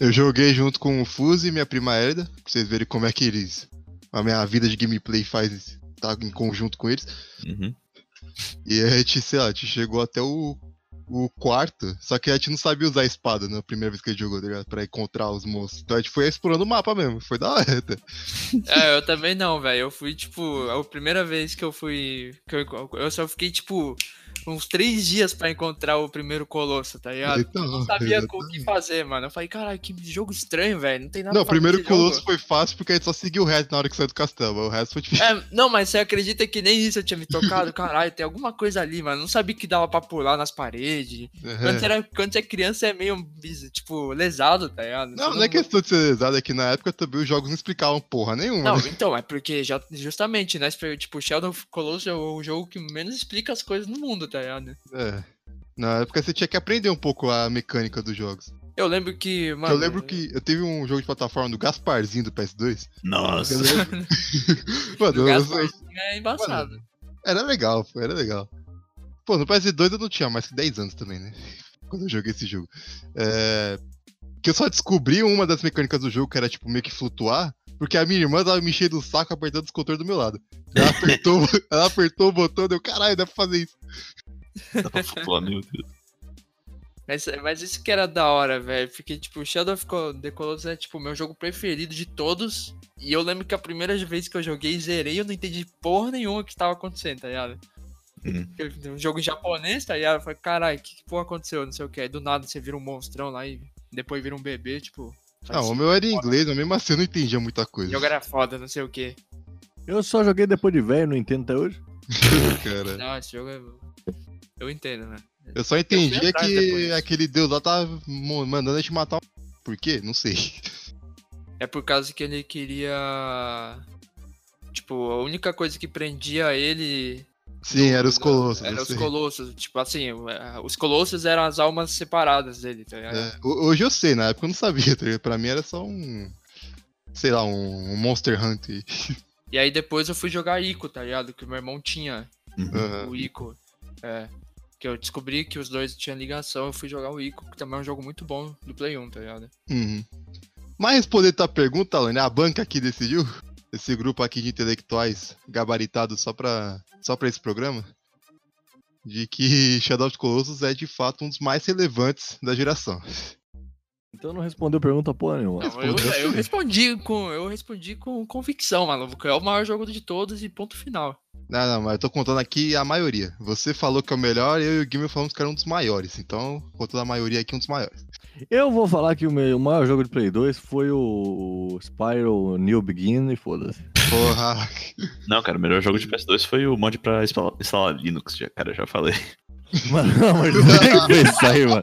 Speaker 2: Eu joguei junto com o Fuse e minha prima Elida, pra vocês verem como é que eles. A minha vida de gameplay faz. tá em conjunto com eles.
Speaker 3: Uhum.
Speaker 2: E a gente, sei lá, a gente chegou até o, o quarto, só que a gente não sabia usar a espada na primeira vez que a gente jogou, tá ligado? Pra encontrar os monstros. Então a gente foi explorando o mapa mesmo, foi da hora. até.
Speaker 4: É, eu também não, velho. Eu fui, tipo, a primeira vez que eu fui. Que eu, eu só fiquei, tipo, uns três dias pra encontrar o primeiro colosso, tá ligado?
Speaker 2: Então,
Speaker 4: não sabia
Speaker 2: exatamente.
Speaker 4: com o que fazer, mano. Eu falei, caralho, que jogo estranho, velho. Não tem nada
Speaker 2: Não,
Speaker 4: a
Speaker 2: o
Speaker 4: fazer
Speaker 2: primeiro
Speaker 4: desse jogo."
Speaker 2: colosso foi fácil porque a gente só seguiu o resto na hora que saiu do castelo, mas o resto foi difícil.
Speaker 4: É, não, mas você acredita que nem isso eu tinha me tocado? Caralho, tem alguma coisa ali, mano. Não sabia que dava pra pular nas paredes. Quando,
Speaker 2: É.
Speaker 4: você era, quando você é criança, é meio, bis- tipo, lesado, tá ligado?
Speaker 2: Não,
Speaker 4: Você
Speaker 2: não é questão de ser lesado, é que na época também os jogos não explicavam porra nenhuma.
Speaker 4: Não,
Speaker 2: né?
Speaker 4: então, é porque já, justamente, né? Tipo, Shadow of Colossus é o jogo que menos explica as coisas no mundo, tá ligado?
Speaker 2: É. Na época você tinha que aprender um pouco a mecânica dos jogos.
Speaker 4: Eu lembro que, mano. é.
Speaker 2: eu lembro que eu teve um jogo de plataforma do Gasparzinho do PS2.
Speaker 3: Nossa.
Speaker 2: Eu lembro. Mano, eu-
Speaker 4: o
Speaker 2: eu,
Speaker 4: Gasparzinho é embaçado.
Speaker 2: Era legal, pô, era legal. Pô, no PS2 eu não tinha mais que 10 anos também, né? Quando eu joguei esse jogo. É... Que eu só descobri uma das mecânicas do jogo, que era tipo meio que flutuar, porque a minha irmã tava me enchendo o saco apertando os controles do meu lado. Ela apertou, ela apertou o botão, deu caralho, dá pra fazer isso.
Speaker 3: Dá pra flutuar, meu Deus.
Speaker 4: Mas, mas isso que era da hora, velho. Porque, tipo, Shadow of Col- the Colossus é, tipo, meu jogo preferido de todos. E eu lembro que a primeira vez que eu joguei e zerei, eu não entendi porra nenhuma o que tava acontecendo, tá ligado?
Speaker 3: Hum.
Speaker 2: Uhum.
Speaker 4: Eu- Um jogo em japonês, tá ligado? Eu falei, caralho, que, que porra aconteceu? Não sei o que. Aí do nada você vira um monstrão lá e depois vira um bebê, tipo. faz
Speaker 2: Não, o
Speaker 4: sentido.
Speaker 2: meu era em inglês, mas mesmo assim eu não entendia muita
Speaker 4: O
Speaker 2: coisa.
Speaker 4: jogo era foda, não sei o que.
Speaker 1: Eu só joguei depois de velho, não entendo até hoje.
Speaker 4: assim.
Speaker 2: Cara,
Speaker 4: Não, esse jogo é. Eu entendo, né?
Speaker 2: eu só entendia
Speaker 4: atrás
Speaker 2: que
Speaker 4: depois.
Speaker 2: aquele deus lá tava mo- mandando a gente matar um. Por quê? Não sei.
Speaker 4: É por causa que ele queria. Tipo, a única coisa que prendia ele
Speaker 2: Sim, era os
Speaker 4: Não,
Speaker 2: colossos. eu
Speaker 4: Era os
Speaker 2: sei.
Speaker 4: colossos, tipo assim, o- a- os colossos eram as almas separadas dele, tá ligado?
Speaker 2: É, ho- hoje eu sei, na época eu não sabia, tá ligado? Pra mim era só um. Sei lá, um, um Monster Hunter.
Speaker 4: E aí depois eu fui jogar Ico, tá ligado? Que o meu irmão tinha
Speaker 2: Aham.
Speaker 4: o Ico. É. Que eu descobri que os dois tinham ligação, eu fui jogar o Ico, que também é um jogo muito bom do Play 1, tá um, ligado?
Speaker 2: Uhum. Mas respondendo a tua pergunta, Alane, a banca aqui decidiu? Esse grupo aqui de intelectuais gabaritados só pra, só pra esse programa? De que Shadow of the Colossus é de fato um dos mais relevantes da geração.
Speaker 1: Então não respondeu pergunta porra nenhuma.
Speaker 4: Não, eu,
Speaker 2: Respondeu
Speaker 4: eu
Speaker 2: sim.
Speaker 4: respondi com, eu respondi com convicção, maluco. que É o maior jogo de todos e ponto final.
Speaker 2: Não, não, mas eu tô contando aqui a maioria. Você falou que é o melhor, eu e o Guilherme falamos que era um dos maiores. Então, contando a maioria aqui, um dos maiores.
Speaker 1: Eu vou falar que o meu o maior jogo de Play 2 foi o Spyro New Begin e foda-se.
Speaker 2: Porra.
Speaker 3: Não, cara, o melhor jogo de PS2 foi o mod pra instalar, instalar Linux, já, cara, já falei.
Speaker 1: Mano, não, mas não tem que ver isso aí, mano.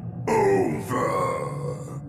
Speaker 5: Game over.